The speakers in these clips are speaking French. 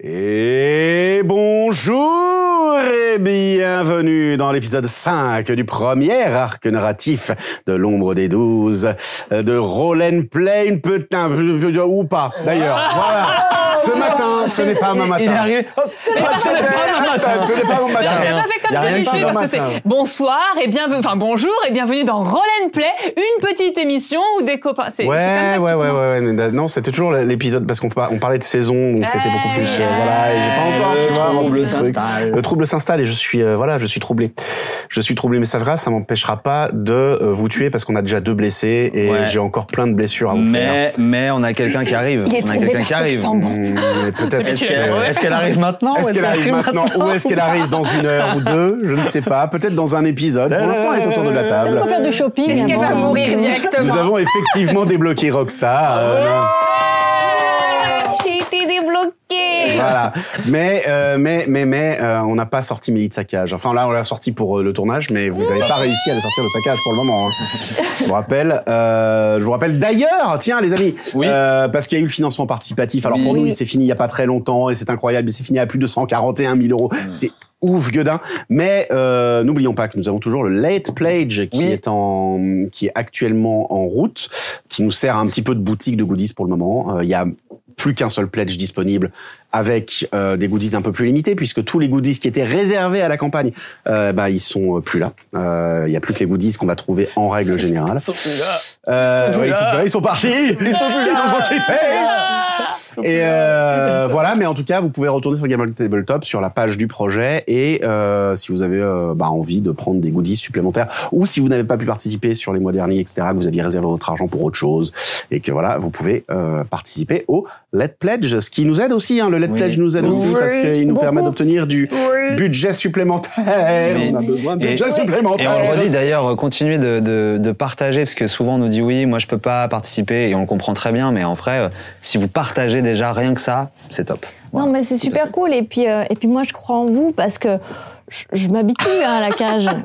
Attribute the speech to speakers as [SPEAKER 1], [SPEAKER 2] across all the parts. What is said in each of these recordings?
[SPEAKER 1] Et bonjour et bienvenue dans l'épisode 5 du premier arc narratif de l'ombre des 12 euh, de Roll and Play, une putain, ou pas d'ailleurs. Voilà. Ce matin, ce n'est pas ma matin.
[SPEAKER 2] Il est arrivé. Oh, Hop,
[SPEAKER 1] Ce n'est pas ma matin. Ce n'est pas
[SPEAKER 3] Non,
[SPEAKER 1] mon
[SPEAKER 3] mais
[SPEAKER 1] matin.
[SPEAKER 3] on fait
[SPEAKER 1] Y
[SPEAKER 3] comme
[SPEAKER 1] a rien qui
[SPEAKER 3] d'habitude
[SPEAKER 1] va
[SPEAKER 3] parce que
[SPEAKER 1] matin.
[SPEAKER 3] c'est bonsoir et bienvenue, enfin bonjour et bienvenue dans Roll and Play, une petite émission où des copains. C'est c'est comme ça
[SPEAKER 1] Ouais,
[SPEAKER 3] que
[SPEAKER 1] ouais,
[SPEAKER 3] tu
[SPEAKER 1] ouais,
[SPEAKER 3] commences.
[SPEAKER 1] ouais, mais Non, c'était toujours l'épisode parce qu'on par- on parlait de saison, donc c'était beaucoup
[SPEAKER 3] Eh
[SPEAKER 1] plus. euh, voilà, et j'ai pas encore.
[SPEAKER 3] Le
[SPEAKER 1] tu vois,
[SPEAKER 3] trouble
[SPEAKER 1] rempli le truc.
[SPEAKER 2] s'installe.
[SPEAKER 1] Le trouble s'installe et je suis, euh, voilà, je suis troublé. Je suis troublé, mais ça va, ça m'empêchera pas de euh, vous tuer parce qu'on a déjà deux blessés et
[SPEAKER 2] Ouais.
[SPEAKER 1] j'ai encore plein de blessures à vous faire.
[SPEAKER 2] Mais, mais on a quelqu'un qui arrive.
[SPEAKER 3] Il est
[SPEAKER 2] on a
[SPEAKER 3] troublé
[SPEAKER 2] quelqu'un
[SPEAKER 3] parce
[SPEAKER 2] qui
[SPEAKER 3] qu'il
[SPEAKER 2] arrive.
[SPEAKER 3] sent bon.
[SPEAKER 1] Mmh, mais Peut-être.
[SPEAKER 2] Est-ce
[SPEAKER 1] que-
[SPEAKER 2] qu'elle est-ce qu'elle arrive maintenant ou
[SPEAKER 1] Est-ce qu'elle arrive maintenant ou est-ce qu'elle arrive dans une heure ou deux Je ne sais pas. Peut-être dans un épisode. Pour l'instant, elle est autour de la table.
[SPEAKER 4] Peut-être qu'on faire du shopping.
[SPEAKER 3] Est-ce qu'elle va
[SPEAKER 4] avant.
[SPEAKER 3] mourir directement
[SPEAKER 1] Nous avons effectivement débloqué Roxa. euh,
[SPEAKER 4] J'ai été débloquée.
[SPEAKER 1] Voilà. Mais, euh, mais, mais, mais, euh, on n'a pas sorti Mélie de sa cage. Enfin, là, on l'a sorti pour euh, le tournage, mais vous n'avez pas réussi à la sortir de sa cage pour le moment. hein. je vous rappelle, euh, je vous rappelle d'ailleurs, tiens, les amis,
[SPEAKER 2] Oui.
[SPEAKER 1] euh, parce qu'il y a eu le financement participatif. Alors, pour
[SPEAKER 4] Oui.
[SPEAKER 1] nous, il s'est fini il n'y a pas très longtemps et c'est incroyable. mais c'est fini à plus de 141 000 euros. C'est ouf, gueudin. Mais, euh, n'oublions pas que nous avons toujours le late pledge qui
[SPEAKER 2] Oui.
[SPEAKER 1] est en, qui est actuellement en route, qui nous sert un petit peu de boutique de goodies pour le moment. Euh, Il y a plus qu'un seul pledge disponible avec euh, des goodies un peu plus limités puisque tous les goodies qui étaient réservés à la campagne euh, bah ils sont euh, plus là Euh, il y a plus que les goodies qu'on va trouver en règle générale Euh, ouais, ils, sont plus là, ils sont partis ils sont plus là ils ont quitté et euh, voilà mais en tout cas vous pouvez retourner sur Gamble Tabletop sur la page du projet et euh, si vous avez euh, bah, envie de prendre des goodies supplémentaires ou si vous n'avez pas pu participer sur les mois derniers etc que vous aviez réservé votre argent pour autre chose et que voilà vous pouvez euh, participer au Let Pledge, ce qui nous aide aussi. Hein. Le Let
[SPEAKER 2] Oui.
[SPEAKER 1] Pledge nous aide aussi
[SPEAKER 4] Oui.
[SPEAKER 1] parce qu'il nous
[SPEAKER 4] Beaucoup.
[SPEAKER 1] permet d'obtenir du budget supplémentaire.
[SPEAKER 2] Oui.
[SPEAKER 1] On a besoin de
[SPEAKER 2] Et-
[SPEAKER 1] budget
[SPEAKER 2] Oui.
[SPEAKER 1] supplémentaire.
[SPEAKER 2] Et on le redit d'ailleurs, euh, continuez de, de, de partager, parce que souvent on nous dit oui, moi je peux pas participer, et on le comprend très bien, mais en vrai, euh, si vous partagez déjà rien que ça, c'est top.
[SPEAKER 4] Non, mais c'est super cool. Et puis, euh, et puis moi, je crois en vous parce que je, je m'habitue hein, à la cage.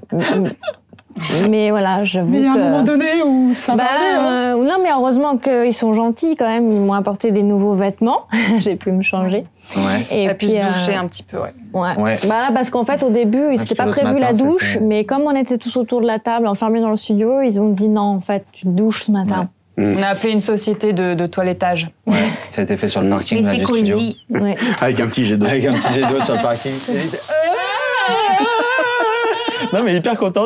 [SPEAKER 4] mais euh, voilà, je vous.
[SPEAKER 2] donné où ça
[SPEAKER 4] Bah, euh, non, mais heureusement qu'ils sont gentils quand même. Ils m'ont apporté des nouveaux vêtements. J'ai pu me changer.
[SPEAKER 2] Ouais.
[SPEAKER 4] Et
[SPEAKER 3] Et puis se
[SPEAKER 4] euh,
[SPEAKER 3] doucher un petit peu, ouais.
[SPEAKER 4] Ouais.
[SPEAKER 2] Ouais. Ah,
[SPEAKER 4] Bah là, parce qu'en fait, au début, c'était
[SPEAKER 2] parce
[SPEAKER 4] pas
[SPEAKER 2] que l'autre
[SPEAKER 4] prévu la
[SPEAKER 2] matin,
[SPEAKER 4] douche,
[SPEAKER 2] c'était-
[SPEAKER 4] mais comme on était tous autour de la table, enfermés dans le studio, ils ont dit non, en fait, tu te douches ce matin.
[SPEAKER 3] On a appelé une société de, de toilettage.
[SPEAKER 2] ouais. Ça a été fait sur le parking là, du studio.
[SPEAKER 4] Ouais.
[SPEAKER 1] Avec un petit jet d'eau.
[SPEAKER 2] Avec un petit jet d'eau sur le parking. bah, Non mais hyper content.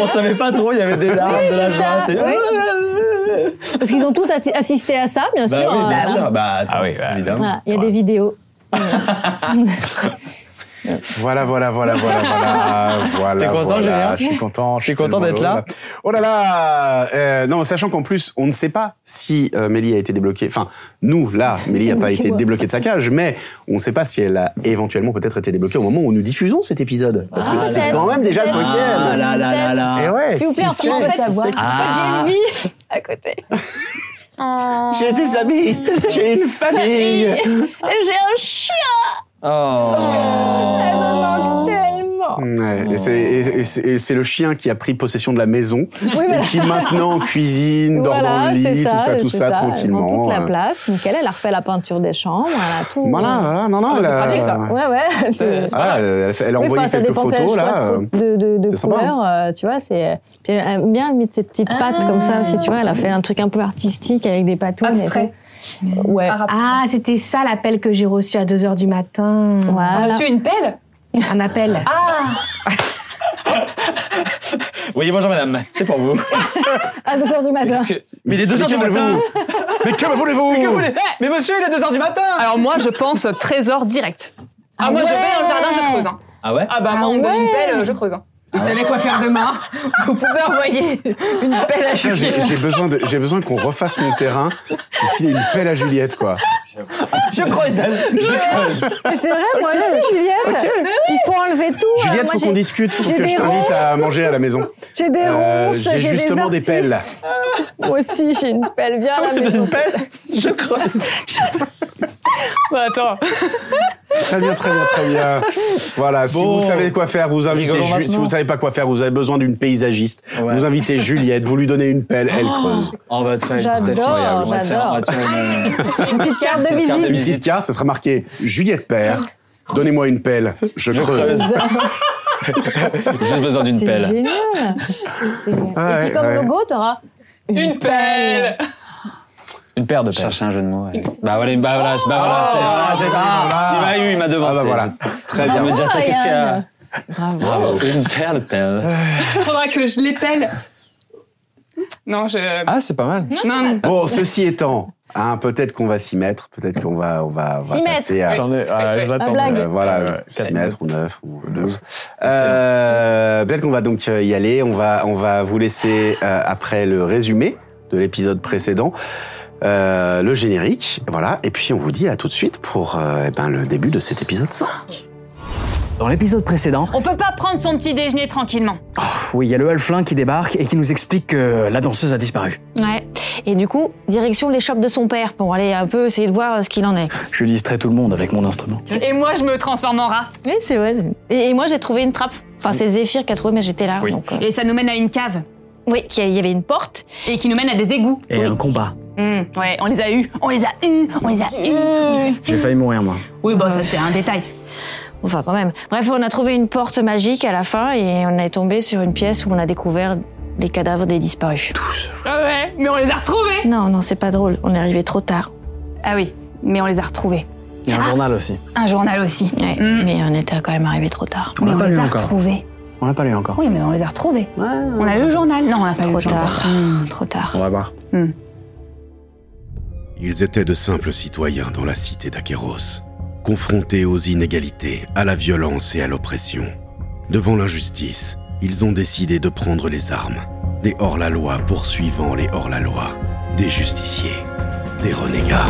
[SPEAKER 2] On savait pas trop, il y avait des larmes, de la
[SPEAKER 4] joie, ça, c'était- oui. Parce qu'ils ont tous atti- assisté à ça, bien sûr. hein.
[SPEAKER 2] Bah, ah oui, évidemment.
[SPEAKER 4] Voilà, il y a des vidéos.
[SPEAKER 1] Voilà, voilà, voilà, voilà, voilà, voilà.
[SPEAKER 2] T'es content,
[SPEAKER 1] voilà.
[SPEAKER 2] Julien
[SPEAKER 1] Je suis content. Je suis
[SPEAKER 2] content
[SPEAKER 1] tellement
[SPEAKER 2] d'être là
[SPEAKER 1] heureux, Oh là là euh, Non, sachant qu'en plus, on ne sait pas si euh, Mélie a été débloquée. Enfin, nous, là, Mélie n'a pas
[SPEAKER 4] Débloquée,
[SPEAKER 1] été
[SPEAKER 4] ouais.
[SPEAKER 1] débloquée de sa cage, mais on ne sait pas si elle a éventuellement peut-être été débloquée au moment où nous diffusons cet épisode. Parce que
[SPEAKER 4] Ah,
[SPEAKER 1] c'est
[SPEAKER 4] c'est-
[SPEAKER 1] quand même déjà le
[SPEAKER 4] Ah,
[SPEAKER 1] cinquième.
[SPEAKER 4] là, là,
[SPEAKER 1] Et ouais.
[SPEAKER 4] S'il vous plaît,
[SPEAKER 1] Qui
[SPEAKER 4] en
[SPEAKER 1] sait,
[SPEAKER 4] fait, en
[SPEAKER 1] qui
[SPEAKER 4] fait,
[SPEAKER 1] sait,
[SPEAKER 4] savoir.
[SPEAKER 1] qui sait.
[SPEAKER 2] Ah.
[SPEAKER 4] J'ai une vie à côté. Oh.
[SPEAKER 1] J'ai des amis, j'ai une famille.
[SPEAKER 4] Et j'ai un chien. Elle me
[SPEAKER 1] Ah.
[SPEAKER 2] Oh.
[SPEAKER 4] manque tellement.
[SPEAKER 1] Ouais, et c'est- et- et c'est et c'est le chien qui a pris possession de la maison
[SPEAKER 4] Oui,
[SPEAKER 1] et qui maintenant cuisine, dort dans le
[SPEAKER 4] c'est
[SPEAKER 1] lit, tout ça, tout
[SPEAKER 4] c'est
[SPEAKER 1] ça,
[SPEAKER 4] Elle prend
[SPEAKER 1] tranquillement.
[SPEAKER 4] toute la place. Nickel, elle a refait la peinture des chambres. Elle a tout.
[SPEAKER 1] Voilà, voilà, non, non,
[SPEAKER 4] Ah, C'est
[SPEAKER 1] elle a-
[SPEAKER 4] pratique, ça. Ouais, ouais.
[SPEAKER 2] C'est- c'est
[SPEAKER 1] Ah, elle a fait- elle a
[SPEAKER 4] Oui,
[SPEAKER 1] envoyé
[SPEAKER 4] enfin, ça
[SPEAKER 1] quelques
[SPEAKER 4] dépend quel
[SPEAKER 1] photos
[SPEAKER 4] choix
[SPEAKER 1] là. euh.
[SPEAKER 4] de, photo- de, de, de
[SPEAKER 1] c'était sympa,
[SPEAKER 4] couleurs, euh, tu vois. C'est puis elle aime bien mettre ses petites pattes comme ça aussi, tu vois. Elle a fait un truc un peu artistique avec des patounes. et
[SPEAKER 3] Abstrait.
[SPEAKER 4] tout. Ouais.
[SPEAKER 3] Art abstrait.
[SPEAKER 5] Ah, c'était ça l'appel que j'ai reçu à 2h du matin.
[SPEAKER 3] T'as
[SPEAKER 4] Voilà.
[SPEAKER 3] reçu une pelle
[SPEAKER 5] Un appel.
[SPEAKER 6] Ah,
[SPEAKER 2] Oui, bonjour madame, c'est pour vous.
[SPEAKER 4] À 2 heures du
[SPEAKER 7] Ah,
[SPEAKER 4] matin.
[SPEAKER 2] Mais il est 2h
[SPEAKER 1] Mais
[SPEAKER 2] du
[SPEAKER 1] que
[SPEAKER 2] matin.
[SPEAKER 1] voulez-vous Mais que voulez-vous
[SPEAKER 2] Mais monsieur, il est 2h du matin.
[SPEAKER 3] Alors moi je pense trésor direct. Ah, moi je
[SPEAKER 4] ouais.
[SPEAKER 3] vais dans le jardin, je creuse. hein.
[SPEAKER 2] Ah ouais
[SPEAKER 3] Ah bah
[SPEAKER 4] Ah
[SPEAKER 3] moi on me donne une
[SPEAKER 4] ouais.
[SPEAKER 3] pelle, je creuse. hein.
[SPEAKER 5] Vous savez quoi faire demain Vous pouvez envoyer une pelle à
[SPEAKER 1] Putain, j'ai j'ai besoin de- j'ai besoin qu'on refasse mon terrain. J'ai filé une pelle à Juliette quoi.
[SPEAKER 5] Je creuse.
[SPEAKER 4] Mais c'est vrai, moi aussi, Juliette. Il faut enlever tout.
[SPEAKER 1] Juliette,
[SPEAKER 4] Moi,
[SPEAKER 1] faut
[SPEAKER 4] j'ai-
[SPEAKER 1] qu'on discute, faut
[SPEAKER 4] j'ai
[SPEAKER 1] que
[SPEAKER 4] des
[SPEAKER 1] je t'invite à manger à la maison.
[SPEAKER 4] J'ai des
[SPEAKER 1] Euh,
[SPEAKER 4] ronces,
[SPEAKER 1] j'ai justement des,
[SPEAKER 4] orties.
[SPEAKER 1] pelles.
[SPEAKER 4] Moi aussi, j'ai une pelle. Viens à la maison.
[SPEAKER 2] Je creuse.
[SPEAKER 3] Bah, attends.
[SPEAKER 1] Très bien, très bien, très bien. Voilà, si
[SPEAKER 2] Bon.
[SPEAKER 1] vous savez quoi faire, vous invitez
[SPEAKER 2] Rigolons
[SPEAKER 1] Ju- si
[SPEAKER 2] maintenant.
[SPEAKER 1] vous savez pas quoi faire, vous avez besoin d'une paysagiste.
[SPEAKER 2] Ouais.
[SPEAKER 1] Vous invitez Juliette, vous lui donnez une pelle, elle
[SPEAKER 7] Oh.
[SPEAKER 1] creuse.
[SPEAKER 2] Oh, On va te faire
[SPEAKER 7] J'adore,
[SPEAKER 2] une petite affiche. On va te faire- on va te faire une, euh,
[SPEAKER 5] Une petite carte de
[SPEAKER 2] petite carte
[SPEAKER 5] visite.
[SPEAKER 2] de
[SPEAKER 1] Une
[SPEAKER 2] visite.
[SPEAKER 1] petite carte, ça sera marqué Juliette Père. Donnez-moi une pelle, je,
[SPEAKER 2] Je
[SPEAKER 1] creuse.
[SPEAKER 2] creuse. Juste besoin d'une
[SPEAKER 7] C'est
[SPEAKER 2] pelle.
[SPEAKER 7] génial. C'est génial.
[SPEAKER 1] Ah
[SPEAKER 7] Et
[SPEAKER 1] ouais,
[SPEAKER 7] puis comme
[SPEAKER 1] ouais.
[SPEAKER 7] logo, t'auras
[SPEAKER 5] Une pelle.
[SPEAKER 2] Une paire de pelles.
[SPEAKER 8] Chercher un jeu de mots. ouais.
[SPEAKER 2] Bah voilà, bah voilà, bah voilà. c'est- ah, j'ai- ah, il m'a eu, il m'a
[SPEAKER 1] Ah
[SPEAKER 2] devancé.
[SPEAKER 1] bah voilà, très
[SPEAKER 2] Il
[SPEAKER 1] bien.
[SPEAKER 2] me dire ça, qu'est-ce qu'il y a Bravo. Une paire de pelles.
[SPEAKER 5] Faudra que je l'épelle. Non, je.
[SPEAKER 2] Ah, c'est pas mal.
[SPEAKER 5] non, non.
[SPEAKER 1] Bon, ceci étant, hein, peut-être qu'on va s'y mettre, peut-être qu'on va, on va, on va
[SPEAKER 7] S'y mettre.
[SPEAKER 1] passer à.
[SPEAKER 2] J'en ai, ah, j'attends.
[SPEAKER 7] blague.
[SPEAKER 1] Euh,
[SPEAKER 2] Ouais,
[SPEAKER 1] voilà,
[SPEAKER 2] ouais,
[SPEAKER 1] 6
[SPEAKER 2] quatre
[SPEAKER 1] mètres ou 9 ou 12.
[SPEAKER 2] Excellent.
[SPEAKER 1] Peut-être qu'on va donc euh, y aller. On va, on va vous laisser euh, après le résumé de l'épisode précédent, euh, le générique. Voilà. Et puis on vous dit à tout de suite pour euh, eh ben, le début de cet épisode 5.
[SPEAKER 9] Dans l'épisode précédent,
[SPEAKER 5] On peut pas prendre son petit déjeuner tranquillement.
[SPEAKER 9] pff, oui, il y a le halflin qui débarque et qui nous explique que la danseuse a disparu.
[SPEAKER 4] Ouais. Et du coup, direction l'échoppe de son père pour aller un peu essayer de voir euh, ce qu'il en est.
[SPEAKER 9] Je distrais tout le monde avec mon instrument.
[SPEAKER 5] Et moi, je me transforme en rat.
[SPEAKER 7] Oui, c'est vrai.
[SPEAKER 4] Et, et moi, j'ai trouvé une trappe. Enfin, c'est Zéphyr qui a trouvé, mais j'étais là.
[SPEAKER 9] Oui.
[SPEAKER 4] donc, euh,
[SPEAKER 5] Et ça nous mène à une cave.
[SPEAKER 4] oui, qu'il y a- il y avait une porte.
[SPEAKER 5] Et qui nous mène à des égouts.
[SPEAKER 9] Et un combat.
[SPEAKER 5] Hum, ouais, on les a eus. On les a eus. On les a eus.
[SPEAKER 9] J'ai failli mourir, moi.
[SPEAKER 5] Oui, bah, ça, c'est un détail.
[SPEAKER 4] Enfin, quand même. Bref, on a trouvé une porte magique à la fin et on est tombé sur une pièce où on a découvert les cadavres des disparus.
[SPEAKER 5] Ah ouais, mais on les a retrouvés.
[SPEAKER 4] Non, non, c'est pas drôle. On est arrivé trop tard.
[SPEAKER 5] Ah oui, mais on les a retrouvés.
[SPEAKER 9] Il y a un journal aussi.
[SPEAKER 5] Un journal aussi.
[SPEAKER 4] Ouais,
[SPEAKER 5] Mm.
[SPEAKER 4] Mais on était quand même arrivé trop tard.
[SPEAKER 9] On
[SPEAKER 5] mais
[SPEAKER 9] l'a
[SPEAKER 5] on
[SPEAKER 9] pas
[SPEAKER 5] les
[SPEAKER 9] lu
[SPEAKER 5] a
[SPEAKER 9] encore.
[SPEAKER 5] retrouvés.
[SPEAKER 9] On l'a pas lu encore.
[SPEAKER 5] Oui, mais on les a retrouvés. On a le journal. Non, on a pas
[SPEAKER 4] Trop
[SPEAKER 5] le journal. Hmm.
[SPEAKER 4] tard. Trop tard.
[SPEAKER 9] On va voir.
[SPEAKER 10] Ils étaient de simples citoyens dans la cité d'Aqueros, confrontés aux inégalités, à la violence et à l'oppression. Devant l'injustice, ils ont décidé de prendre les armes, des hors-la-loi poursuivant les hors-la-loi, des justiciers, des renégats.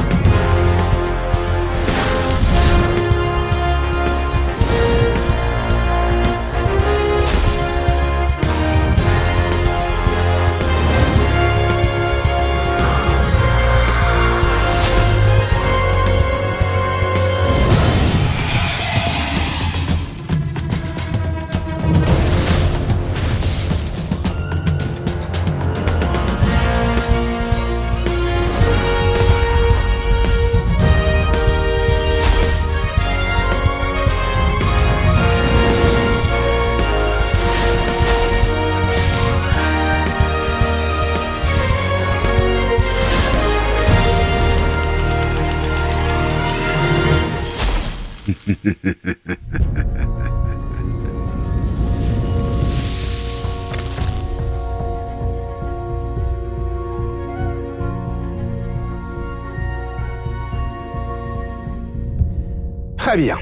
[SPEAKER 1] Très bien.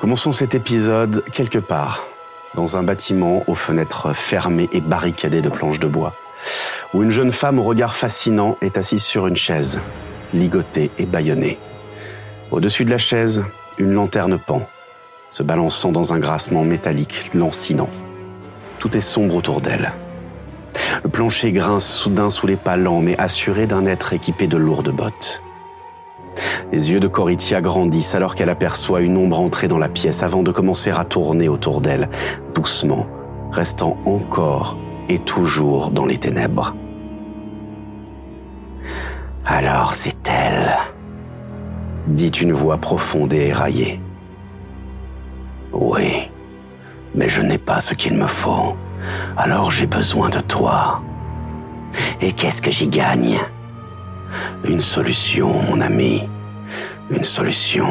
[SPEAKER 1] Commençons cet épisode quelque part, dans un bâtiment aux fenêtres fermées et barricadées de planches de bois, où une jeune femme au regard fascinant est assise sur une chaise, ligotée et bâillonnée. Au-dessus de la chaise, une lanterne pend, se balançant dans un grassement métallique lancinant. Tout est sombre autour d'elle. Le plancher grince soudain sous les pas lents, mais assuré d'un être équipé de lourdes bottes. Les yeux de Coritia grandissent alors qu'elle aperçoit une ombre entrer dans la pièce avant de commencer à tourner autour d'elle, doucement, restant encore et toujours dans les ténèbres. Alors c'est elle, dit une voix profonde et éraillée. Oui, mais je n'ai pas ce qu'il me faut, alors j'ai besoin de toi. Et qu'est-ce que j'y gagne Une solution, mon ami une solution.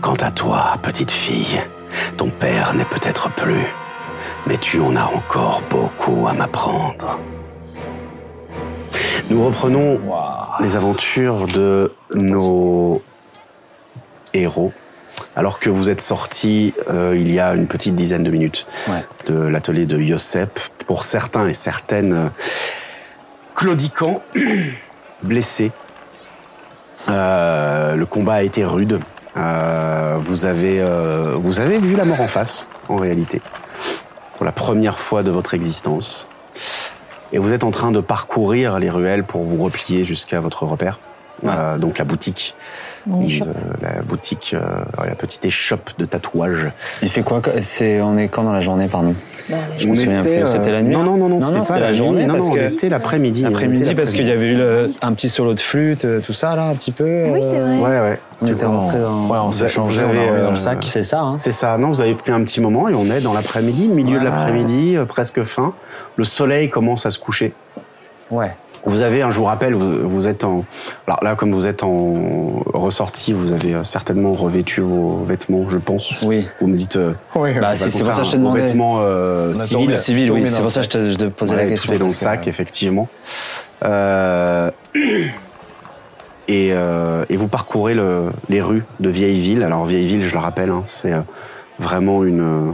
[SPEAKER 1] Quant à toi, petite fille, ton père n'est peut-être plus, mais tu en as encore beaucoup à m'apprendre. Nous reprenons les aventures de nos héros. Alors que vous êtes sortis euh, il y a une petite dizaine de minutes
[SPEAKER 8] Ouais.
[SPEAKER 1] de l'atelier de Yosep, pour certains et certaines euh, claudiquants, blessés, euh, le combat a été rude. Euh, vous avez euh, vous avez vu la mort en face, en réalité, pour la première fois de votre existence. Et vous êtes en train de parcourir les ruelles pour vous replier jusqu'à votre repère. Euh, donc la boutique,
[SPEAKER 11] Mon échoppe.
[SPEAKER 1] de- la boutique, euh, la petite échoppe de tatouage.
[SPEAKER 2] Il fait quoi que- c'est, On est quand dans la journée, pardon
[SPEAKER 7] Bah,
[SPEAKER 2] Je me
[SPEAKER 1] On
[SPEAKER 2] souviens
[SPEAKER 1] était, euh,
[SPEAKER 2] plus. C'était la nuit hein
[SPEAKER 1] Non, non, non, non,
[SPEAKER 2] euh, Non,
[SPEAKER 1] c'était
[SPEAKER 2] non,
[SPEAKER 1] pas
[SPEAKER 2] c'était
[SPEAKER 1] la,
[SPEAKER 2] la journée,
[SPEAKER 1] journée. Non,
[SPEAKER 2] parce
[SPEAKER 1] non,
[SPEAKER 2] que-
[SPEAKER 1] on était l'après-midi. on était
[SPEAKER 2] Après-midi, parce qu'il y
[SPEAKER 1] l'après-midi.
[SPEAKER 2] avait eu le- un petit solo de flûte, euh, tout ça, là, un petit peu. euh,
[SPEAKER 4] Ah Oui, c'est vrai.
[SPEAKER 1] Ouais, ouais.
[SPEAKER 2] On
[SPEAKER 1] Du
[SPEAKER 2] était
[SPEAKER 1] coup,
[SPEAKER 2] rentrés dans.
[SPEAKER 12] Ouais, on s'est
[SPEAKER 1] Vous
[SPEAKER 12] changé, on
[SPEAKER 1] avez,
[SPEAKER 12] a remis dans
[SPEAKER 1] euh,
[SPEAKER 12] le sac, c'est ça. Hein.
[SPEAKER 1] C'est ça, non, vous avez pris un petit moment et on est dans l'après-midi, milieu de
[SPEAKER 2] Voilà.
[SPEAKER 1] l'après-midi, euh, presque fin. Le soleil commence à se coucher.
[SPEAKER 2] Ouais.
[SPEAKER 1] Vous avez, un jour rappel, vous, vous êtes en. Alors là, comme vous êtes en ressorti, vous avez euh, certainement revêtu vos vêtements, je pense.
[SPEAKER 2] Oui.
[SPEAKER 1] Vous me dites. euh,
[SPEAKER 2] Bah,
[SPEAKER 12] Oui,
[SPEAKER 1] c'est pas
[SPEAKER 2] c'est- c'est
[SPEAKER 1] contraire,
[SPEAKER 2] pour ça que je te
[SPEAKER 1] hein, vos
[SPEAKER 2] demandais.
[SPEAKER 1] vêtements euh,
[SPEAKER 12] On a
[SPEAKER 1] civils.
[SPEAKER 12] tourné-
[SPEAKER 2] Civil,
[SPEAKER 12] Tout
[SPEAKER 2] oui,
[SPEAKER 12] est dans
[SPEAKER 2] c'est
[SPEAKER 12] le
[SPEAKER 2] pour ça que je te- je te posais
[SPEAKER 1] Ouais,
[SPEAKER 2] la question.
[SPEAKER 1] Tout est dans le
[SPEAKER 2] parce que,
[SPEAKER 1] sac, effectivement. Euh, et, euh, et vous parcourez le- les rues de Vieilleville. Alors Vieilleville, je le rappelle, hein, c'est euh, vraiment une, euh,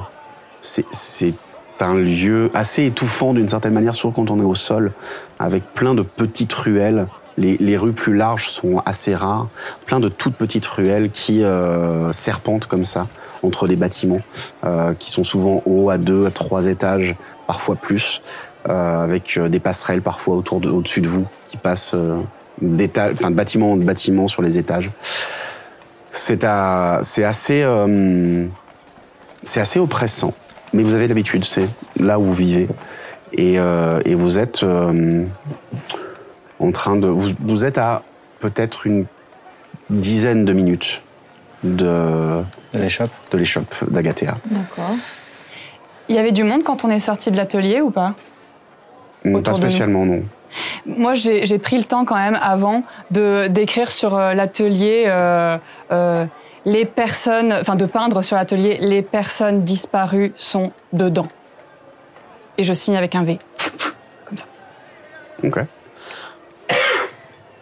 [SPEAKER 1] c'est- c'est un lieu assez étouffant d'une certaine manière, surtout quand on est au sol, avec plein de petites ruelles. Les, les rues plus larges sont assez rares, plein de toutes petites ruelles qui euh, serpentent comme ça entre les bâtiments, euh, qui sont souvent hauts à deux, à trois étages, parfois plus euh, avec euh, des passerelles parfois autour de, au-dessus de vous qui passent euh, d'éta- enfin, de bâtiment en bâtiment sur les étages. C'est à- c'est assez, euh, c'est assez oppressant. Mais vous avez l'habitude, c'est là où vous vivez. Et, euh, et vous êtes euh, en train de. Vous, vous êtes à peut-être une dizaine de minutes de,
[SPEAKER 2] euh, De l'échoppe.
[SPEAKER 1] de l'échoppe d'Agathea.
[SPEAKER 4] D'accord.
[SPEAKER 5] Il y avait du monde quand on est sorti de l'atelier ou pas Autour de
[SPEAKER 1] Mm, Pas
[SPEAKER 5] nous.
[SPEAKER 1] spécialement, non.
[SPEAKER 5] Moi, j'ai j'ai pris le temps quand même avant de d'écrire sur euh, l'atelier euh, euh, les personnes, enfin de peindre sur l'atelier les personnes disparues sont dedans. Et je signe avec un V.
[SPEAKER 1] Ok.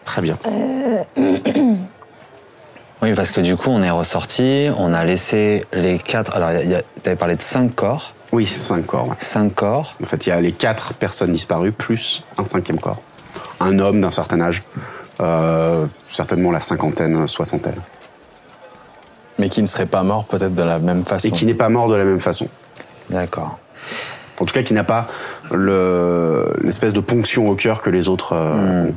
[SPEAKER 1] Très bien.
[SPEAKER 2] Oui, parce que du coup, on est ressorti, on a laissé les quatre. Alors, il y a- t'avais parlé de cinq corps.
[SPEAKER 1] Oui, cinq corps. ouais.
[SPEAKER 2] Cinq corps.
[SPEAKER 1] En fait, il y a les quatre personnes disparues plus un cinquième corps. Un homme d'un certain âge, euh, certainement la cinquantaine, soixantaine,
[SPEAKER 12] Mais qui ne serait pas mort peut-être de la même façon.
[SPEAKER 1] et qui n'est pas mort de la même façon.
[SPEAKER 2] D'accord.
[SPEAKER 1] En tout cas, qui n'a pas le- l'espèce de ponction au cœur que les autres. euh, ont.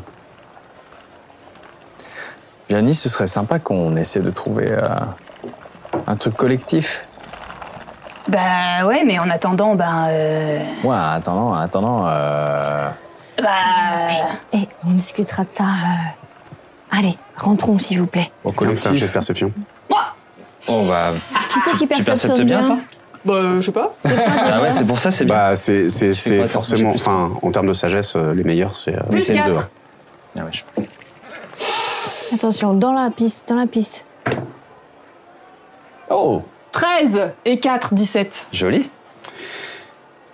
[SPEAKER 12] Janice, ce serait sympa qu'on essaie de trouver euh, un truc collectif.
[SPEAKER 6] Bah ouais, mais en attendant, ben. euh,
[SPEAKER 12] Ouais, en attendant, en attendant. euh,
[SPEAKER 6] bah.
[SPEAKER 11] Et on discutera de ça. euh. Allez, rentrons s'il vous plaît.
[SPEAKER 12] au
[SPEAKER 1] Quelqu'un me fait un jet de
[SPEAKER 12] collectif.
[SPEAKER 1] perception.
[SPEAKER 2] Oh, On va.
[SPEAKER 4] Qui c'est qui
[SPEAKER 2] tu
[SPEAKER 4] perceptionne
[SPEAKER 2] perceptes bien, toi
[SPEAKER 5] Bah, euh, je sais pas.
[SPEAKER 2] Ah ouais, c'est pour ça, c'est bien.
[SPEAKER 1] Bah, c'est c'est-
[SPEAKER 2] Tu fais
[SPEAKER 1] c'est
[SPEAKER 2] quoi, toi
[SPEAKER 1] forcément.
[SPEAKER 2] J'ai plus trois.
[SPEAKER 1] Enfin, en termes de sagesse, euh, les meilleurs, c'est. euh,
[SPEAKER 5] Plus
[SPEAKER 1] c'est le
[SPEAKER 5] quatre.
[SPEAKER 1] deux, hein.
[SPEAKER 2] Ah ouais, je-
[SPEAKER 4] Attention, dans la piste, dans la piste.
[SPEAKER 5] 13 et 4, 17.
[SPEAKER 2] Joli.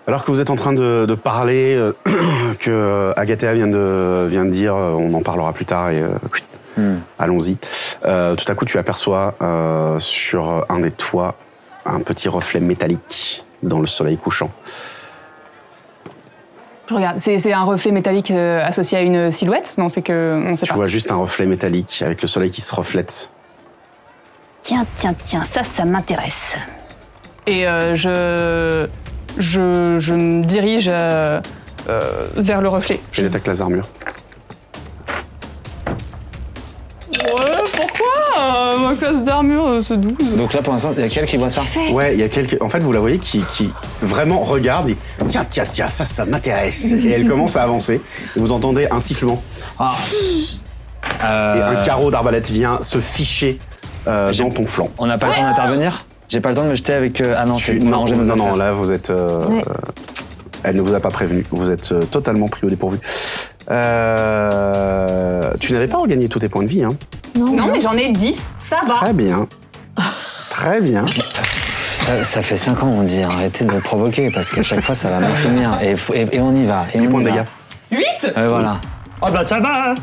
[SPEAKER 1] Alors que vous êtes en train de, de parler, euh, que euh, Agathea vient de, vient de dire, euh, on en parlera plus tard et euh,
[SPEAKER 2] Hmm.
[SPEAKER 1] allons-y. Euh, tout à coup, tu aperçois euh, sur un des toits un petit reflet métallique dans le soleil couchant.
[SPEAKER 5] Je regarde, c'est c'est un reflet métallique euh, associé à une silhouette Non, c'est que. On sait
[SPEAKER 1] Tu
[SPEAKER 5] pas.
[SPEAKER 1] vois juste un reflet métallique avec le soleil qui se reflète.
[SPEAKER 6] Tiens, tiens, tiens, ça, ça m'intéresse.
[SPEAKER 5] Et euh, je, je. Je me dirige euh, euh, vers le reflet.
[SPEAKER 1] Je l'attaque les armures.
[SPEAKER 5] Ouais, pourquoi euh, Ma classe d'armure, euh, c'est 12.
[SPEAKER 2] Donc là, pour l'instant, il y a quel qui voit ça
[SPEAKER 1] Ouais, il y a quelques. En fait, vous la voyez qui, qui vraiment regarde. dit, tiens, tiens, tiens, ça, ça m'intéresse. Et elle commence à avancer. Et vous entendez un sifflement.
[SPEAKER 2] Ah.
[SPEAKER 1] Et
[SPEAKER 2] Euh,
[SPEAKER 1] un carreau d'arbalète vient se ficher euh,
[SPEAKER 2] J'ai-
[SPEAKER 1] dans ton flanc.
[SPEAKER 2] On n'a pas le temps d'intervenir J'ai pas le temps de me jeter avec. euh, Ah non, c'est
[SPEAKER 1] Tu-
[SPEAKER 2] pour
[SPEAKER 1] non,
[SPEAKER 2] arranger nos
[SPEAKER 1] non,
[SPEAKER 2] affaires.
[SPEAKER 1] non, là vous êtes. euh,
[SPEAKER 4] Ouais.
[SPEAKER 1] euh, elle ne vous a pas prévenu. Vous êtes euh, totalement pris au dépourvu. Euh, tu n'avais pas regagné tous tes points de vie. Hein.
[SPEAKER 5] Non, mais j'en ai 10, ça va.
[SPEAKER 1] Très bien. Très bien.
[SPEAKER 2] Ça, ça fait 5 ans, on dit. Arrêtez de me provoquer parce qu'à chaque fois, ça va mal finir. Et, faut- et- et on y va. Et on
[SPEAKER 1] points
[SPEAKER 2] y
[SPEAKER 1] de
[SPEAKER 2] va.
[SPEAKER 1] dégâts.
[SPEAKER 5] 8
[SPEAKER 2] Ouais, voilà.
[SPEAKER 9] Ah bah ça va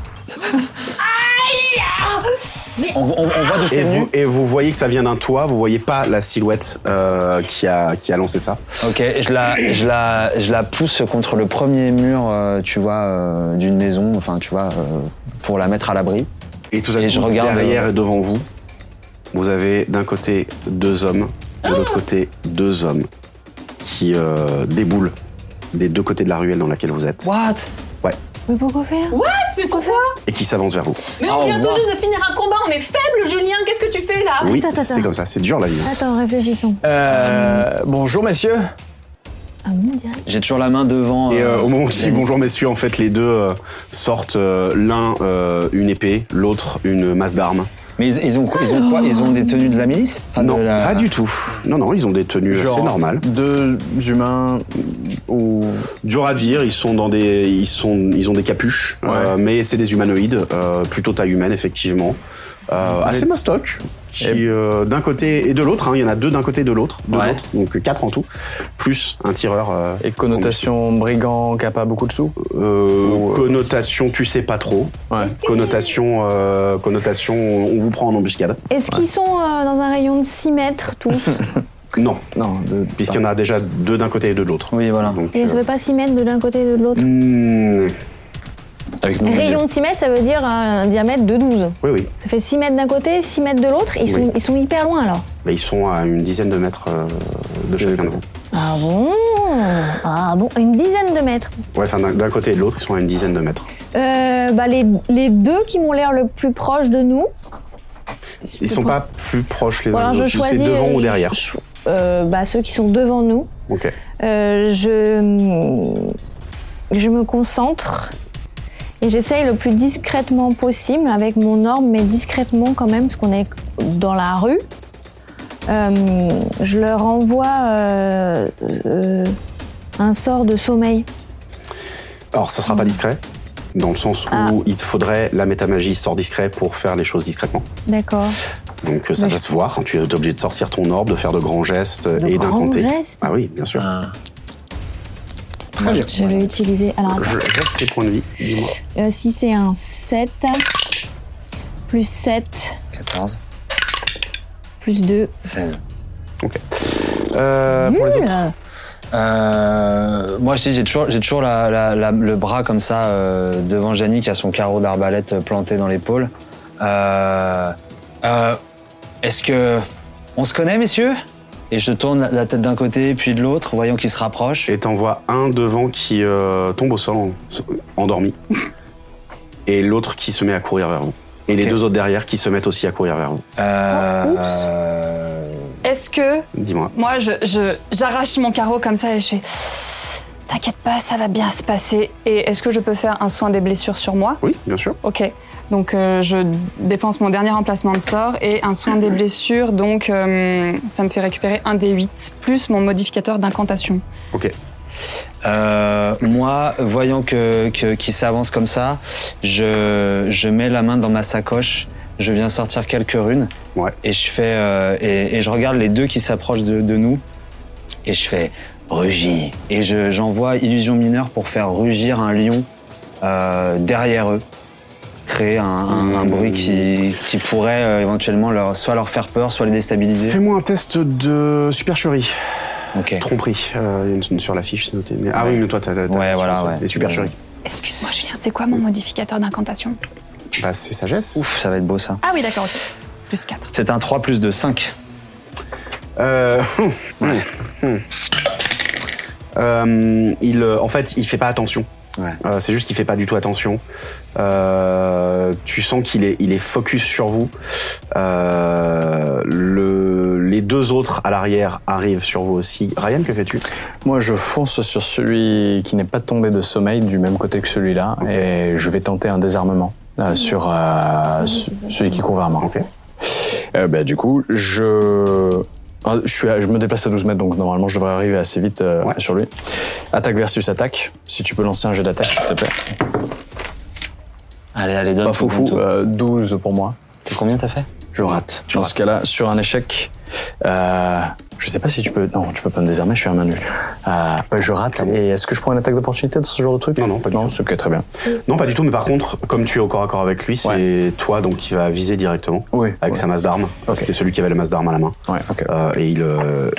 [SPEAKER 2] On, on- on voit de
[SPEAKER 1] Et
[SPEAKER 2] ces
[SPEAKER 1] vous,
[SPEAKER 2] vous.
[SPEAKER 1] et vous voyez que ça vient d'un toit. Vous voyez pas la silhouette euh, qui, a, qui a lancé ça.
[SPEAKER 2] Ok, je la, je, la, je la pousse contre le premier mur, euh, tu vois, euh, d'une maison, enfin, tu vois, euh, pour la mettre à l'abri.
[SPEAKER 1] Et tout à
[SPEAKER 2] Et
[SPEAKER 1] coup,
[SPEAKER 2] je regarde,
[SPEAKER 1] derrière
[SPEAKER 2] euh,
[SPEAKER 1] et devant vous, vous avez d'un côté deux hommes, de l'autre côté deux hommes qui euh, déboulent des deux côtés de la ruelle dans laquelle vous êtes.
[SPEAKER 2] What
[SPEAKER 1] Ouais.
[SPEAKER 4] Mais pourquoi faire
[SPEAKER 3] What Mais pourquoi
[SPEAKER 1] et qui s'avance vers vous.
[SPEAKER 3] Mais on vient tout juste de finir un combat, on est faible, Julien, qu'est-ce que tu fais là
[SPEAKER 1] oui,
[SPEAKER 4] Attends, attends,
[SPEAKER 1] c'est
[SPEAKER 4] attends.
[SPEAKER 1] comme ça, c'est dur la vie.
[SPEAKER 4] Attends, réfléchissons.
[SPEAKER 12] Euh, bonjour, messieurs.
[SPEAKER 4] Ah bon, direct
[SPEAKER 2] J'ai toujours la main devant.
[SPEAKER 1] Et euh,
[SPEAKER 2] euh,
[SPEAKER 1] au moment où tu dis
[SPEAKER 2] Yanis.
[SPEAKER 1] bonjour messieurs, en fait, les deux euh, sortent euh, l'un euh, une épée, l'autre une masse d'armes.
[SPEAKER 2] Mais ils, ils ont, quoi- ils ont quoi Ils ont des tenues de la milice Enfin, de
[SPEAKER 1] non,
[SPEAKER 2] la-
[SPEAKER 1] pas du tout. Non, non, ils ont des tenues,
[SPEAKER 12] Ah, Genre
[SPEAKER 1] c'est normal.
[SPEAKER 12] Deux humains ou.
[SPEAKER 1] Dur à dire, ils sont dans des, ils sont, ils ont des capuches, euh, mais c'est des humanoïdes, euh, plutôt taille humaine effectivement, euh, assez mastoc. Qui euh, d'un côté et de l'autre, hein, il y en a deux d'un côté et de l'autre, de
[SPEAKER 12] Ouais.
[SPEAKER 1] l'autre, donc quatre en tout, plus un tireur. euh,
[SPEAKER 12] Et connotation brigand qui a pas beaucoup de sous.
[SPEAKER 1] euh,
[SPEAKER 12] Ou, euh,
[SPEAKER 1] Connotation, tu sais pas trop.
[SPEAKER 12] Ouais.
[SPEAKER 1] Connotation, euh, connotation, on vous prend en embuscade.
[SPEAKER 4] Est-ce qu'ils sont euh, dans un rayon de 6 mètres tous
[SPEAKER 1] Non,
[SPEAKER 12] Non, de.
[SPEAKER 1] puisqu'il y en a déjà deux d'un côté et deux de l'autre.
[SPEAKER 2] Oui, voilà.
[SPEAKER 1] Donc,
[SPEAKER 4] Et
[SPEAKER 1] euh,
[SPEAKER 4] ça veut pas 6 mètres de l'un côté et de l'autre
[SPEAKER 1] hmm,
[SPEAKER 12] Avec nous.
[SPEAKER 4] Rayon de 6 mètres, ça veut dire un diamètre de 12.
[SPEAKER 1] oui, oui.
[SPEAKER 4] Ça fait 6 mètres d'un côté, 6 mètres de l'autre. Ils, sont-
[SPEAKER 1] Oui.
[SPEAKER 4] ils sont hyper loin alors.
[SPEAKER 1] Mais Bah, ils sont à une dizaine de mètres euh, de chacun de vous.
[SPEAKER 4] Ah bon Ah bon Une dizaine de mètres.
[SPEAKER 1] Ouais, enfin d'un- d'un côté et de l'autre, ils sont à une dizaine de mètres.
[SPEAKER 4] Euh, bah les, les deux qui m'ont l'air le plus proche de nous.
[SPEAKER 1] Ils sont pas plus proches les
[SPEAKER 4] Bon,
[SPEAKER 1] uns
[SPEAKER 4] alors,
[SPEAKER 1] des
[SPEAKER 4] je
[SPEAKER 1] autres. C'est
[SPEAKER 4] choisis,
[SPEAKER 1] devant
[SPEAKER 4] euh,
[SPEAKER 1] ou derrière.
[SPEAKER 4] je- euh, bah, ceux qui sont devant nous.
[SPEAKER 1] Ok.
[SPEAKER 4] Euh, je, je me concentre et j'essaye le plus discrètement possible avec mon orbe, mais discrètement quand même, parce qu'on est dans la rue. Euh, je leur envoie euh, euh, un sort de sommeil.
[SPEAKER 1] Alors ça sera pas discret, dans le sens où
[SPEAKER 4] Ah.
[SPEAKER 1] il te faudrait la métamagie sort discret pour faire les choses discrètement.
[SPEAKER 4] D'accord.
[SPEAKER 1] Donc euh, ça
[SPEAKER 4] Mais
[SPEAKER 1] va se voir. Tu es obligé de sortir ton orbe, de faire de grands gestes euh,
[SPEAKER 4] De
[SPEAKER 1] et d'un
[SPEAKER 4] grands
[SPEAKER 1] compter.
[SPEAKER 4] gestes
[SPEAKER 1] Ah oui, bien sûr.
[SPEAKER 2] Ah.
[SPEAKER 1] Très bien.
[SPEAKER 4] Je vais utiliser. Alors,
[SPEAKER 1] Je jette tes points de vie. Dis-moi.
[SPEAKER 4] euh, si c'est un 7, plus 7,
[SPEAKER 2] 14,
[SPEAKER 4] plus 2.
[SPEAKER 2] 16.
[SPEAKER 1] Euh, pour les autres.
[SPEAKER 4] Ah,
[SPEAKER 2] Euh, moi, je dis, j'ai toujours, j'ai toujours la- la- la- le bras comme ça euh, devant Gianni qui a son carreau d'arbalète planté dans l'épaule. Euh, euh, Est-ce que on se connaît, messieurs Et je tourne la- la tête d'un côté puis de l'autre, voyant qu'il se rapproche.
[SPEAKER 1] Et t'en vois un devant qui euh, tombe au sol en- endormi. et l'autre qui se met à courir vers vous. Et les
[SPEAKER 2] Ok.
[SPEAKER 1] deux autres derrière qui se mettent aussi à courir vers vous.
[SPEAKER 2] Euh,
[SPEAKER 4] Oh, oups.
[SPEAKER 2] euh,
[SPEAKER 5] Est-ce que
[SPEAKER 1] Dis-moi.
[SPEAKER 5] moi, je, je- j'arrache mon carreau comme ça et je fais. T'inquiète pas, ça va bien se passer. Et est-ce que je peux faire un soin des blessures sur moi
[SPEAKER 1] Oui, bien sûr.
[SPEAKER 5] Ok. Donc euh, je dépense mon dernier emplacement de sort et un soin des blessures. Donc euh, ça me fait récupérer un D8 plus mon modificateur d'incantation.
[SPEAKER 2] Euh, moi, voyant que, que- qu'il s'avance comme ça, je, je mets la main dans ma sacoche, je viens sortir quelques runes,
[SPEAKER 1] Ouais.
[SPEAKER 2] et je fais euh, et, et je regarde les deux qui s'approchent de, de nous, et je fais rugis, et je, j'envoie illusion mineure pour faire rugir un lion euh, derrière eux, créer un, un- un
[SPEAKER 1] Mmh.
[SPEAKER 2] bruit qui, qui pourrait euh, éventuellement leur, soit leur faire peur, soit les déstabiliser.
[SPEAKER 1] Fais-moi un test de supercherie.
[SPEAKER 2] Ok.
[SPEAKER 1] Tromperie. Euh, il y a une- une sur l'affiche, c'est noté. Mais- Ah oui, mais toi, t'as. t'as- t'as-
[SPEAKER 2] Ouais,
[SPEAKER 1] t'as-
[SPEAKER 2] voilà,
[SPEAKER 1] t'as-
[SPEAKER 2] ouais.
[SPEAKER 1] Et supercherie.
[SPEAKER 5] Excuse-moi, Julien, c'est quoi mon modificateur d'incantation
[SPEAKER 1] Bah, c'est sagesse.
[SPEAKER 2] Ouf, ça va être beau ça.
[SPEAKER 5] Ah oui, d'accord, ok. Plus 4.
[SPEAKER 2] C'est un 3 plus 2, 5.
[SPEAKER 1] Euh,
[SPEAKER 2] Ouais.
[SPEAKER 12] Hmm.
[SPEAKER 1] euh, il, euh, en fait, il fait pas attention.
[SPEAKER 2] Ouais.
[SPEAKER 1] Euh, c'est juste qu'il fait pas du tout attention. Euh, tu sens qu'il est, il est focus sur vous. Euh, le, les deux autres à l'arrière arrivent sur vous aussi. Ryan, que fais-tu
[SPEAKER 12] Moi, je fonce sur celui qui n'est pas tombé de sommeil du même côté que celui-là
[SPEAKER 1] Ok.
[SPEAKER 12] et je vais tenter un désarmement euh, sur euh, ce- celui qui court vers moi.
[SPEAKER 1] Ok.
[SPEAKER 12] Euh, bah, du coup, je. ah, Je, suis à- je me déplace à 12 mètres, donc normalement je devrais arriver assez vite euh,
[SPEAKER 1] Ouais.
[SPEAKER 12] sur lui. Attaque versus attaque. Si tu peux lancer un jeu d'attaque, s'il te plaît.
[SPEAKER 2] Allez, allez, donne
[SPEAKER 12] Pas
[SPEAKER 2] tout,
[SPEAKER 12] fou fou.
[SPEAKER 2] donne tout.
[SPEAKER 12] euh, 12 pour moi.
[SPEAKER 2] C'est combien t'as fait
[SPEAKER 12] Je rate.
[SPEAKER 2] Tu
[SPEAKER 12] Dans
[SPEAKER 2] rates.
[SPEAKER 12] ce cas-là, sur un échec, euh, je sais pas si tu peux. Non, tu peux pas me désarmer, je suis à main nue. Euh, bah, je rate.
[SPEAKER 1] Clairement.
[SPEAKER 12] Et est-ce que je prends une attaque d'opportunité de ce genre de truc
[SPEAKER 1] Non, non, pas du
[SPEAKER 12] Non,
[SPEAKER 1] tout.
[SPEAKER 12] c'est ok, très bien.
[SPEAKER 1] Non, pas du tout. Mais par contre, comme tu es au corps à corps avec lui, c'est toi donc qui va viser directement
[SPEAKER 12] Oui.
[SPEAKER 1] avec sa masse d'armes.
[SPEAKER 12] Ok.
[SPEAKER 1] C'était celui qui avait la masse d'armes à la main.
[SPEAKER 12] Ouais, ok.
[SPEAKER 1] Euh, et il euh,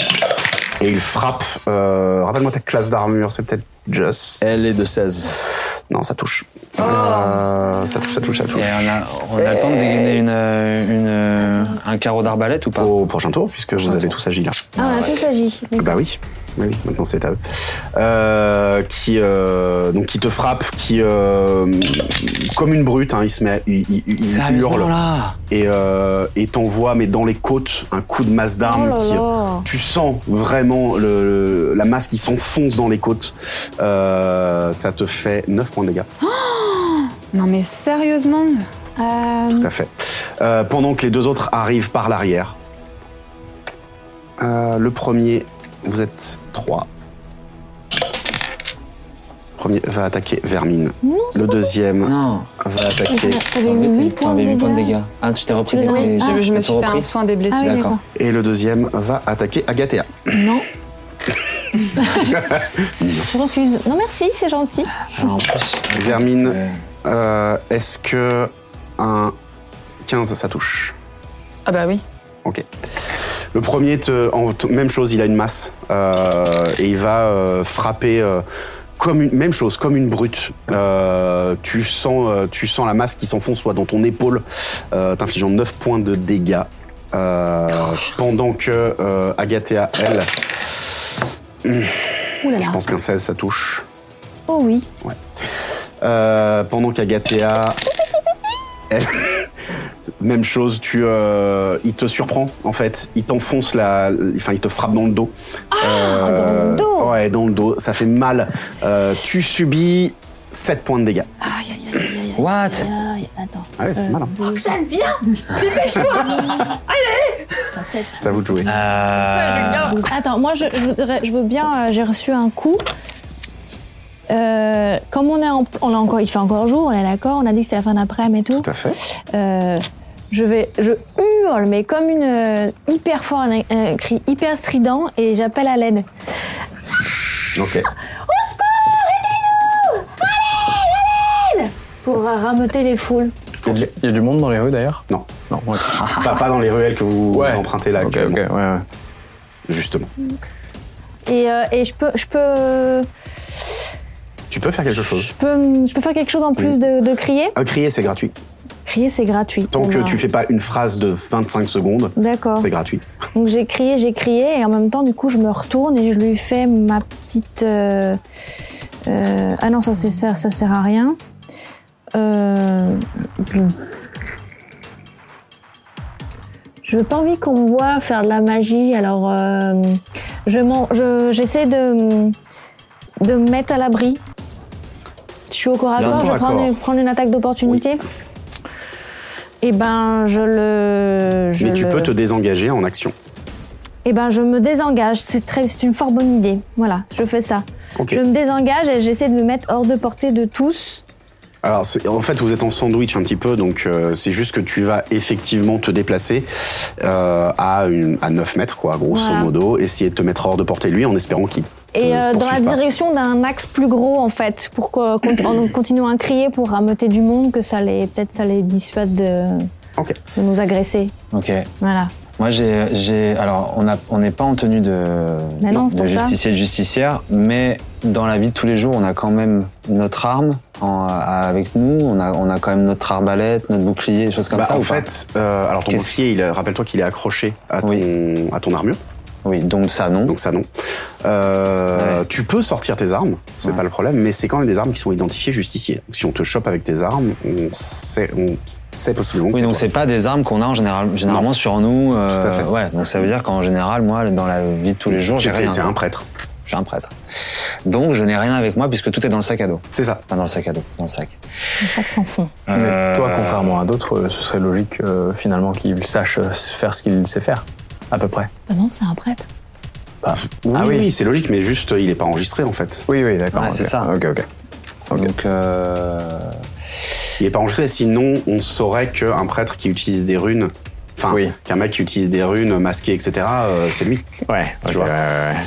[SPEAKER 1] et il frappe. Euh, Rappelle-moi ta classe d'armure, c'est peut-être Just.
[SPEAKER 12] Elle est de 16.
[SPEAKER 1] Non, ça touche. Euh, ça touche, ça touche, ça touche.
[SPEAKER 2] Et on a, on a le temps de dégainer une, euh, une, euh, un carreau d'arbalète ou pas
[SPEAKER 1] Oh. Au prochain tour, puisque vous
[SPEAKER 2] Prochain
[SPEAKER 1] avez
[SPEAKER 2] tour.
[SPEAKER 1] tous agi là.
[SPEAKER 4] Ah, on a tous agi.
[SPEAKER 1] Bah oui. oui, maintenant c'est à eux. Euh, qui, euh, donc, qui te frappe, qui, euh, comme une brute, hein, il se met, à- il, il- il- il hurle.
[SPEAKER 9] là
[SPEAKER 1] Et euh, et t'envoie, mais dans les côtes, un coup de masse d'armes
[SPEAKER 4] Oh là
[SPEAKER 1] qui,
[SPEAKER 4] là.
[SPEAKER 1] tu sens vraiment le, la masse qui s'enfonce dans les côtes. Euh, ça te fait 9 points de dégâts,
[SPEAKER 5] Non mais sérieusement
[SPEAKER 4] Euh,
[SPEAKER 1] tout à fait. Euh, pendant que les deux autres arrivent par l'arrière. Euh, le premier, vous êtes 3. Premier va attaquer Vermine. le deuxième
[SPEAKER 2] Non,
[SPEAKER 1] va attaquer.
[SPEAKER 4] T'avais eu huit points de
[SPEAKER 2] huit
[SPEAKER 4] dégâts.
[SPEAKER 2] Ah, tu t'es repris des
[SPEAKER 4] Oui,
[SPEAKER 2] des-
[SPEAKER 4] ah.
[SPEAKER 2] t'es
[SPEAKER 5] Je me suis
[SPEAKER 2] tout
[SPEAKER 5] fait un
[SPEAKER 2] repris
[SPEAKER 5] soin des blessures.
[SPEAKER 4] Ah oui,
[SPEAKER 2] D'accord.
[SPEAKER 1] Et le deuxième va attaquer Agathea.
[SPEAKER 4] Non. je refuse. Non merci, c'est gentil.
[SPEAKER 1] Ah,
[SPEAKER 2] Alors, en plus,
[SPEAKER 1] Vermine.
[SPEAKER 2] euh,
[SPEAKER 1] Euh, Est-ce que un 15 ça touche
[SPEAKER 5] Ah bah oui.
[SPEAKER 1] Le premier, te, en- t- même chose, il a une masse euh, et il va euh, frapper euh, comme une même chose, comme une brute. Euh, tu sens, euh, tu sens la masse qui s'enfonce soit dans ton épaule, euh, t'infligeant 9 points de dégâts. Euh, pendant que euh, Agathea, elle,
[SPEAKER 4] Ouh là là.
[SPEAKER 1] je pense qu'un 16 ça touche.
[SPEAKER 4] Oh oui.
[SPEAKER 1] Euh, pendant qu'Agathea, elle, même chose, tu, euh, il te surprend en fait, il t'enfonce la, enfin il te frappe dans le dos.
[SPEAKER 4] Ah,
[SPEAKER 1] Euh,
[SPEAKER 4] dans le dos
[SPEAKER 1] Ouais, dans le dos, ça fait mal. Euh, tu subis 7 points de dégâts.
[SPEAKER 4] Aïe aïe aïe aïe. aïe,
[SPEAKER 2] What
[SPEAKER 4] aïe, aïe. Attends.
[SPEAKER 1] Ah ouais, ça fait mal. hein.
[SPEAKER 6] Roxane, viens Dépêche-toi
[SPEAKER 1] C'est à vous de jouer.
[SPEAKER 12] Ah.
[SPEAKER 2] euh,
[SPEAKER 4] 12. Ah, Attends, moi je, je voudrais- je veux bien. euh, J'ai reçu un coup. Euh, comme on est en, on a encore, il fait encore jour, on est d'accord. On a dit que c'est la fin d'après-midi et tout.
[SPEAKER 1] Tout à fait.
[SPEAKER 4] Euh, je vais, je hurle, mais comme une euh, hyper fort, un, un cri hyper strident, et j'appelle à l'aide.
[SPEAKER 1] Ok.
[SPEAKER 4] pour euh, rameuter les foules.
[SPEAKER 12] Il y a du- il y a du monde dans les rues d'ailleurs
[SPEAKER 1] Non.
[SPEAKER 12] Non, ok.
[SPEAKER 4] Ah.
[SPEAKER 1] Enfin, pas dans les ruelles que vous,
[SPEAKER 12] Ouais.
[SPEAKER 1] vous empruntez là
[SPEAKER 12] Ok, ok,
[SPEAKER 1] actuellement.
[SPEAKER 12] ouais, ouais.
[SPEAKER 1] Justement.
[SPEAKER 4] Et, euh, et je peux, je peux,
[SPEAKER 1] Tu peux faire quelque chose.
[SPEAKER 4] je peux, je peux faire quelque chose en plus
[SPEAKER 1] Oui.
[SPEAKER 4] de, de crier.
[SPEAKER 1] Euh, crier, c'est gratuit.
[SPEAKER 4] Crier, c'est gratuit.
[SPEAKER 1] Tant
[SPEAKER 4] Bon,
[SPEAKER 1] que
[SPEAKER 4] ben,
[SPEAKER 1] euh, tu fais pas une phrase de 25 secondes,
[SPEAKER 4] D'accord.
[SPEAKER 1] c'est gratuit.
[SPEAKER 4] Donc j'ai crié, j'ai crié, et en même temps, du coup, je me retourne et je lui fais ma petite. euh, euh, ah non, ça, c'est- ça, ça sert à rien. Euh, je veux pas envie qu'on me voit faire de la magie, alors euh, je m'en- je- j'essaie de, de me mettre à l'abri. Je suis au corps à
[SPEAKER 1] Dans le
[SPEAKER 4] corps,
[SPEAKER 1] corps
[SPEAKER 4] je vais
[SPEAKER 1] à
[SPEAKER 4] prendre,
[SPEAKER 1] corps.
[SPEAKER 4] une- prendre une attaque d'opportunité. Et ben, je le. je
[SPEAKER 1] Mais tu
[SPEAKER 4] le-
[SPEAKER 1] peux te désengager en action.
[SPEAKER 4] eh ben, je me désengage. C'est très, c'est une fort bonne idée. Voilà, je fais ça.
[SPEAKER 1] Ok.
[SPEAKER 4] Je me désengage et j'essaie de me mettre hors de portée de tous.
[SPEAKER 1] Alors, c'est- en fait, vous êtes en sandwich un petit peu, donc euh, c'est juste que tu vas effectivement te déplacer euh, à, une, à 9 mètres, quoi, grosso
[SPEAKER 4] Voilà.
[SPEAKER 1] modo, essayer de te mettre hors de portée de lui en espérant qu'il.
[SPEAKER 4] Et
[SPEAKER 1] te
[SPEAKER 4] euh, dans la
[SPEAKER 1] poursuive pas.
[SPEAKER 4] direction d'un axe plus gros, en fait, pour qu'on continue à crier pour rameuter du monde, que ça les, peut-être ça les dissuade de,
[SPEAKER 1] Ok.
[SPEAKER 4] de nous agresser.
[SPEAKER 2] ok.
[SPEAKER 4] Voilà.
[SPEAKER 2] Moi, j'ai, j'ai- alors, on a- on n'est pas en tenue de,
[SPEAKER 4] Mais non, c'est
[SPEAKER 2] de
[SPEAKER 4] pour ça.
[SPEAKER 2] justicier et de justicière, mais dans la vie de tous les jours, on a quand même notre arme en- avec nous. On a, on a quand même notre arbalète, notre bouclier, des choses comme
[SPEAKER 1] Bah,
[SPEAKER 2] ça.
[SPEAKER 1] en
[SPEAKER 2] ou pas
[SPEAKER 1] fait, euh, alors ton
[SPEAKER 2] Qu'est-ce-
[SPEAKER 1] bouclier, il est- rappelle-toi qu'il est accroché à ton, à ton armure,
[SPEAKER 2] oui. Donc ça, non.
[SPEAKER 1] donc ça non. Euh, Tu peux sortir tes armes, c'est
[SPEAKER 2] Ouais.
[SPEAKER 1] pas le problème, mais c'est quand même des armes qui sont identifiées justiciers. Donc, si on te chope avec tes armes, on sait, on sait possiblement. que
[SPEAKER 2] Oui, donc
[SPEAKER 1] toi.
[SPEAKER 2] c'est pas des armes qu'on a en général, généralement sur nous. euh,
[SPEAKER 1] Tout à fait.
[SPEAKER 2] Ouais, donc ça veut dire qu'en général, moi, dans la vie de tous les jours,
[SPEAKER 1] Tu
[SPEAKER 2] j'ai
[SPEAKER 1] t'es-
[SPEAKER 2] rien. hein.
[SPEAKER 1] t'es un prêtre.
[SPEAKER 2] Je suis un prêtre. Donc je n'ai rien avec moi puisque tout est dans le sac à dos.
[SPEAKER 1] C'est ça.
[SPEAKER 2] Enfin, dans le sac à dos, dans le sac.
[SPEAKER 4] C'est ça que s'en font.
[SPEAKER 2] Euh,
[SPEAKER 12] Mais toi, contrairement à d'autres, euh, ce serait logique euh, finalement qu'il sache euh, faire ce qu'il sait faire, à peu près.
[SPEAKER 4] Bah non, c'est un prêtre.
[SPEAKER 1] Oui,
[SPEAKER 12] Ah
[SPEAKER 1] oui,
[SPEAKER 12] oui.
[SPEAKER 1] c'est logique, mais juste, euh, il est pas enregistré en fait.
[SPEAKER 12] Oui, oui, d'accord.
[SPEAKER 2] Ouais,
[SPEAKER 12] ok.
[SPEAKER 2] c'est ça.
[SPEAKER 12] Ok, ok.
[SPEAKER 1] Ah,
[SPEAKER 2] Donc, euh,
[SPEAKER 1] Il est pas enregistré, sinon on saurait qu'un prêtre qui utilise des runes, enfin,
[SPEAKER 12] Oui.
[SPEAKER 1] qu'un mec qui utilise des runes masquées, etc., euh, c'est lui.
[SPEAKER 12] Ouais,
[SPEAKER 1] Tu
[SPEAKER 12] ok,
[SPEAKER 1] vois.
[SPEAKER 12] ouais, ouais, ouais.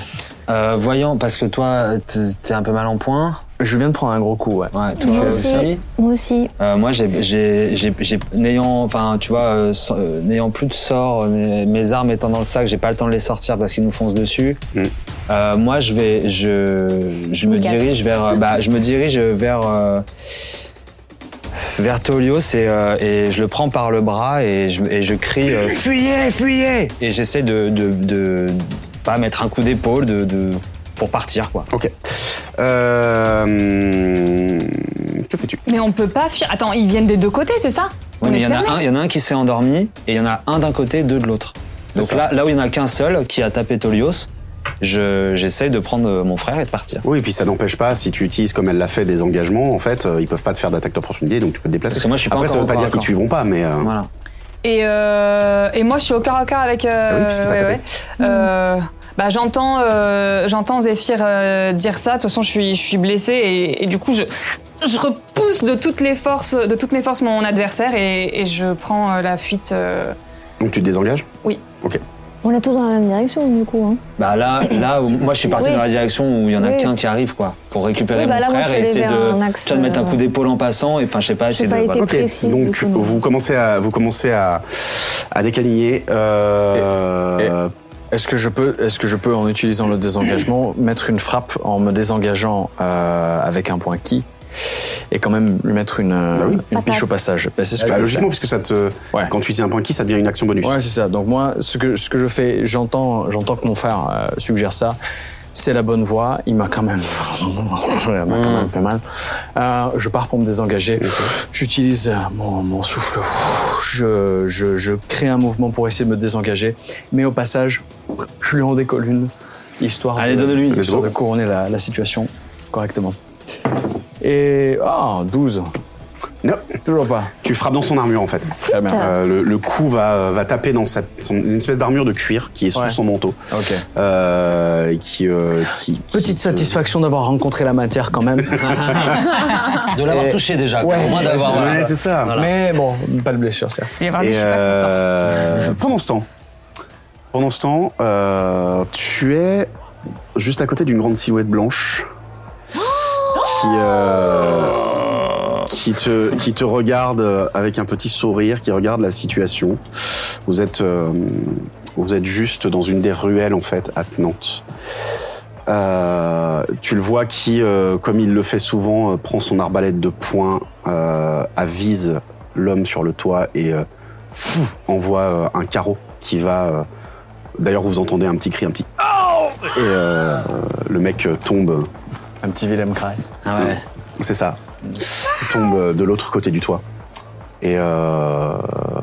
[SPEAKER 2] euh, voyons, parce que toi, t- t'es un peu mal en point.
[SPEAKER 12] Je viens de prendre un gros coup, ouais.
[SPEAKER 2] Ouais, toi
[SPEAKER 4] Moi
[SPEAKER 2] aussi.
[SPEAKER 4] aussi. Moi aussi.
[SPEAKER 2] Euh, moi, j'ai, j'ai, j'ai, j'ai- n'ayant, enfin, tu vois, euh, sans- euh, n'ayant plus de sorts, euh, mes armes étant dans le sac, j'ai pas le temps de les sortir parce qu'ils nous foncent dessus.
[SPEAKER 1] Mm.
[SPEAKER 2] Euh, moi, je vais, je, je me
[SPEAKER 4] Gaffe.
[SPEAKER 2] dirige vers, euh, bah, je me dirige vers, euh, vers Tolios et, euh, et je le prends par le bras et je, et je crie euh, fuyez, fuyez et j'essaie de, de, de pas mettre un coup d'épaule, de, de pour partir, quoi.
[SPEAKER 1] Ok. Euh... Que fais-tu
[SPEAKER 5] Mais on peut pas fuir. Attends, ils viennent des deux côtés, c'est ça
[SPEAKER 2] Oui,
[SPEAKER 5] On
[SPEAKER 2] mais
[SPEAKER 5] est
[SPEAKER 2] il y, en a
[SPEAKER 5] fermé.
[SPEAKER 2] un, il y en a un qui s'est endormi et il y en a un d'un côté, deux de l'autre. Donc là, là où il n'y en a qu'un seul qui a tapé Tolios, je- j'essaye de prendre euh, mon frère et de partir.
[SPEAKER 1] Oui, et puis ça n'empêche pas, si tu utilises comme elle l'a fait des engagements, en fait, euh, ils peuvent pas te faire d'attaque d'opportunité, donc tu peux te déplacer.
[SPEAKER 2] Parce que moi, je suis pas
[SPEAKER 1] Après, ça veut
[SPEAKER 2] encore
[SPEAKER 1] pas
[SPEAKER 2] au corps
[SPEAKER 1] dire
[SPEAKER 2] à
[SPEAKER 1] qu'ils
[SPEAKER 2] corps.
[SPEAKER 1] suivront pas, mais. euh,
[SPEAKER 2] Voilà.
[SPEAKER 5] Et, euh, et moi, je suis au corps à corps avec. euh,
[SPEAKER 1] Ah oui, puisque t'as tapé.
[SPEAKER 5] Euh, bah, j'entends, euh, j'entends Zéphyr euh, dire ça. De toute façon, je suis, je suis blessée et, et du coup, je, je repousse de toutes les forces, de toutes mes forces, mon adversaire et, et je prends euh, la fuite. euh,
[SPEAKER 1] Donc tu te désengages
[SPEAKER 4] On est tous dans la même direction, du coup. Hein.
[SPEAKER 2] Bah là, là où- moi je suis parti
[SPEAKER 4] Oui.
[SPEAKER 2] dans la direction où il y en a
[SPEAKER 4] Oui.
[SPEAKER 2] qu'un qui arrive quoi, pour récupérer
[SPEAKER 4] Oui, bah
[SPEAKER 2] mon
[SPEAKER 4] là, moi,
[SPEAKER 2] frère
[SPEAKER 4] je
[SPEAKER 2] et
[SPEAKER 4] suis allée
[SPEAKER 2] essayer
[SPEAKER 4] vers
[SPEAKER 2] de,
[SPEAKER 4] un axe,
[SPEAKER 2] tu vois, de mettre un coup d'épaule en passant et enfin je sais pas, essayer de.
[SPEAKER 4] pas été
[SPEAKER 2] voilà.
[SPEAKER 1] Ok,
[SPEAKER 4] précis,
[SPEAKER 1] donc
[SPEAKER 4] du coup, non.
[SPEAKER 1] vous commencez à, vous commencez à, à décaniller. Euh,
[SPEAKER 12] Est-ce que je peux, est-ce que je peux, en utilisant le désengagement, mettre une frappe en me désengageant euh, avec un point qui et quand même lui mettre une, euh,
[SPEAKER 1] Bah oui.
[SPEAKER 12] une piche au passage. Bah, c'est ce que
[SPEAKER 1] bah,
[SPEAKER 12] je vais
[SPEAKER 1] logiquement, puisque ça te,
[SPEAKER 12] Ouais.
[SPEAKER 1] quand tu utilises un point qui, ça devient une action bonus.
[SPEAKER 12] Ouais, c'est ça. Donc moi, ce que, ce que je fais, j'entends, j'entends que mon frère euh, suggère ça. C'est la bonne voie. Il m'a quand même, il m'a quand même fait mal. Euh, je pars pour me désengager. J'utilise euh, mon, mon souffle. Je, je, je crée un mouvement pour essayer de me désengager. Mais au passage, je lui en décolle une, histoire,
[SPEAKER 2] Allez,
[SPEAKER 12] de,
[SPEAKER 2] donne-lui.
[SPEAKER 12] histoire de couronner la, la situation correctement. Et ah, 12.
[SPEAKER 1] Non.
[SPEAKER 12] Toujours pas.
[SPEAKER 1] Tu frappes dans son armure en fait.
[SPEAKER 12] Très bien.
[SPEAKER 1] Euh, le, le coup va, va taper dans cette, son- une espèce d'armure de cuir qui est sous
[SPEAKER 12] Ouais.
[SPEAKER 1] son manteau,
[SPEAKER 12] Ok.
[SPEAKER 1] euh, qui, euh, qui, qui
[SPEAKER 12] Petite
[SPEAKER 1] te-
[SPEAKER 12] satisfaction d'avoir rencontré la matière quand même.
[SPEAKER 2] De l'avoir
[SPEAKER 12] Et-
[SPEAKER 2] touché déjà, quoi,
[SPEAKER 12] Ouais.
[SPEAKER 2] au moins d'avoir.
[SPEAKER 1] Ouais,
[SPEAKER 2] voilà.
[SPEAKER 1] c'est ça.
[SPEAKER 2] Voilà.
[SPEAKER 12] Mais bon, pas de blessure, certes.
[SPEAKER 5] Ah,
[SPEAKER 1] Et euh, pendant ce temps, pendant ce temps, euh, tu es juste à côté d'une grande silhouette blanche qui euh, qui te qui te regarde avec un petit sourire, qui regarde la situation. Vous êtes euh, vous êtes juste dans une des ruelles en fait attenantes. Euh, tu le vois qui, euh, comme il le fait souvent, euh, prend son arbalète de poing, euh, avise l'homme sur le toit et euh, fou, envoie euh, un carreau qui va. euh, D'ailleurs, vous entendez un petit cri, un petit Oh et euh, le mec euh, tombe.
[SPEAKER 12] Un petit Willem Cry.
[SPEAKER 2] Ah ouais.
[SPEAKER 1] C'est ça. Il tombe euh, de l'autre côté du toit et euh,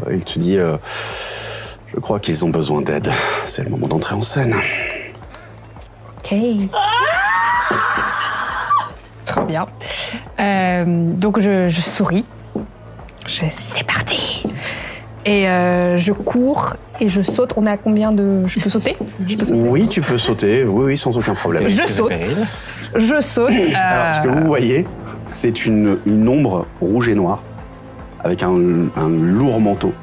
[SPEAKER 1] il te dit. euh, je crois qu'ils ont besoin d'aide. C'est le moment d'entrer en scène.
[SPEAKER 13] Ok. Ah Trop bien. Euh, donc je, je souris. Je c'est parti. Et euh, je cours et je saute. On est à combien de Je peux sauter Je peux sauter.
[SPEAKER 1] Oui, tu peux sauter. Oui, oui, sans aucun problème.
[SPEAKER 13] Je saute. Je saute. euh,
[SPEAKER 1] Alors, ce que vous voyez, c'est une, une ombre rouge et noire, avec un, un lourd manteau,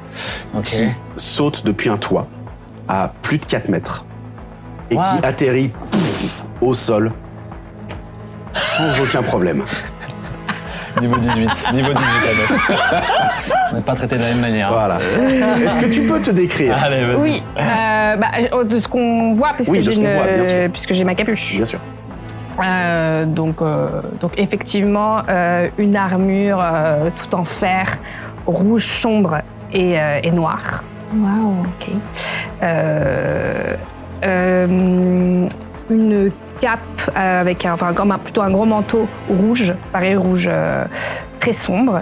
[SPEAKER 2] Ok.
[SPEAKER 1] qui saute depuis un toit à plus de 4 mètres et qui atterrit pff, au sol sans aucun problème.
[SPEAKER 2] Niveau 18. Niveau 18 à neuf. On n'est pas traité de la même manière. hein.
[SPEAKER 1] Voilà. Est-ce que tu peux te décrire
[SPEAKER 2] Allez, vas-y.
[SPEAKER 13] Oui, euh, bah, euh, de ce qu'on voit, puisque
[SPEAKER 1] Oui, de
[SPEAKER 13] j'ai
[SPEAKER 1] ce qu'on
[SPEAKER 13] une-
[SPEAKER 1] voit, bien sûr.
[SPEAKER 13] puisque j'ai ma capuche.
[SPEAKER 1] Bien sûr.
[SPEAKER 13] Euh, donc, euh, donc effectivement, euh, une armure euh, tout en fer, rouge sombre et, euh, et noir.
[SPEAKER 4] Waouh.
[SPEAKER 13] Ok. Euh, euh, une cape euh, avec un, enfin, comme un- plutôt un gros manteau rouge, pareil rouge euh, très sombre.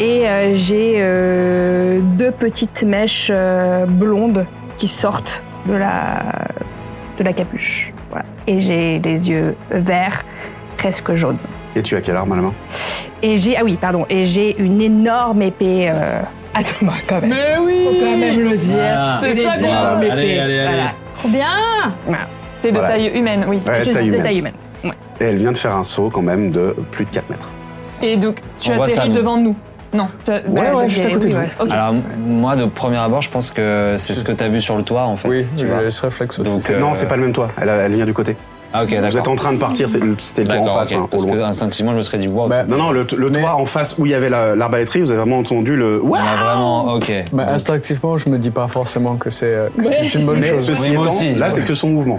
[SPEAKER 13] Et euh, j'ai euh, deux petites mèches euh, blondes qui sortent de la, de la capuche. Voilà. Et j'ai les yeux verts, presque jaunes.
[SPEAKER 1] Et tu as quelle arme à la main
[SPEAKER 13] Et j'ai, ah oui, pardon, et j'ai une énorme épée euh, à deux mains, quand même.
[SPEAKER 3] Mais oui
[SPEAKER 13] Faut quand même le dire.
[SPEAKER 2] Voilà.
[SPEAKER 13] Une
[SPEAKER 3] C'est ça,
[SPEAKER 13] énorme
[SPEAKER 3] bien.
[SPEAKER 2] Allez,
[SPEAKER 13] épée.
[SPEAKER 2] allez, allez.
[SPEAKER 13] Voilà.
[SPEAKER 4] Trop bien
[SPEAKER 5] T'es de
[SPEAKER 1] Voilà.
[SPEAKER 5] taille humaine, oui.
[SPEAKER 1] Ouais,
[SPEAKER 13] Je
[SPEAKER 1] taille
[SPEAKER 13] suis de
[SPEAKER 1] humaine.
[SPEAKER 13] taille humaine.
[SPEAKER 1] Et elle vient de faire un saut quand même de plus de 4 mètres.
[SPEAKER 5] Et donc, tu
[SPEAKER 2] On voit ça,
[SPEAKER 5] atterris
[SPEAKER 2] nous.
[SPEAKER 5] devant nous. Non. bah, tu as-
[SPEAKER 1] Ouais, ouais,
[SPEAKER 13] je
[SPEAKER 1] juste à
[SPEAKER 13] dirais
[SPEAKER 1] côté
[SPEAKER 13] oui,
[SPEAKER 1] de vous.
[SPEAKER 13] ouais.
[SPEAKER 5] Ok.
[SPEAKER 2] Alors, m- moi, de premier abord, je pense que c'est ce que t'as vu sur le toit, en fait.
[SPEAKER 12] Oui,
[SPEAKER 2] tu vois.
[SPEAKER 12] ce réflexe aussi.
[SPEAKER 2] Donc,
[SPEAKER 1] C'est-
[SPEAKER 2] euh,
[SPEAKER 1] Non, c'est pas le même toit. Elle, elle vient du côté.
[SPEAKER 2] Ah, ok,
[SPEAKER 1] Vous êtes
[SPEAKER 2] d'accord.
[SPEAKER 1] en train de partir, c'est- c'était le toit en
[SPEAKER 2] D'accord,
[SPEAKER 1] face,
[SPEAKER 2] ok.
[SPEAKER 1] hein, au
[SPEAKER 2] Parce
[SPEAKER 1] loin.
[SPEAKER 2] que instinctivement, je me serais dit, wow,
[SPEAKER 12] Bah,
[SPEAKER 2] c'est-
[SPEAKER 1] Non, non, le, le
[SPEAKER 12] Mais-
[SPEAKER 1] toit en face où il y avait la- l'arbalétrie, vous avez vraiment entendu le.
[SPEAKER 2] on a vraiment,
[SPEAKER 1] Ah,
[SPEAKER 2] ok.
[SPEAKER 12] Mais instinctivement, je me dis pas forcément que c'est euh, que c'est une bonne
[SPEAKER 1] Mais
[SPEAKER 12] chose.
[SPEAKER 1] ceci
[SPEAKER 2] Oui, moi
[SPEAKER 1] étant,
[SPEAKER 2] aussi,
[SPEAKER 1] là,
[SPEAKER 2] oui.
[SPEAKER 1] c'est que son mouvement.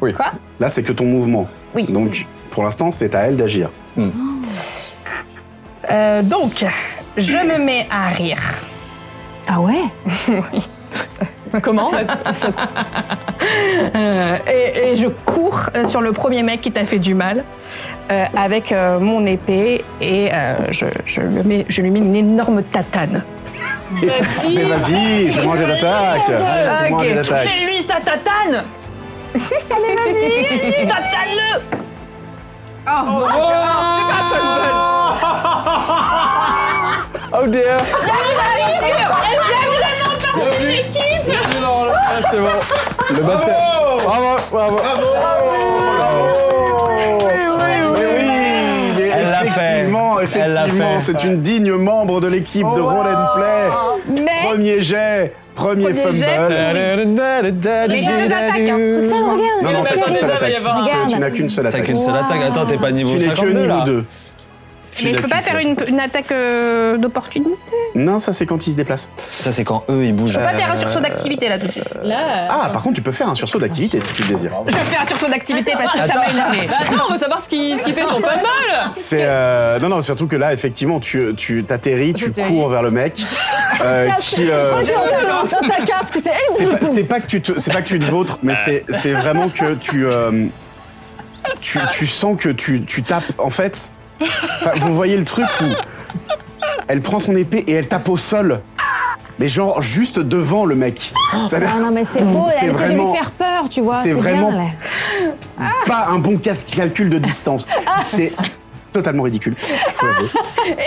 [SPEAKER 12] Oui.
[SPEAKER 13] Quoi
[SPEAKER 1] Là, c'est que ton mouvement.
[SPEAKER 13] Oui.
[SPEAKER 1] Donc, pour l'instant, c'est à elle d'agir.
[SPEAKER 13] Euh, donc, je me mets à rire.
[SPEAKER 4] Ah ouais
[SPEAKER 5] Comment
[SPEAKER 13] Euh, et, et je cours euh, sur le premier mec qui t'a fait du mal euh, avec euh, mon épée et euh, je, je le mets- je lui mets une énorme tatane.
[SPEAKER 1] Ah, Mais vas-y, je mange des attaques. Je mange Euh, des attaques.
[SPEAKER 5] Mais lui, ça tatane
[SPEAKER 13] Allez, vas-y Tatane-le Oh, mon Dieu, c'est pas ça, le bol.
[SPEAKER 12] Oh dear Le baptême Bravo Bravo
[SPEAKER 1] Mais oui, mais
[SPEAKER 12] Elle l'a fait.
[SPEAKER 1] effectivement,
[SPEAKER 12] Elle l'a
[SPEAKER 1] effectivement,
[SPEAKER 12] fait.
[SPEAKER 1] c'est une digne membre de l'équipe de Roll and Play.
[SPEAKER 13] Mais
[SPEAKER 1] Premier jet, premier
[SPEAKER 13] Premier jet,
[SPEAKER 1] fumble.
[SPEAKER 13] Mais j'ai deux attaques, hein.
[SPEAKER 4] Comme ça, regarde.
[SPEAKER 1] Non, non, t'as
[SPEAKER 5] Mais
[SPEAKER 1] qu'une seule
[SPEAKER 5] déjà, il va y
[SPEAKER 1] attaque.
[SPEAKER 5] avoir un-
[SPEAKER 1] Tu- Tu n'as qu'une seule
[SPEAKER 2] T'as
[SPEAKER 1] attaque.
[SPEAKER 2] qu'une seule attaque. Attends, t'es pas niveau
[SPEAKER 1] Tu n'es que
[SPEAKER 2] 52
[SPEAKER 1] niveau
[SPEAKER 2] là.
[SPEAKER 1] 2.
[SPEAKER 13] Mais je peux pas faire une, une attaque euh, d'opportunité
[SPEAKER 1] Non, ça c'est quand il se déplace.
[SPEAKER 2] Ça, c'est quand eux, ils bougent.
[SPEAKER 13] Je peux pas faire un
[SPEAKER 5] Euh,
[SPEAKER 13] sursaut d'activité là tout de suite.
[SPEAKER 1] Ah, par contre, tu peux faire un sursaut d'activité si tu le désires.
[SPEAKER 13] Je vais faire un sursaut d'activité parce que ça
[SPEAKER 2] Attends.
[SPEAKER 13] m'a énervé.
[SPEAKER 5] Bah attends, on veut savoir ce qu'il ce qu'il fait son fumble
[SPEAKER 1] C'est euh, non non surtout que là effectivement tu tu t'atterris, tu
[SPEAKER 3] J'atterris.
[SPEAKER 1] cours vers le mec euh, qui euh,
[SPEAKER 3] ta cape, tu sais.
[SPEAKER 1] c'est pas, c'est pas que tu te c'est pas que tu te vautres mais c'est c'est vraiment que tu euh, tu tu sens que tu tu tapes en fait Enfin, vous voyez le truc où elle prend son épée et elle tape au sol mais genre juste devant le mec ça a l'air
[SPEAKER 4] Non, non, mais c'est beau,
[SPEAKER 1] C'est
[SPEAKER 4] elle essaie de
[SPEAKER 1] vraiment-
[SPEAKER 4] lui faire peur, tu vois.
[SPEAKER 1] c'est
[SPEAKER 4] bien,
[SPEAKER 1] vraiment-
[SPEAKER 4] là.
[SPEAKER 1] pas un bon casse calcul de distance c'est totalement ridicule faut l'avouer.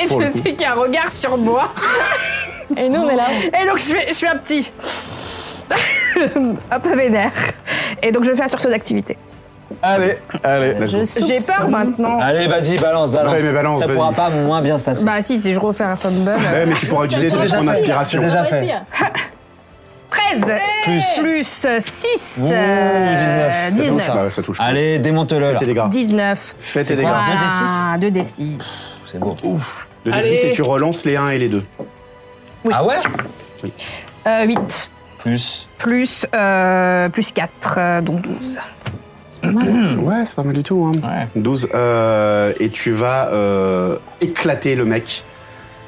[SPEAKER 13] Et
[SPEAKER 1] Pour le
[SPEAKER 13] je
[SPEAKER 1] coup.
[SPEAKER 13] sais qu'il y a un regard sur moi.
[SPEAKER 3] Et nous, on est là.
[SPEAKER 13] Et donc je fais, je fais un petit. un peu vénère. Et donc je fais un sursaut d'activité.
[SPEAKER 12] Allez, allez
[SPEAKER 1] Let's go.
[SPEAKER 13] J'ai peur maintenant.
[SPEAKER 2] Allez, vas-y, balance, balance.
[SPEAKER 1] Ouais, mais balance,
[SPEAKER 2] ça
[SPEAKER 1] vas-y.
[SPEAKER 2] pourra pas moins bien se passer.
[SPEAKER 13] Bah si, si je refais un fumble.
[SPEAKER 1] Ouais, mais tu pourras utiliser
[SPEAKER 2] C'est
[SPEAKER 1] ton
[SPEAKER 2] déjà
[SPEAKER 1] point
[SPEAKER 2] fait.
[SPEAKER 1] d'inspiration
[SPEAKER 2] C'est déjà fait.
[SPEAKER 13] 13
[SPEAKER 2] Plus.
[SPEAKER 13] plus euh, 6.
[SPEAKER 2] Ouh, 19, c'est bon, ça.
[SPEAKER 1] Bah ouais, ça touche
[SPEAKER 2] Allez, démonte-le.
[SPEAKER 1] fais
[SPEAKER 2] là.
[SPEAKER 1] tes dégâts
[SPEAKER 13] 19.
[SPEAKER 1] fais tes
[SPEAKER 2] C'est
[SPEAKER 1] dégâts
[SPEAKER 2] quoi Deux des six
[SPEAKER 13] Ah, 2 des 6.
[SPEAKER 2] C'est beau.
[SPEAKER 1] Le
[SPEAKER 5] Allez.
[SPEAKER 1] D6 et tu relances les 1 et les 2.
[SPEAKER 2] Ah ouais
[SPEAKER 13] 8.
[SPEAKER 2] Plus.
[SPEAKER 13] Plus, euh, plus 4, donc 12.
[SPEAKER 1] Ouais, c'est pas mal du tout. Hein. 12. euh, et tu vas euh, éclater le mec.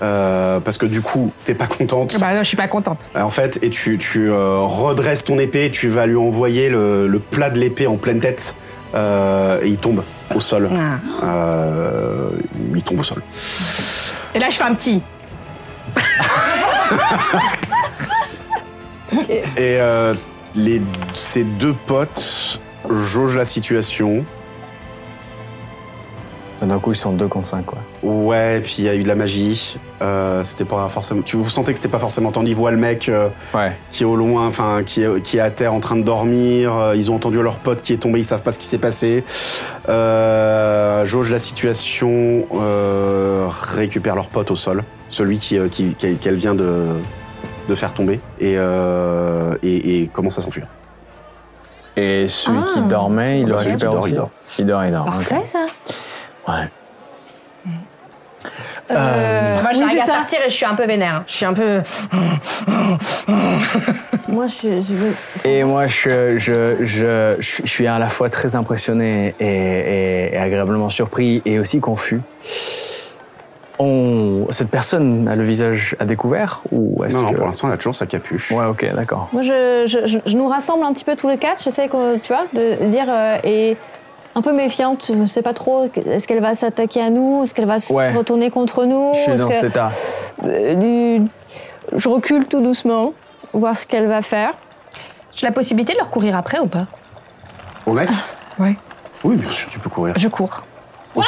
[SPEAKER 1] Euh, parce que du coup, t'es pas
[SPEAKER 6] Ah
[SPEAKER 1] contente.
[SPEAKER 13] Bah, non, je suis pas contente.
[SPEAKER 1] En fait, et tu, tu euh, redresses ton épée, tu vas lui envoyer le, le plat de l'épée en pleine tête. euh, et il tombe au sol.
[SPEAKER 13] Ah.
[SPEAKER 1] Euh, il tombe au sol.
[SPEAKER 13] Et là, je fais un petit.
[SPEAKER 1] Et euh, les, ces deux potes jaugent la situation.
[SPEAKER 12] D'un coup, ils sont 2 contre 5, quoi.
[SPEAKER 1] Ouais, puis il y a eu de la magie. Euh, c'était pas forcément. Tu vous sentais que c'était pas forcément tendu. Ils voient le mec euh,
[SPEAKER 12] Ouais.
[SPEAKER 1] qui est au loin, enfin qui est, qui est à terre en train de dormir. Euh, Ils ont entendu leur pote qui est tombé. Ils savent pas ce qui s'est passé. Euh, jauge la situation. Euh, récupère leur pote au sol, celui qui euh, qui- qu'elle qu'elle vient de de faire tomber et euh, et, et commence à s'enfuir.
[SPEAKER 12] Et celui
[SPEAKER 4] Ah.
[SPEAKER 12] qui dormait, il le
[SPEAKER 1] Bah, celui qui
[SPEAKER 12] récupère
[SPEAKER 1] dort,
[SPEAKER 12] aussi
[SPEAKER 1] il dort.
[SPEAKER 12] Il dort, il dort.
[SPEAKER 4] Parfait,
[SPEAKER 12] ok.
[SPEAKER 4] ça.
[SPEAKER 12] Ouais.
[SPEAKER 13] Euh, Moi, je
[SPEAKER 3] Oui,
[SPEAKER 13] vais
[SPEAKER 3] c'est
[SPEAKER 13] regarde
[SPEAKER 3] ça.
[SPEAKER 13] partir et je suis un peu vénère. hein. Je suis un peu.
[SPEAKER 4] Moi, je, je veux.
[SPEAKER 12] Et moi, je, je, je, je suis- je suis à la fois très impressionné et, et- et agréablement surpris et aussi confus. On, cette personne a le visage à découvert ou est-ce
[SPEAKER 1] Non,
[SPEAKER 12] que...
[SPEAKER 1] non, pour l'instant, elle a toujours sa capuche.
[SPEAKER 12] Ouais, ok, d'accord.
[SPEAKER 4] Moi, je, je- je- je nous rassemble un petit peu tous les quatre. J'essaie, qu'on- tu vois, de dire euh, et un peu méfiante. Je sais pas trop. Est-ce qu'elle va s'attaquer à nous Est-ce qu'elle va
[SPEAKER 12] Ouais.
[SPEAKER 4] se retourner contre nous
[SPEAKER 12] Je suis
[SPEAKER 4] Est-ce
[SPEAKER 12] dans
[SPEAKER 4] que-
[SPEAKER 12] cet état.
[SPEAKER 4] Euh, du- Je recule tout doucement, voir ce qu'elle va faire.
[SPEAKER 13] J'ai la possibilité de leur courir après ou pas
[SPEAKER 1] Au mec.
[SPEAKER 13] ouais.
[SPEAKER 1] Oui, bien sûr, tu peux courir.
[SPEAKER 13] Je cours.
[SPEAKER 1] Ok.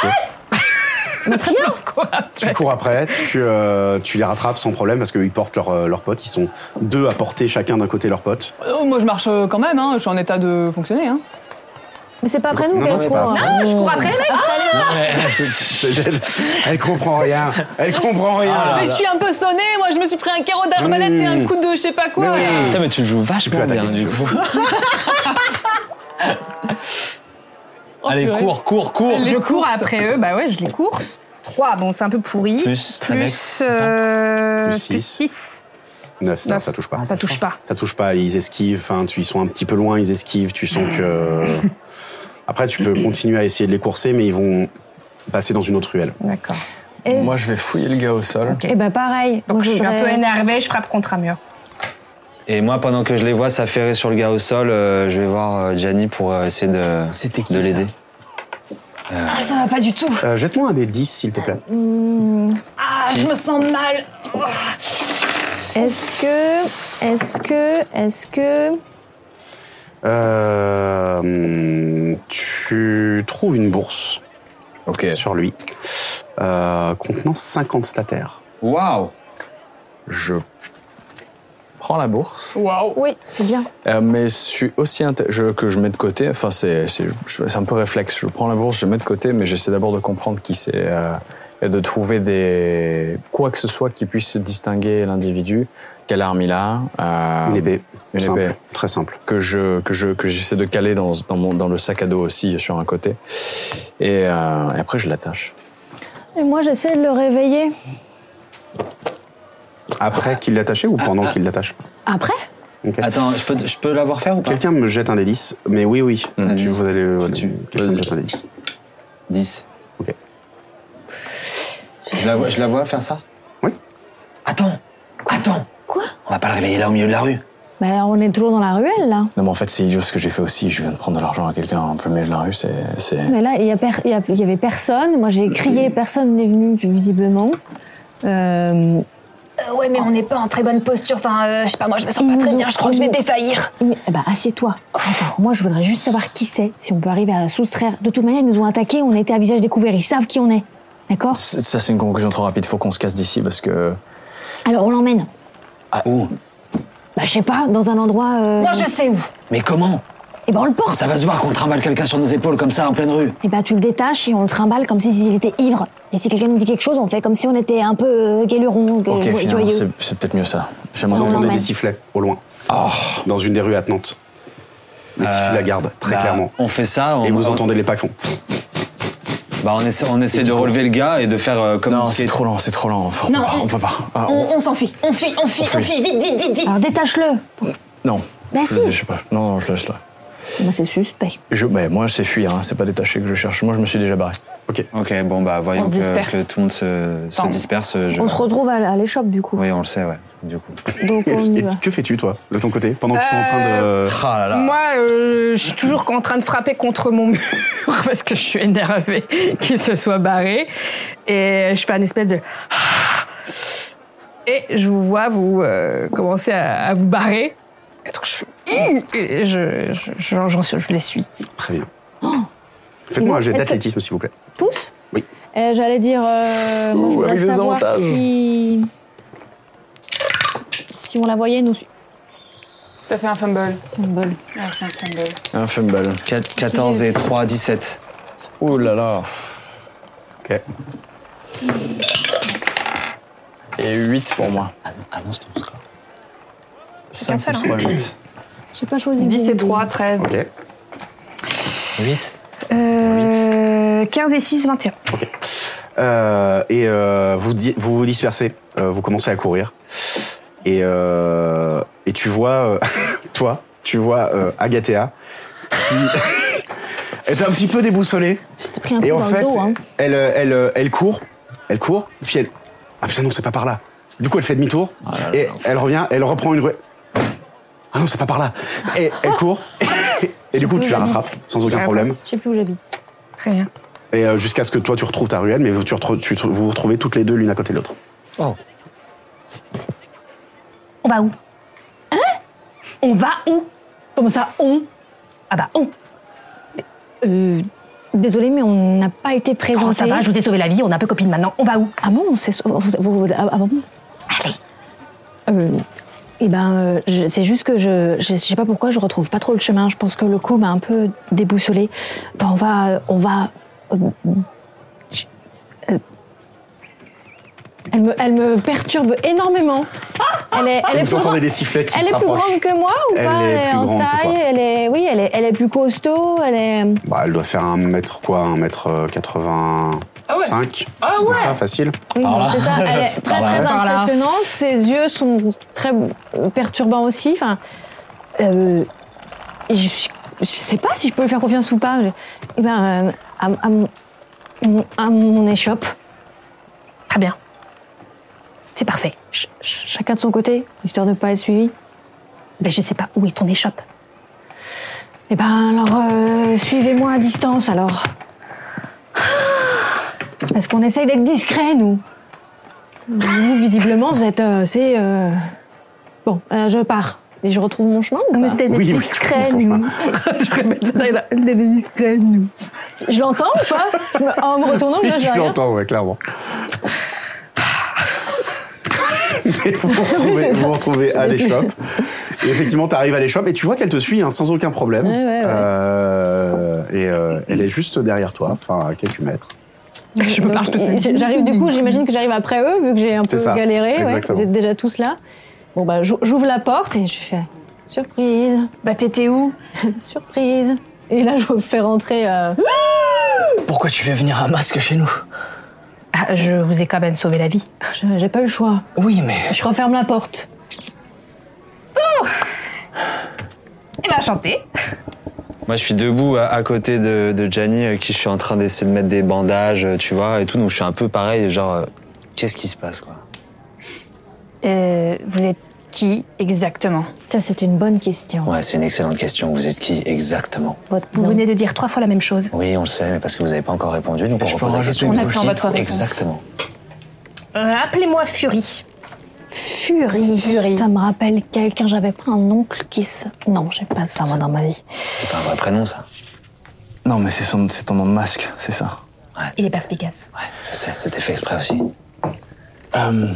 [SPEAKER 13] Quoi
[SPEAKER 1] Tu cours après, tu, euh, tu les rattrapes sans problème parce qu'ils portent leur, euh, leur pote. Ils sont deux à porter chacun d'un côté leur pote.
[SPEAKER 5] Oh, Moi, je marche euh, quand même, hein, je suis en état de fonctionner. Hein.
[SPEAKER 4] Mais c'est pas après nous
[SPEAKER 1] Non, non,
[SPEAKER 4] qu'elle
[SPEAKER 1] c'est
[SPEAKER 4] court.
[SPEAKER 1] pas
[SPEAKER 4] hein.
[SPEAKER 13] Je cours après les mecs
[SPEAKER 1] elle, elle comprend rien. Elle comprend rien.
[SPEAKER 5] Ah,
[SPEAKER 3] Mais je suis un peu sonnée, moi je me suis pris un carreau d'arbalète et un coup de je sais pas quoi.
[SPEAKER 2] Putain, mais tu joues vachement
[SPEAKER 1] attaquer
[SPEAKER 2] bien
[SPEAKER 1] si
[SPEAKER 2] du
[SPEAKER 1] tu
[SPEAKER 2] coup.
[SPEAKER 5] Oh,
[SPEAKER 2] Allez,
[SPEAKER 5] purée.
[SPEAKER 2] cours, cours, cours.
[SPEAKER 13] Je cours après eux, bah ouais, je les course. 3, bon, c'est un peu pourri.
[SPEAKER 2] Plus, ta dex,
[SPEAKER 13] Plus,
[SPEAKER 2] c'est ça
[SPEAKER 13] euh,
[SPEAKER 1] Plus six.
[SPEAKER 13] plus 6.
[SPEAKER 1] Neuf, ça,
[SPEAKER 13] Neuf.
[SPEAKER 1] ça touche pas.
[SPEAKER 13] Ça touche pas.
[SPEAKER 1] Ça touche pas. Ils esquivent. Enfin, tu, ils sont un petit peu loin. Ils esquivent. Tu sens que. Après, tu peux continuer à essayer de les courser, mais ils vont passer dans une autre ruelle.
[SPEAKER 13] D'accord.
[SPEAKER 4] Et-
[SPEAKER 12] Moi, je vais fouiller le gars au sol.
[SPEAKER 4] Et bah pareil.
[SPEAKER 13] Donc
[SPEAKER 4] moi,
[SPEAKER 13] je suis un
[SPEAKER 4] voudrais-
[SPEAKER 13] peu énervée, je frappe contre un mur.
[SPEAKER 2] Et moi, pendant que je les vois s'affairer sur le gars au sol, euh, je vais voir euh, Gianni pour euh, essayer de, de l'aider.
[SPEAKER 6] Ah, ça va pas du tout.
[SPEAKER 1] Euh, Jette-moi un des 10, s'il te plaît.
[SPEAKER 6] Ah, je me sens mal.
[SPEAKER 4] Est-ce que. Est-ce que. Est-ce que.
[SPEAKER 1] Euh, hum, tu trouves une bourse
[SPEAKER 12] Ok.
[SPEAKER 1] sur lui euh, contenant 50 statères.
[SPEAKER 2] Waouh
[SPEAKER 12] Je prends la bourse.
[SPEAKER 13] Oh.
[SPEAKER 5] Waouh.
[SPEAKER 4] Oui, c'est bien.
[SPEAKER 12] Euh, mais je suis aussi inté- je- que je mets de côté. Enfin, c'est c'est- je- c'est un peu réflexe. Je prends la bourse, je mets de côté, mais j'essaie d'abord de comprendre qui c'est euh, et de trouver des quoi que ce soit qui puisse distinguer l'individu. Quelle arme il a
[SPEAKER 2] Ah.
[SPEAKER 12] euh,
[SPEAKER 1] Une épée.
[SPEAKER 12] Une
[SPEAKER 1] simple,
[SPEAKER 12] épée
[SPEAKER 1] Très simple.
[SPEAKER 12] que je que je que j'essaie de caler dans dans mon dans le sac à dos aussi sur un côté. Et, euh, et après je l'attache.
[SPEAKER 4] Et moi, j'essaie de le réveiller.
[SPEAKER 1] Après qu'il l'attache ou pendant
[SPEAKER 2] Ah,
[SPEAKER 1] qu'il l'attache
[SPEAKER 4] Après
[SPEAKER 1] Ok.
[SPEAKER 2] Attends, je peux, je peux l'avoir faire ou pas
[SPEAKER 1] Quelqu'un me jette un des 10. Mais oui, oui.
[SPEAKER 2] Mmh. Vas-y.
[SPEAKER 1] Tu- Vous allez. voilà,
[SPEAKER 2] Tu-
[SPEAKER 1] Quelqu'un me
[SPEAKER 2] vas-y.
[SPEAKER 1] jette un des 10.
[SPEAKER 2] 10.
[SPEAKER 1] Ok.
[SPEAKER 2] Je la vois, je la vois faire ça
[SPEAKER 1] Oui.
[SPEAKER 2] Attends Attends
[SPEAKER 4] Quoi
[SPEAKER 2] On va pas le réveiller là au milieu de la rue.
[SPEAKER 4] Bah, on est toujours dans la ruelle, là.
[SPEAKER 12] Non mais en fait c'est idiot ce que j'ai fait aussi. Je viens de prendre de l'argent à quelqu'un en plein milieu de la rue. C'est c'est
[SPEAKER 4] Mais là, il n'y avait personne. Moi, j'ai crié, personne n'est venu, visiblement. Euh,
[SPEAKER 6] Euh, ouais, mais on n'est pas en très bonne posture. Enfin, euh, je sais pas, moi, je me sens
[SPEAKER 13] Mmh.
[SPEAKER 6] pas très bien. Je crois que je vais défaillir.
[SPEAKER 4] mais- eh ben, assieds-toi. Attends, moi, je voudrais juste savoir qui c'est, si on peut arriver à soustraire. De toute manière, ils nous ont attaqués, on était à visage découvert, ils savent qui on est. D'accord
[SPEAKER 12] c'est- ça c'est une conclusion trop rapide. Faut qu'on se casse d'ici parce que
[SPEAKER 4] Alors, on l'emmène.
[SPEAKER 2] Ah où
[SPEAKER 4] Bah, je sais pas, dans un endroit. euh,
[SPEAKER 6] Moi, je sais où.
[SPEAKER 2] Mais comment
[SPEAKER 4] Eh ben, on le porte.
[SPEAKER 2] Ça va se voir qu'on trimballe quelqu'un sur nos épaules comme ça en pleine rue.
[SPEAKER 4] Eh ben, tu le détaches et on le trimballe comme si s'il était ivre. Et si quelqu'un nous dit quelque chose, on fait comme si on était un peu euh, guéluron,
[SPEAKER 12] ok
[SPEAKER 4] gué-
[SPEAKER 12] finalement
[SPEAKER 4] joyeux.
[SPEAKER 12] c'est c'est peut-être mieux ça. J'aimerais
[SPEAKER 1] Vous
[SPEAKER 4] On
[SPEAKER 12] entendre
[SPEAKER 1] entendez
[SPEAKER 4] l'emmène.
[SPEAKER 1] des sifflets au loin.
[SPEAKER 2] Oh.
[SPEAKER 1] Dans une des rues attenantes. Des sifflets de la garde, très
[SPEAKER 2] Bah,
[SPEAKER 1] clairement.
[SPEAKER 2] On fait ça, on,
[SPEAKER 1] Et vous
[SPEAKER 2] on-
[SPEAKER 1] entendez les pas qui font.
[SPEAKER 2] bah, on essaie, on essaie de relever le gars et de faire euh, comme
[SPEAKER 12] Non,
[SPEAKER 2] si-
[SPEAKER 12] c'est trop lent, c'est trop lent. Enfin,
[SPEAKER 6] Non,
[SPEAKER 12] on peut pas. on peut pas. Ah,
[SPEAKER 6] On,
[SPEAKER 12] on-
[SPEAKER 6] on s'enfuit. On fuit, on fuit, on fuit. Vite, vite, vite, vite.
[SPEAKER 4] Alors, détache-le.
[SPEAKER 12] Non.
[SPEAKER 4] Bah,
[SPEAKER 12] je,
[SPEAKER 4] si.
[SPEAKER 12] je sais pas. Non, non, je laisse là.
[SPEAKER 4] Bah, c'est suspect.
[SPEAKER 12] Je, bah, moi, c'est fuir, hein, c'est pas détaché que je cherche. Moi, je me suis déjà barré.
[SPEAKER 2] Ok, bon bah voyons
[SPEAKER 5] On se
[SPEAKER 2] que,
[SPEAKER 5] disperse.
[SPEAKER 2] que tout le monde se, se
[SPEAKER 5] Attends.
[SPEAKER 2] disperse. je-
[SPEAKER 4] On se retrouve à à l'échoppe, du coup.
[SPEAKER 2] Oui, on le sait, ouais. Du coup.
[SPEAKER 4] Donc, on
[SPEAKER 1] Et-
[SPEAKER 4] y
[SPEAKER 1] et
[SPEAKER 4] va.
[SPEAKER 1] que fais-tu, toi, de ton côté, pendant qu'ils sont en train de.
[SPEAKER 2] Ah là là.
[SPEAKER 13] Moi, euh, je suis toujours en train de frapper contre mon mur parce que je suis énervée qu'il se soit barré. Et je fais un espèce de. Et je vous vois, vous euh, commencez à, à vous barrer. Et donc je
[SPEAKER 6] Mmh.
[SPEAKER 13] fais. Et je, je, je- j'en- je les suis.
[SPEAKER 1] Très bien. Faites-moi un jet
[SPEAKER 4] Oh. Est-ce que-
[SPEAKER 1] d'athlétisme, s'il vous plaît.
[SPEAKER 4] Tous
[SPEAKER 1] Oui.
[SPEAKER 4] Euh, J'allais dire. euh, moi, je voudrais
[SPEAKER 12] avec des
[SPEAKER 4] savoir
[SPEAKER 12] avantages.
[SPEAKER 4] si. Si on la voyait, nous.
[SPEAKER 5] T'as fait un fumble.
[SPEAKER 4] Bol.
[SPEAKER 5] Ouais, c'est un fumble.
[SPEAKER 12] Un fumble.
[SPEAKER 2] Quat- 14 et 3, 17.
[SPEAKER 12] Ouh là là.
[SPEAKER 1] Ok.
[SPEAKER 12] Et 8 pour moi.
[SPEAKER 2] Annonce ton score.
[SPEAKER 12] 5
[SPEAKER 13] seul,
[SPEAKER 12] plus 3, 8.
[SPEAKER 4] J'ai pas choisi.
[SPEAKER 5] 10 et
[SPEAKER 4] de-
[SPEAKER 5] 3, 13.
[SPEAKER 1] Ok.
[SPEAKER 2] 8
[SPEAKER 13] 15 et 6, 21.
[SPEAKER 1] Euh, et euh, vous, di- vous vous dispersez, euh, vous commencez à courir. Et, euh, et tu vois, euh, toi, tu vois euh, Agathea qui est un petit peu déboussolée.
[SPEAKER 4] Je t'ai pris un coup
[SPEAKER 1] Et en
[SPEAKER 4] dans
[SPEAKER 1] fait,
[SPEAKER 4] le dos. Hein.
[SPEAKER 1] elle, euh, elle, euh, elle court, elle court, puis elle. Ah putain, non, c'est pas par là. Du coup, elle fait demi-tour, et elle revient, elle reprend une rue. Ah non, c'est pas par là. Et elle court, et, du coup, tu la rattrapes sans aucun problème.
[SPEAKER 4] Je sais plus où j'habite.
[SPEAKER 13] Très bien.
[SPEAKER 1] Et euh, jusqu'à ce que toi, tu retrouves ta ruelle, mais vous, tu retrou- tu- vous vous retrouvez toutes les deux l'une à côté de l'autre.
[SPEAKER 6] On va où Hein On va où Comment ça, on Ah bah, on.
[SPEAKER 4] Euh, désolée, mais on n'a pas été présenté.
[SPEAKER 6] Oh, ça va, je vous ai sauvé la vie. On a peu copine maintenant. On va où
[SPEAKER 4] Ah bon, on s'est. sauv- vous- vous- Ah ah bon
[SPEAKER 6] Allez.
[SPEAKER 4] Euh, eh ben, euh, je- c'est juste que je, je sais pas pourquoi je retrouve pas trop le chemin. Je pense que le coup m'a un peu déboussolé. on va, on va. euh, je- euh, elle me, elle me perturbe énormément. Elle est, elle est
[SPEAKER 1] vous
[SPEAKER 4] plus,
[SPEAKER 1] entendez
[SPEAKER 4] grande-
[SPEAKER 1] des sifflets qui
[SPEAKER 4] elle
[SPEAKER 1] se
[SPEAKER 4] est plus
[SPEAKER 1] rapprochent.
[SPEAKER 4] grande que moi ou
[SPEAKER 1] Elle
[SPEAKER 4] pas euh,
[SPEAKER 1] est plus
[SPEAKER 4] en
[SPEAKER 1] grande que toi.
[SPEAKER 4] taille. Elle est, oui, elle est, elle est plus costaud. Elle est.
[SPEAKER 1] Bah, elle doit faire un mètre quoi, un mètre
[SPEAKER 4] Ah
[SPEAKER 1] euh, 85
[SPEAKER 5] Ah ouais. Ah
[SPEAKER 1] C'est comme
[SPEAKER 5] ouais.
[SPEAKER 1] ça, facile.
[SPEAKER 4] Oui, c'est ça. Elle est très très
[SPEAKER 13] Par là.
[SPEAKER 4] impressionnante. Ses yeux sont très euh, perturbants aussi. Enfin, euh, et je, suis- je sais pas si je peux lui faire confiance ou pas. Je- eh ben, euh, à, à mon- à mon échoppe,
[SPEAKER 13] Très bien.
[SPEAKER 6] C'est parfait.
[SPEAKER 4] ch- ch- chacun de son côté, histoire de pas être suivi.
[SPEAKER 6] Ben, je sais pas où est ton échoppe.
[SPEAKER 4] Eh ben alors, euh, suivez-moi à distance alors. Parce qu'on essaye d'être discret, nous. Vous, visiblement, vous êtes euh, assez. euh, Bon, euh, je pars. Et je retrouve mon chemin ou pas
[SPEAKER 1] Oui, oui,
[SPEAKER 6] Ah, discret,
[SPEAKER 1] tu comprends
[SPEAKER 6] nous. je répète ça, il a- On est des discrets, nous.
[SPEAKER 4] Je l'entends ou pas Je me- En me retournant, je
[SPEAKER 1] Tu
[SPEAKER 4] regarde.
[SPEAKER 1] l'entends, ouais, clairement. Et vous vous retrouvez, vous vous retrouvez à l'échoppe. Et effectivement, tu arrives à l'échoppe et tu vois qu'elle te suit hein, sans aucun problème.
[SPEAKER 4] Ouais, ouais, ouais.
[SPEAKER 1] Euh, et euh, elle est juste derrière toi, enfin à quelques mètres.
[SPEAKER 6] Je me marche toute seule.
[SPEAKER 4] Et J'arrive du coup, j'imagine que j'arrive après eux, vu que j'ai un peu
[SPEAKER 1] C'est ça,
[SPEAKER 4] galéré. ouais,
[SPEAKER 1] exactement.
[SPEAKER 4] vous êtes déjà tous là. Bon, bah, j'ou- j'ouvre la porte et je fais surprise. Bah, t'étais où Surprise. Et là, je fais rentrer. euh,
[SPEAKER 9] Pourquoi tu fais venir un masque chez nous
[SPEAKER 6] Ah, je vous ai quand même sauvé la vie.
[SPEAKER 4] Je- J'ai pas eu le choix.
[SPEAKER 9] Oui, mais.
[SPEAKER 4] Je referme la porte.
[SPEAKER 13] Eh
[SPEAKER 6] ben,
[SPEAKER 13] bien, chanté.
[SPEAKER 2] Moi, je suis debout à, à côté de, de Gianni, euh, qui je suis en train d'essayer de mettre des bandages, euh, tu vois, et tout. Donc, je suis un peu pareil, genre, euh, qu'est-ce qui se passe, quoi
[SPEAKER 14] Euh, vous êtes qui exactement
[SPEAKER 4] Ça, c'est une bonne question.
[SPEAKER 2] Ouais, c'est une excellente question. Vous êtes qui exactement
[SPEAKER 6] Vous venez de dire trois fois la même chose.
[SPEAKER 2] Oui, on le sait, mais parce que vous n'avez pas encore répondu, donc on repose la question.
[SPEAKER 6] une On attend aussi. votre réponse.
[SPEAKER 2] Exactement.
[SPEAKER 6] Euh, Appelez-moi Fury.
[SPEAKER 4] Furie. Ça me rappelle quelqu'un. J'avais pas un oncle qui se. Non, j'ai pas ça, moi, dans ma vie.
[SPEAKER 2] C'est pas un vrai prénom, ça.
[SPEAKER 12] Non, mais c'est son- c'est ton nom de masque, c'est ça.
[SPEAKER 6] Il est perspicace.
[SPEAKER 2] Je sais, c'était fait exprès aussi.
[SPEAKER 12] Euh,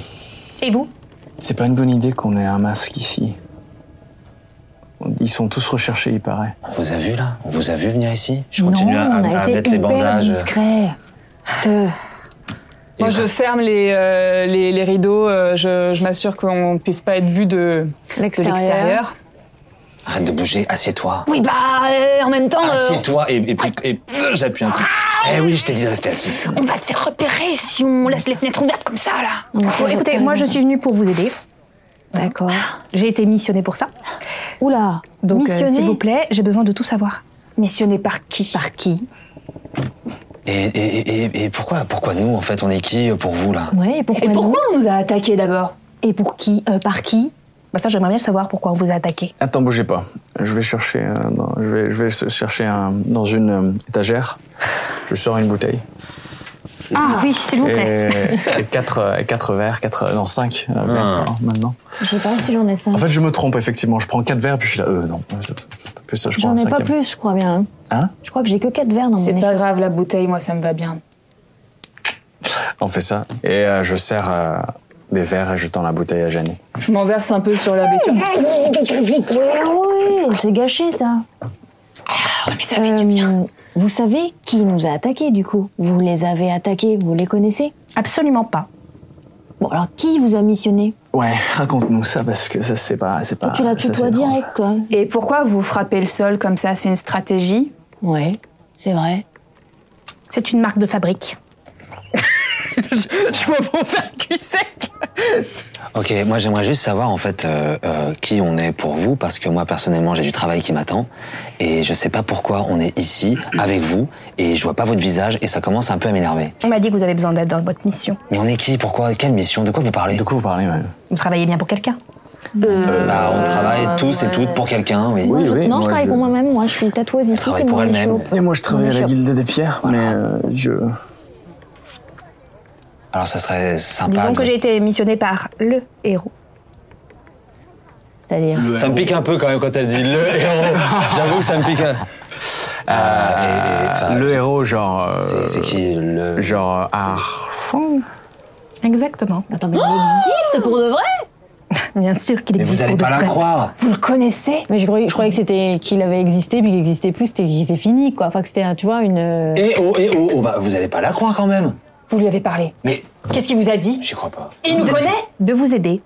[SPEAKER 6] Et vous
[SPEAKER 12] c'est pas une bonne idée qu'on ait un masque ici. Ils sont tous recherchés, il paraît.
[SPEAKER 2] On vous a vu, là On vous a vu venir ici Je
[SPEAKER 4] Non,
[SPEAKER 2] continue à,
[SPEAKER 4] on
[SPEAKER 2] à-
[SPEAKER 4] a
[SPEAKER 2] à
[SPEAKER 4] été
[SPEAKER 2] mettre les
[SPEAKER 4] hyper
[SPEAKER 2] bandages.
[SPEAKER 4] discret. Te-
[SPEAKER 5] Moi, je ferme les, euh, les, les rideaux, euh, je, je m'assure qu'on ne puisse pas être vu de de
[SPEAKER 4] L'extérieur.
[SPEAKER 5] l'extérieur.
[SPEAKER 2] Arrête de bouger, assieds-toi.
[SPEAKER 6] Oui, bah, euh, en même temps, euh, Ah,
[SPEAKER 2] Assieds-toi et, et puis et- euh, j'appuie un coup. Eh oui, je t'ai dit de rester assise.
[SPEAKER 6] on va se faire repérer si on laisse les fenêtres ouvertes comme ça, là. Bon, écoutez, moi, je suis venue pour vous aider.
[SPEAKER 4] D'accord.
[SPEAKER 6] J'ai été missionnée pour ça.
[SPEAKER 4] Oula.
[SPEAKER 6] Donc, euh,
[SPEAKER 4] Missionnée
[SPEAKER 6] s'il vous plaît, j'ai besoin de tout savoir.
[SPEAKER 14] Missionné par qui
[SPEAKER 4] Par qui
[SPEAKER 2] Et, et- et- et pourquoi, pourquoi nous, en fait, on est qui pour vous, là
[SPEAKER 4] Ouais, et pourquoi
[SPEAKER 14] Et
[SPEAKER 4] nous
[SPEAKER 14] pourquoi on nous a attaqué d'abord
[SPEAKER 4] Et pour qui Euh, Par qui
[SPEAKER 6] Bah, ça, j'aimerais bien savoir pourquoi on vous a attaqué.
[SPEAKER 12] Attends, bougez pas. Je vais chercher, euh, dans, je vais, je vais se- chercher un- dans une euh, étagère. Je sors une bouteille.
[SPEAKER 6] Ah oui, s'il vous plaît.
[SPEAKER 12] Et, et quatre, euh, quatre verres, quatre, euh, non, cinq euh, verres hein, maintenant.
[SPEAKER 4] Je sais pas si j'en ai ça.
[SPEAKER 12] En fait, je me trompe, effectivement. Je prends quatre verres, puis je suis là, euh, non. ça- Plus ça, je prends
[SPEAKER 4] J'en
[SPEAKER 12] un
[SPEAKER 4] ai pas
[SPEAKER 12] cinquième.
[SPEAKER 4] plus, je crois bien.
[SPEAKER 12] Hein
[SPEAKER 4] Je crois que j'ai que 4 verres dans mon
[SPEAKER 5] C'est
[SPEAKER 4] échelle.
[SPEAKER 5] pas grave, la bouteille, moi, ça me va bien.
[SPEAKER 12] On fait ça. Et euh, je sers euh, des verres et je tends la bouteille à Jeannie.
[SPEAKER 5] Je m'en verse un peu sur la blessure.
[SPEAKER 4] Oui, c'est gâché ça. mais ça fait du bien. Vous savez qui nous a attaqués du coup Vous les avez attaqués, vous les connaissez
[SPEAKER 6] Absolument pas.
[SPEAKER 4] Bon alors qui vous a missionné
[SPEAKER 12] Ouais, raconte-nous ça parce que ça, c'est pas. c'est pas
[SPEAKER 4] Tu la
[SPEAKER 12] ça, c'est
[SPEAKER 4] tutoies
[SPEAKER 12] étrange.
[SPEAKER 4] direct quoi.
[SPEAKER 14] Et pourquoi vous frappez le sol comme ça C'est une stratégie
[SPEAKER 4] Ouais, c'est vrai.
[SPEAKER 6] C'est une marque de fabrique.
[SPEAKER 5] Je me prends faire cul sec.
[SPEAKER 2] Ok, moi j'aimerais juste savoir en fait euh, euh, qui on est pour vous, parce que moi personnellement j'ai du travail qui m'attend, et je sais pas pourquoi on est ici avec vous, et je vois pas votre visage, et ça commence un peu à m'énerver.
[SPEAKER 6] On m'a dit que vous avez besoin d'aide dans votre mission.
[SPEAKER 2] Mais on est qui Pourquoi Quelle mission De quoi vous parlez
[SPEAKER 12] De quoi vous parlez, même
[SPEAKER 6] Vous travaillez bien pour quelqu'un.
[SPEAKER 2] Bah, on travaille tous et toutes pour quelqu'un, oui.
[SPEAKER 4] Moi, je- non, je
[SPEAKER 12] moi,
[SPEAKER 4] travaille
[SPEAKER 12] je-
[SPEAKER 4] pour moi-même, moi je suis tatoueuse ici,
[SPEAKER 2] travaille
[SPEAKER 4] c'est
[SPEAKER 2] pour
[SPEAKER 4] mon
[SPEAKER 2] elle-même.
[SPEAKER 4] réchaud.
[SPEAKER 12] Et moi, je travaille à la Guilde des Pierres, mais euh, je.
[SPEAKER 2] Alors ça serait sympa.
[SPEAKER 6] Disons
[SPEAKER 2] de-
[SPEAKER 6] que j'ai été missionnée par le héros.
[SPEAKER 4] C'est-à-dire.
[SPEAKER 2] Ça me pique un peu quand même quand elle dit le héros. J'avoue que ça me pique. un- Euh, et- et, enfin,
[SPEAKER 12] le héros, genre. euh,
[SPEAKER 2] c'est- C'est qui le.
[SPEAKER 12] Genre euh, Arfan
[SPEAKER 6] Exactement.
[SPEAKER 4] Attends, mais il existe pour de vrai
[SPEAKER 6] Bien sûr qu'il
[SPEAKER 2] Mais vous
[SPEAKER 6] existe
[SPEAKER 2] allez
[SPEAKER 6] pour de
[SPEAKER 2] pas la
[SPEAKER 6] vrai.
[SPEAKER 2] croire
[SPEAKER 14] Vous le connaissez
[SPEAKER 4] Mais je croyais, je croyais que c'était qu'il avait existé, puis qu'il existait plus, c'était qu'il était fini quoi. Enfin que c'était, un- tu vois, une. euh,
[SPEAKER 2] Eh oh, eh oh, oh, bah, vous allez pas la croire quand même
[SPEAKER 14] Vous lui avez parlé
[SPEAKER 2] Mais
[SPEAKER 14] Qu'est-ce qu'il vous a dit
[SPEAKER 2] j'y crois pas.
[SPEAKER 14] Il nous connaît
[SPEAKER 6] De vous aider.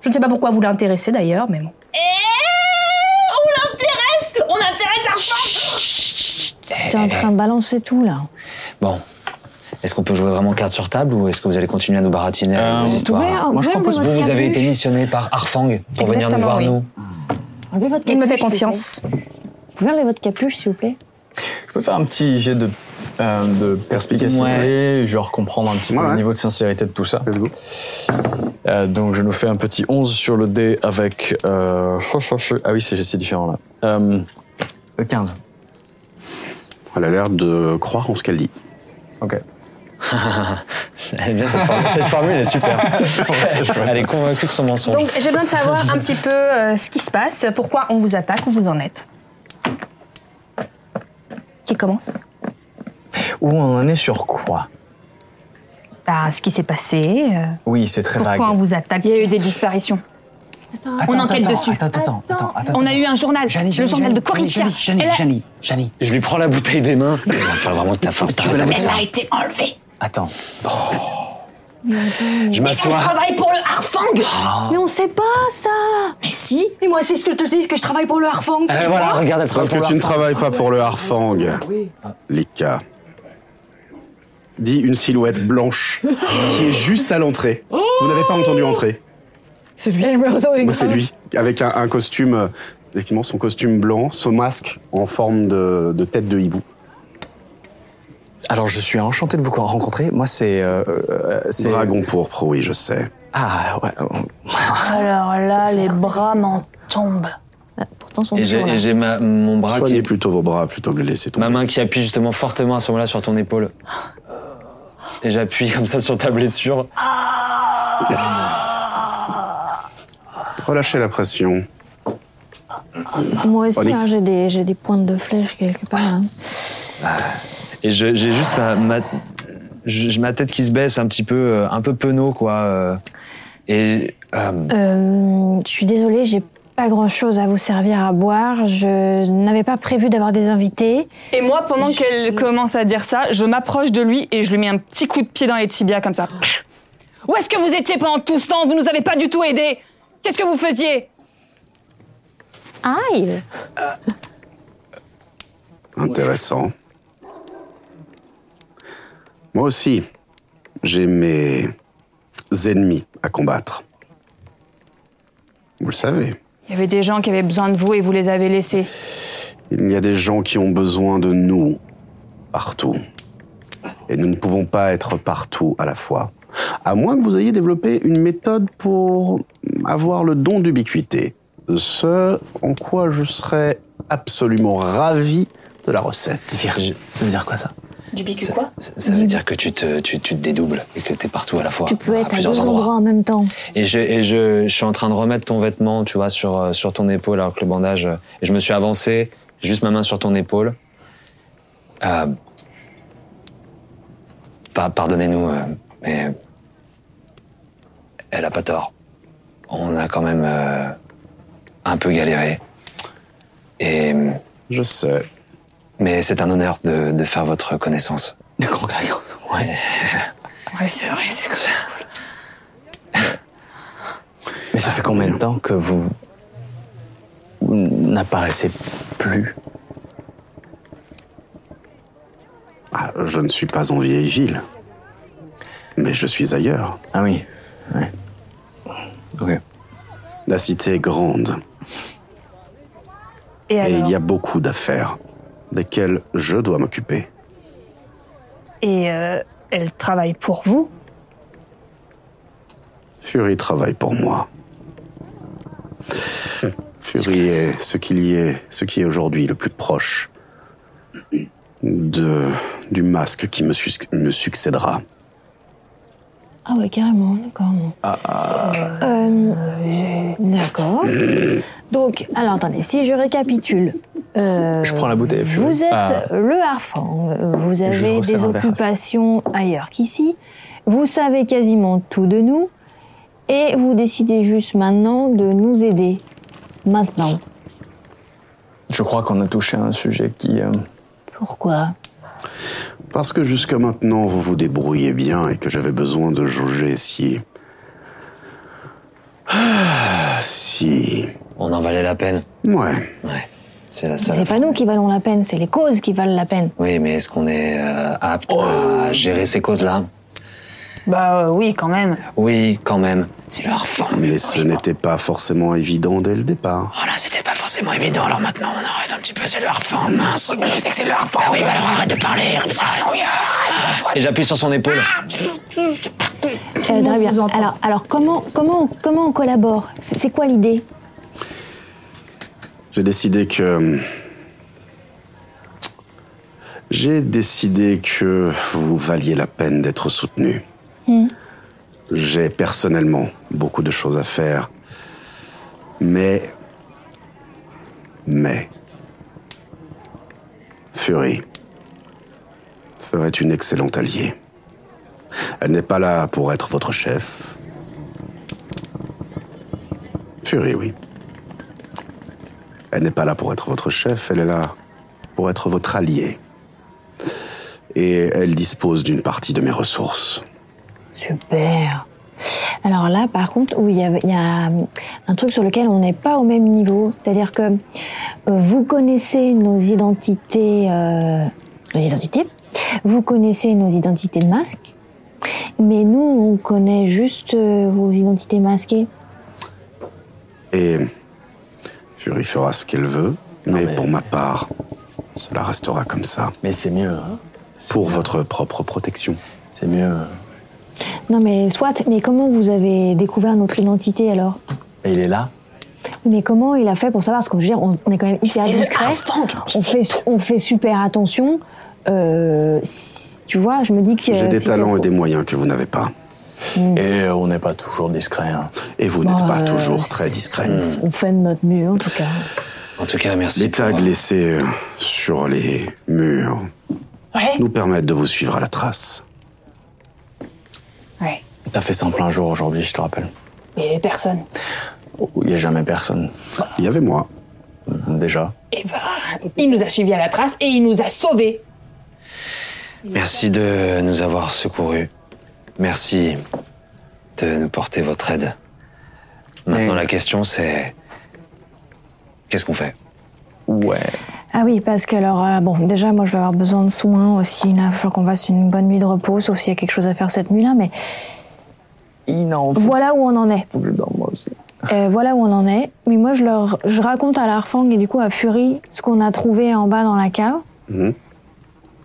[SPEAKER 6] Je ne sais pas pourquoi vous l'intéressez d'ailleurs, mais bon.
[SPEAKER 14] On intéresse Arfan
[SPEAKER 4] T'es en train de balancer tout là.
[SPEAKER 2] Bon. Est-ce qu'on peut jouer vraiment carte sur table ou est-ce que vous allez continuer à nous baratiner avec
[SPEAKER 12] Euh,
[SPEAKER 2] des histoires
[SPEAKER 4] Ouais,
[SPEAKER 2] là
[SPEAKER 4] en-
[SPEAKER 12] Moi, je
[SPEAKER 4] ouais,
[SPEAKER 12] propose-
[SPEAKER 4] mais
[SPEAKER 2] Vous, vous
[SPEAKER 4] votre
[SPEAKER 2] avez
[SPEAKER 4] capuche.
[SPEAKER 2] été missionné par Arfang pour venir nous
[SPEAKER 6] Exactement,
[SPEAKER 2] voir
[SPEAKER 6] oui.
[SPEAKER 2] nous.
[SPEAKER 4] Enlevez votre
[SPEAKER 6] Il me fait
[SPEAKER 4] capuche, s'il vous plaît.
[SPEAKER 6] confiance.
[SPEAKER 4] Vous pouvez enlever votre capuche, s'il vous plaît
[SPEAKER 12] Je peux faire un petit jet de euh, de perspicacité, genre comprendre un petit peu
[SPEAKER 1] Ouais, ouais.
[SPEAKER 12] le niveau de sincérité de tout ça. Euh, donc je nous fais un petit 11 sur le dé avec... euh, Ah oui, c'est c'est différent là. Euh, 15.
[SPEAKER 1] Elle a l'air de croire en ce qu'elle dit.
[SPEAKER 12] Ok.
[SPEAKER 2] Elle aime bien cette formule, cette formule est super. Elle est convaincue de son mensonge.
[SPEAKER 13] Donc j'ai besoin de savoir un petit peu euh, ce qui se passe, pourquoi on vous attaque, où vous en êtes. Qui commence
[SPEAKER 12] Où on en est sur quoi
[SPEAKER 13] Bah ce qui s'est passé, euh,
[SPEAKER 12] Oui, c'est très
[SPEAKER 13] pourquoi
[SPEAKER 12] vague.
[SPEAKER 13] on vous attaque.
[SPEAKER 5] Il y a eu des disparitions.
[SPEAKER 13] on enquête dessus.
[SPEAKER 9] Attends, attends, attends, attends.
[SPEAKER 5] On a eu un journal, le journal de Corinthia.
[SPEAKER 9] Janie,
[SPEAKER 5] Elle a-
[SPEAKER 9] Janie, Janie.
[SPEAKER 2] Je lui prends la bouteille des mains. Il va falloir vraiment que t'as fort.
[SPEAKER 9] veux la mettre ça
[SPEAKER 5] été enlevée.
[SPEAKER 9] Attends.
[SPEAKER 2] Oh. Je
[SPEAKER 5] Elle
[SPEAKER 2] m'assois.
[SPEAKER 5] travaille pour le Harfang.
[SPEAKER 6] Mais on sait pas ça
[SPEAKER 5] Mais si
[SPEAKER 6] Mais moi, c'est ce que je te dis, que je travaille pour le Harfang.
[SPEAKER 2] Eh, voilà, regarde, elle
[SPEAKER 1] Sauf que
[SPEAKER 2] travaille
[SPEAKER 1] tu ne
[SPEAKER 2] pour le
[SPEAKER 1] travailles pas pour le Harfang, Lika. Dit une silhouette blanche qui est juste à l'entrée. Vous n'avez pas entendu entrer.
[SPEAKER 6] C'est lui. Je me retrouve avec
[SPEAKER 1] Moi, c'est lui, avec un, un costume, euh, effectivement, son costume blanc, son masque en forme de, de tête de hibou.
[SPEAKER 12] Alors je suis enchanté de vous rencontrer. Moi c'est... euh, euh, c'est-
[SPEAKER 1] Dragon pourpre, oui, je sais.
[SPEAKER 12] Ah ouais. on-
[SPEAKER 14] Alors
[SPEAKER 4] Ah,
[SPEAKER 14] là, les bras m'en tombent.
[SPEAKER 4] Pourtant, son
[SPEAKER 2] Et j'ai- et j'ai ma- mon bras qui
[SPEAKER 1] Soignez plutôt vos bras plutôt que de les laisser tomber.
[SPEAKER 2] Ma main qui appuie justement fortement à ce moment-là sur ton épaule. Et j'appuie comme ça sur ta blessure.
[SPEAKER 1] Relâchez la pression.
[SPEAKER 4] Moi aussi,
[SPEAKER 1] Onyx.
[SPEAKER 4] hein, j'ai des, j'ai des pointes de flèche quelque part. hein.
[SPEAKER 2] Et je- j'ai juste ma, ma, j'ai ma tête qui se baisse un petit peu, euh, un peu penaud, quoi. euh, Et euh,
[SPEAKER 4] Euh, je suis désolée, j'ai pas grand chose à vous servir à boire. Je n'avais pas prévu d'avoir des invités.
[SPEAKER 5] Et moi, pendant
[SPEAKER 4] Je-
[SPEAKER 5] qu'elle commence à dire ça, je m'approche de lui et je lui mets un petit coup de pied dans les tibias comme ça. Où est-ce que vous étiez pendant tout ce temps Vous nous avez pas du tout aidés Qu'est-ce que vous faisiez
[SPEAKER 4] Aïe
[SPEAKER 1] Intéressant. Moi aussi, j'ai mes ennemis à combattre. Vous le savez,
[SPEAKER 5] Il y avait des gens qui avaient besoin de vous et vous les avez laissés.
[SPEAKER 1] il y a des gens qui ont besoin de nous partout. Et nous ne pouvons pas être partout à la fois. À moins que vous ayez développé une méthode pour avoir le don d'ubiquité. Ce en quoi je serais absolument ravi de la recette.
[SPEAKER 2] Virg- ça veut dire quoi ça
[SPEAKER 11] Du bicu
[SPEAKER 2] ça, ça- ça veut dire que tu te, tu, tu te dédoubles et que t'es partout à la fois.
[SPEAKER 4] Tu peux
[SPEAKER 2] à
[SPEAKER 4] être à deux
[SPEAKER 2] plusieurs
[SPEAKER 4] endroits.
[SPEAKER 2] endroits.
[SPEAKER 4] en même temps.
[SPEAKER 2] Et, je, et je, je suis en train de remettre ton vêtement, tu vois, sur, euh, sur ton épaule, alors que le bandage. euh, et je me suis avancé, juste ma main sur ton épaule. Euh, pa- Pardonnez-nous, euh, mais. Elle a pas tort. On a quand même euh, un peu galéré. Et.
[SPEAKER 1] Je sais.
[SPEAKER 2] Mais c'est un honneur de, de faire votre connaissance. Ouais.
[SPEAKER 5] Ouais, c'est vrai, c'est comme ça.
[SPEAKER 12] Mais ça
[SPEAKER 1] Ah,
[SPEAKER 12] fait combien de temps que vous n'apparaissez plus
[SPEAKER 1] Ah, je ne suis pas en vieille ville. Mais je suis ailleurs.
[SPEAKER 12] Ah oui. Ouais. Ok.
[SPEAKER 1] La cité est grande
[SPEAKER 13] Et
[SPEAKER 1] et il
[SPEAKER 13] alors
[SPEAKER 1] y a beaucoup d'affaires desquelles je dois m'occuper.
[SPEAKER 13] Et euh, elle travaille pour vous
[SPEAKER 1] Fury travaille pour moi. Fury est ce qu'il y est, ce qui est aujourd'hui le plus proche de du masque qui me, sus- me succédera.
[SPEAKER 4] Ah ouais, carrément, d'accord. Euh, D'accord. Donc, alors attendez, si je récapitule. euh,
[SPEAKER 12] Je prends la bouteille. Fury.
[SPEAKER 4] Vous êtes
[SPEAKER 12] Ah.
[SPEAKER 4] le harfang, euh, vous
[SPEAKER 12] je
[SPEAKER 4] avez
[SPEAKER 12] resserre
[SPEAKER 4] des
[SPEAKER 12] un verre.
[SPEAKER 4] occupations ailleurs qu'ici, vous savez quasiment tout de nous, et vous décidez juste maintenant de nous aider. Maintenant.
[SPEAKER 12] Je crois qu'on a touché à un sujet qui. euh,
[SPEAKER 4] Pourquoi
[SPEAKER 1] Parce que jusque maintenant, vous vous débrouillez bien et que j'avais besoin de jauger si. Ah, si.
[SPEAKER 2] On en valait la peine.
[SPEAKER 1] Ouais.
[SPEAKER 2] Ouais. C'est la seule.
[SPEAKER 4] C'est pas nous qui valons la peine, c'est les causes qui valent la peine.
[SPEAKER 2] Oui, mais est-ce qu'on est euh, apte à gérer ces causes-là
[SPEAKER 14] Bah euh, oui, quand même.
[SPEAKER 2] Oui, quand même. C'est leur forme.
[SPEAKER 1] Mais ce n'était pas forcément évident dès le départ.
[SPEAKER 2] Voilà, c'était pas
[SPEAKER 15] forcément évident, alors maintenant on arrête un petit peu, c'est le harpent, mince.
[SPEAKER 16] Oui, mais je sais que c'est le harpent.
[SPEAKER 15] Bah oui, bah alors arrête de parler comme ça. alors.
[SPEAKER 2] Et j'appuie sur son épaule.
[SPEAKER 7] Euh, très bien. Alors, alors comment, comment, comment on collabore C'est c'est quoi l'idée
[SPEAKER 1] J'ai décidé que. J'ai décidé que vous valiez la peine d'être soutenu.
[SPEAKER 7] Hmm.
[SPEAKER 1] J'ai personnellement beaucoup de choses à faire. Mais. Mais. Fury ferait une excellente alliée. Elle n'est pas là pour être votre chef. Fury, oui. Elle n'est pas là pour être votre chef, elle est là pour être votre allié. Et elle dispose d'une partie de mes ressources.
[SPEAKER 7] Super. Alors là, par contre, oui, il y a, il y a euh, un truc sur lequel on n'est pas au même niveau. C'est-à-dire que euh, vous connaissez nos identités, euh, nos identités. Vous connaissez nos identités de masques, mais nous, on connaît juste euh, vos identités masquées.
[SPEAKER 1] Et Fury fera ce qu'elle veut, mais, pour ma part, cela restera comme ça.
[SPEAKER 2] Mais c'est mieux. Hein
[SPEAKER 1] pour votre propre protection.
[SPEAKER 2] C'est mieux.
[SPEAKER 7] Non, mais soit. Mais comment vous avez découvert notre identité alors
[SPEAKER 2] Et il est là.
[SPEAKER 7] Mais comment il a fait pour savoir Parce que je veux dire, on, on est quand même hyper
[SPEAKER 16] C'est le
[SPEAKER 7] discret.
[SPEAKER 16] harpent, genre,
[SPEAKER 7] On fait, on fait super attention. Euh, si- tu vois, je me dis que.
[SPEAKER 1] J'ai des
[SPEAKER 7] si ça
[SPEAKER 1] talents
[SPEAKER 7] se
[SPEAKER 1] et des moyens que vous n'avez pas.
[SPEAKER 4] Mm.
[SPEAKER 2] Et on n'est pas toujours discret. hein.
[SPEAKER 1] Et vous n'êtes
[SPEAKER 7] Bah,
[SPEAKER 1] pas
[SPEAKER 7] euh,
[SPEAKER 1] toujours très discret.
[SPEAKER 2] Hmm.
[SPEAKER 7] On fait de notre mieux, en tout cas.
[SPEAKER 2] En tout cas, merci.
[SPEAKER 1] Les tags laissés euh, sur les murs nous permettent de vous suivre à la trace.
[SPEAKER 14] Ouais.
[SPEAKER 12] T'as fait ça en plein jour aujourd'hui, je te rappelle.
[SPEAKER 14] Mais personne.
[SPEAKER 12] Il n'y a jamais personne.
[SPEAKER 1] Il y avait moi.
[SPEAKER 12] Déjà.
[SPEAKER 14] Et bah, il nous a suivis à la trace et il nous a sauvés.
[SPEAKER 2] Merci de nous avoir secourus. Merci de nous porter votre aide. Maintenant, la question, c'est. Qu'est-ce qu'on fait Ouais.
[SPEAKER 4] Ah oui, parce que alors, euh, bon, déjà, moi, je vais avoir besoin de soins aussi. Là, il faut qu'on fasse une bonne nuit de repos, sauf s'il y a quelque chose à faire cette nuit-là, mais. Voilà où on en est.
[SPEAKER 12] Faut que je dorme moi aussi.
[SPEAKER 4] Euh, voilà où on en est. Mais moi, je, leur, je raconte à l'Arfang et du coup à Fury ce qu'on a trouvé en bas dans la cave. Et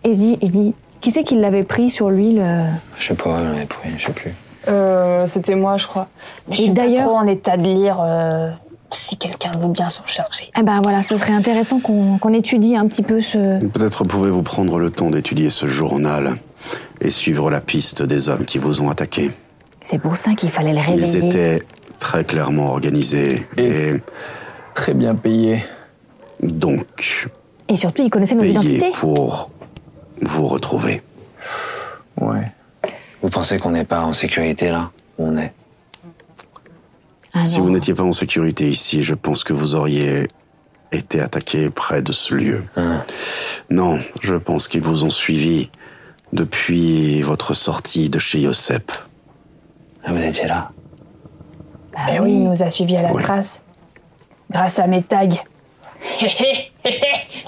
[SPEAKER 4] je dis, je dis qui c'est qui l'avait pris sur euh, lui le...
[SPEAKER 2] Je sais pas, j'en ai pris, je sais plus.
[SPEAKER 14] Euh, C'était moi, je crois. Mais je suis pas trop en état de lire euh, si quelqu'un veut bien s'en charger.
[SPEAKER 4] Eh ben voilà, ce serait intéressant qu'on qu'on étudie un petit peu ce.
[SPEAKER 1] Peut-être pouvez-vous prendre le temps d'étudier ce journal et suivre la piste des hommes qui vous ont attaqué.
[SPEAKER 7] C'est pour ça qu'il fallait le
[SPEAKER 1] Ils
[SPEAKER 7] réveiller.
[SPEAKER 1] étaient très clairement organisés Mmh. et,
[SPEAKER 12] très bien payés.
[SPEAKER 1] Donc
[SPEAKER 7] Et surtout, il connaissait nos
[SPEAKER 1] payés
[SPEAKER 7] identités.
[SPEAKER 1] pour vous retrouver.
[SPEAKER 2] Ouais. Vous pensez qu'on n'est pas en sécurité là où On est.
[SPEAKER 4] Ah
[SPEAKER 1] Si vous n'étiez pas en sécurité ici, je pense que vous auriez été attaqué près de ce lieu. Non, je pense qu'ils vous ont suivi depuis votre sortie de chez Yosep.
[SPEAKER 2] Vous étiez là
[SPEAKER 14] Bah oui, il nous a suivis à la trace. Grâce à mes tags.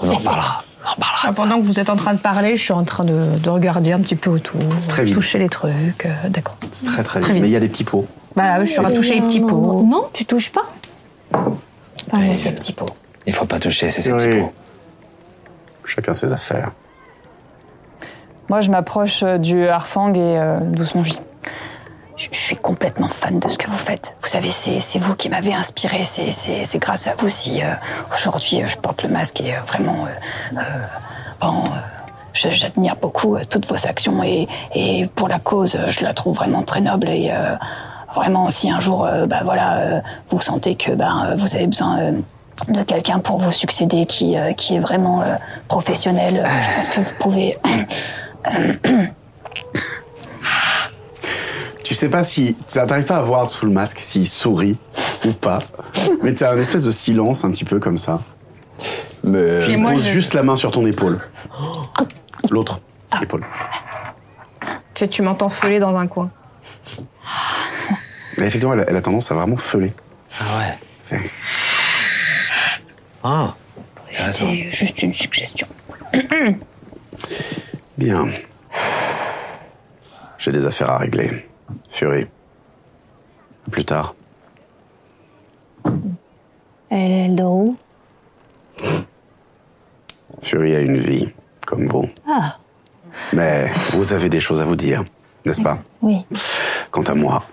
[SPEAKER 2] On en parlera.
[SPEAKER 13] Ah, Pendant que vous êtes en train de parler, je suis en train de, de regarder un petit peu autour,
[SPEAKER 1] très vite.
[SPEAKER 13] toucher les trucs. euh, D'accord.
[SPEAKER 1] C'est très très,
[SPEAKER 13] Très
[SPEAKER 1] vite.
[SPEAKER 13] vite.
[SPEAKER 1] Mais il y a des petits pots.
[SPEAKER 7] Bah,
[SPEAKER 13] Voilà, je suis à toucher les petits pots.
[SPEAKER 4] Non, tu touches pas
[SPEAKER 2] Et Il faut pas toucher, c'est ces petits pots.
[SPEAKER 1] Chacun ses affaires.
[SPEAKER 5] Moi, je m'approche euh, du Harfang et euh, doucement je dis
[SPEAKER 14] Je, je suis complètement fan de ce que vous faites. Vous savez, c'est c'est vous qui m'avez inspiré. C'est- C'est c'est grâce à vous si euh, aujourd'hui euh, je porte le masque et euh, vraiment, euh, euh, bon, euh, je- j'admire beaucoup euh, toutes vos actions et, et pour la cause, euh, je la trouve vraiment très noble et euh, vraiment si un jour, euh, bah voilà, euh, vous sentez que ben euh, vous avez besoin. euh, de quelqu'un pour vous succéder qui, euh, qui est vraiment euh, professionnel. euh, Je pense que vous pouvez...
[SPEAKER 1] Tu sais pas si. Ça t'arrive pas à voir sous le masque s'il sourit ou pas. Mais t'as un espèce de silence un petit peu comme ça.
[SPEAKER 12] Mais.
[SPEAKER 1] Puis il pose juste la main sur ton épaule. L'autre épaule.
[SPEAKER 13] Tu, tu m'entends feuler dans un coin.
[SPEAKER 1] Mais effectivement, elle a, elle a tendance à vraiment feuler.
[SPEAKER 2] Ah ouais.
[SPEAKER 1] Ah.
[SPEAKER 14] C'était juste une suggestion.
[SPEAKER 1] Bien. J'ai des affaires à régler. Fury. À plus tard.
[SPEAKER 7] Elle, elle dort où
[SPEAKER 1] Fury a une vie, comme vous.
[SPEAKER 7] Ah,
[SPEAKER 1] Mais vous avez des choses à vous dire, n'est-ce pas
[SPEAKER 7] oui.
[SPEAKER 1] Quant à moi,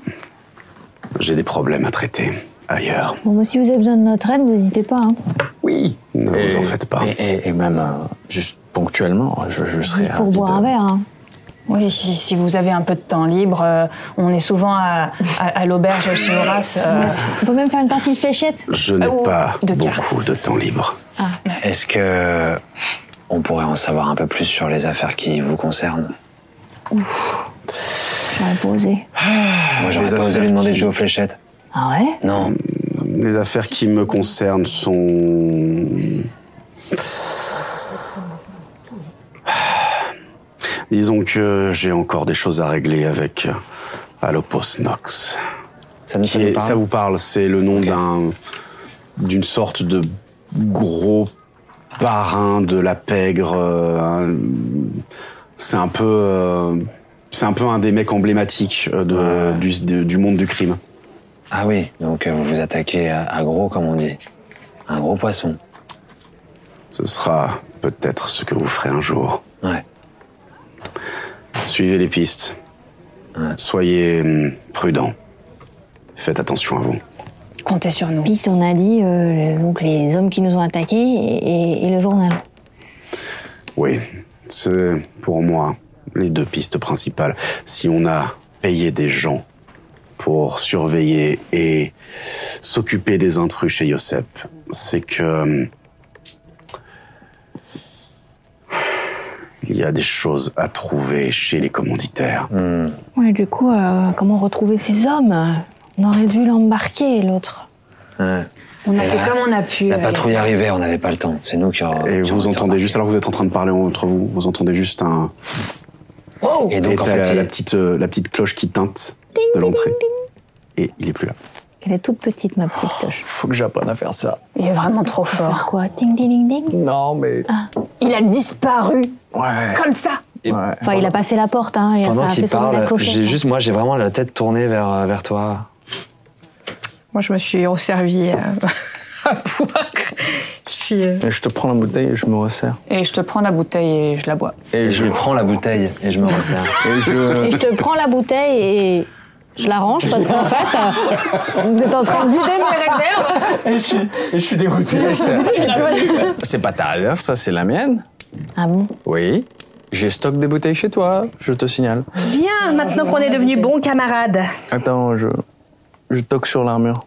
[SPEAKER 1] j'ai des problèmes à traiter ailleurs.
[SPEAKER 7] Bon, bah, si vous avez besoin de notre aide, n'hésitez pas. hein.
[SPEAKER 1] Oui. Ne
[SPEAKER 12] euh,
[SPEAKER 1] vous en faites pas.
[SPEAKER 12] Et, et- et même euh, juste ponctuellement, hein, je, je serais
[SPEAKER 7] Pour
[SPEAKER 12] ravi
[SPEAKER 7] boire
[SPEAKER 12] de-
[SPEAKER 7] un verre. hein.
[SPEAKER 14] Oui, si, si vous avez un peu de temps libre, euh, on est souvent à, à- à l'auberge chez Horace. euh,
[SPEAKER 7] On peut même faire une partie de fléchette.
[SPEAKER 1] Je n'ai
[SPEAKER 7] Ah, ou-
[SPEAKER 1] pas
[SPEAKER 7] de cartes.
[SPEAKER 1] beaucoup de temps libre.
[SPEAKER 2] Est-ce que euh, on pourrait en savoir un peu plus sur les affaires qui vous concernent
[SPEAKER 7] J'aurais pas osé.
[SPEAKER 2] Moi, j'aurais
[SPEAKER 1] Les
[SPEAKER 2] pas osé
[SPEAKER 1] affaires
[SPEAKER 2] lui demander de
[SPEAKER 1] qui-
[SPEAKER 2] jouer aux fléchettes.
[SPEAKER 7] Ah ouais
[SPEAKER 2] Non.
[SPEAKER 1] Les affaires qui me concernent sont. Disons que j'ai encore des choses à régler avec euh, Alopos Nox.
[SPEAKER 2] Ça, nous- ça
[SPEAKER 1] Qui
[SPEAKER 2] nous
[SPEAKER 1] est-
[SPEAKER 2] parle
[SPEAKER 1] ça vous parle C'est le nom d'un d'une sorte de gros parrain de la pègre. euh, un- c'est un peu euh, c'est un peu un des mecs emblématiques euh, de- du- de- du monde du crime.
[SPEAKER 2] Ah oui, donc euh, vous vous attaquez à, à gros, comme on dit. Un gros poisson.
[SPEAKER 1] Ce sera peut-être ce que vous ferez un jour.
[SPEAKER 2] Ouais.
[SPEAKER 1] Suivez les pistes. Soyez hum, prudents. Faites attention à vous.
[SPEAKER 14] Comptez sur nous.
[SPEAKER 7] Puis on a dit euh, le- donc les hommes qui nous ont attaqués et, et- et le journal.
[SPEAKER 1] Oui, c'est pour moi les deux pistes principales. Si on a payé des gens pour surveiller et s'occuper des intrus chez Yosep, c'est que hum, il y a des choses à trouver chez les commanditaires.
[SPEAKER 7] Ouais, du coup, euh, comment retrouver ces hommes On aurait dû l'embarquer, l'autre.
[SPEAKER 2] Ouais.
[SPEAKER 11] On a
[SPEAKER 2] Et
[SPEAKER 11] fait
[SPEAKER 2] la-
[SPEAKER 11] comme on a pu.
[SPEAKER 2] La
[SPEAKER 11] euh,
[SPEAKER 2] patrouille
[SPEAKER 11] Gaëtan.
[SPEAKER 2] arrivait, on n'avait pas le temps. C'est nous qui en-
[SPEAKER 1] Et
[SPEAKER 2] qui
[SPEAKER 1] vous
[SPEAKER 2] en-
[SPEAKER 1] entendez juste, alors que vous êtes en train de parler entre vous, vous entendez juste un.
[SPEAKER 2] Et donc, en
[SPEAKER 1] t'as
[SPEAKER 2] fait,
[SPEAKER 1] la,
[SPEAKER 2] il-
[SPEAKER 1] la petite, euh, la petite cloche qui teinte de l'entrée. Et il est plus là.
[SPEAKER 7] Elle est toute petite, ma petite
[SPEAKER 14] Oh,
[SPEAKER 7] cloche.
[SPEAKER 12] Faut que j'apprenne à faire ça.
[SPEAKER 14] Il est vraiment trop fort.
[SPEAKER 7] Faire quoi Ding, ding, ding, ding
[SPEAKER 12] Non, mais.
[SPEAKER 14] Il a
[SPEAKER 5] Ah,
[SPEAKER 14] disparu.
[SPEAKER 12] Ouais.
[SPEAKER 14] Comme ça.
[SPEAKER 2] Ouais.
[SPEAKER 7] Enfin, il a passé la porte, hein, et ça
[SPEAKER 2] Pendant
[SPEAKER 7] a fait
[SPEAKER 2] qu'il
[SPEAKER 7] sonner la
[SPEAKER 2] parle,
[SPEAKER 7] clochette.
[SPEAKER 2] j'ai juste, moi, j'ai vraiment la tête tournée vers, euh, vers toi.
[SPEAKER 13] Moi, je me suis resservie à, à boire. Je suis, euh,
[SPEAKER 12] Et je te prends la bouteille et je me resserre.
[SPEAKER 5] Et je te prends la bouteille et je la bois.
[SPEAKER 2] Et je lui prends la bouteille et je me resserre.
[SPEAKER 12] Et
[SPEAKER 7] Et je
[SPEAKER 12] je.
[SPEAKER 7] te prends la bouteille et je la range parce qu'en fait, euh, vous êtes en train de vider mes réserves.
[SPEAKER 12] je suis dégoûté. C'est pas ta réserve, ça, c'est la mienne.
[SPEAKER 7] Ah bon
[SPEAKER 12] Oui. J'ai stock des bouteilles chez toi, je te signale.
[SPEAKER 13] Bien, maintenant qu'on est devenus bons camarades.
[SPEAKER 12] Attends, je. Je toque sur l'armure.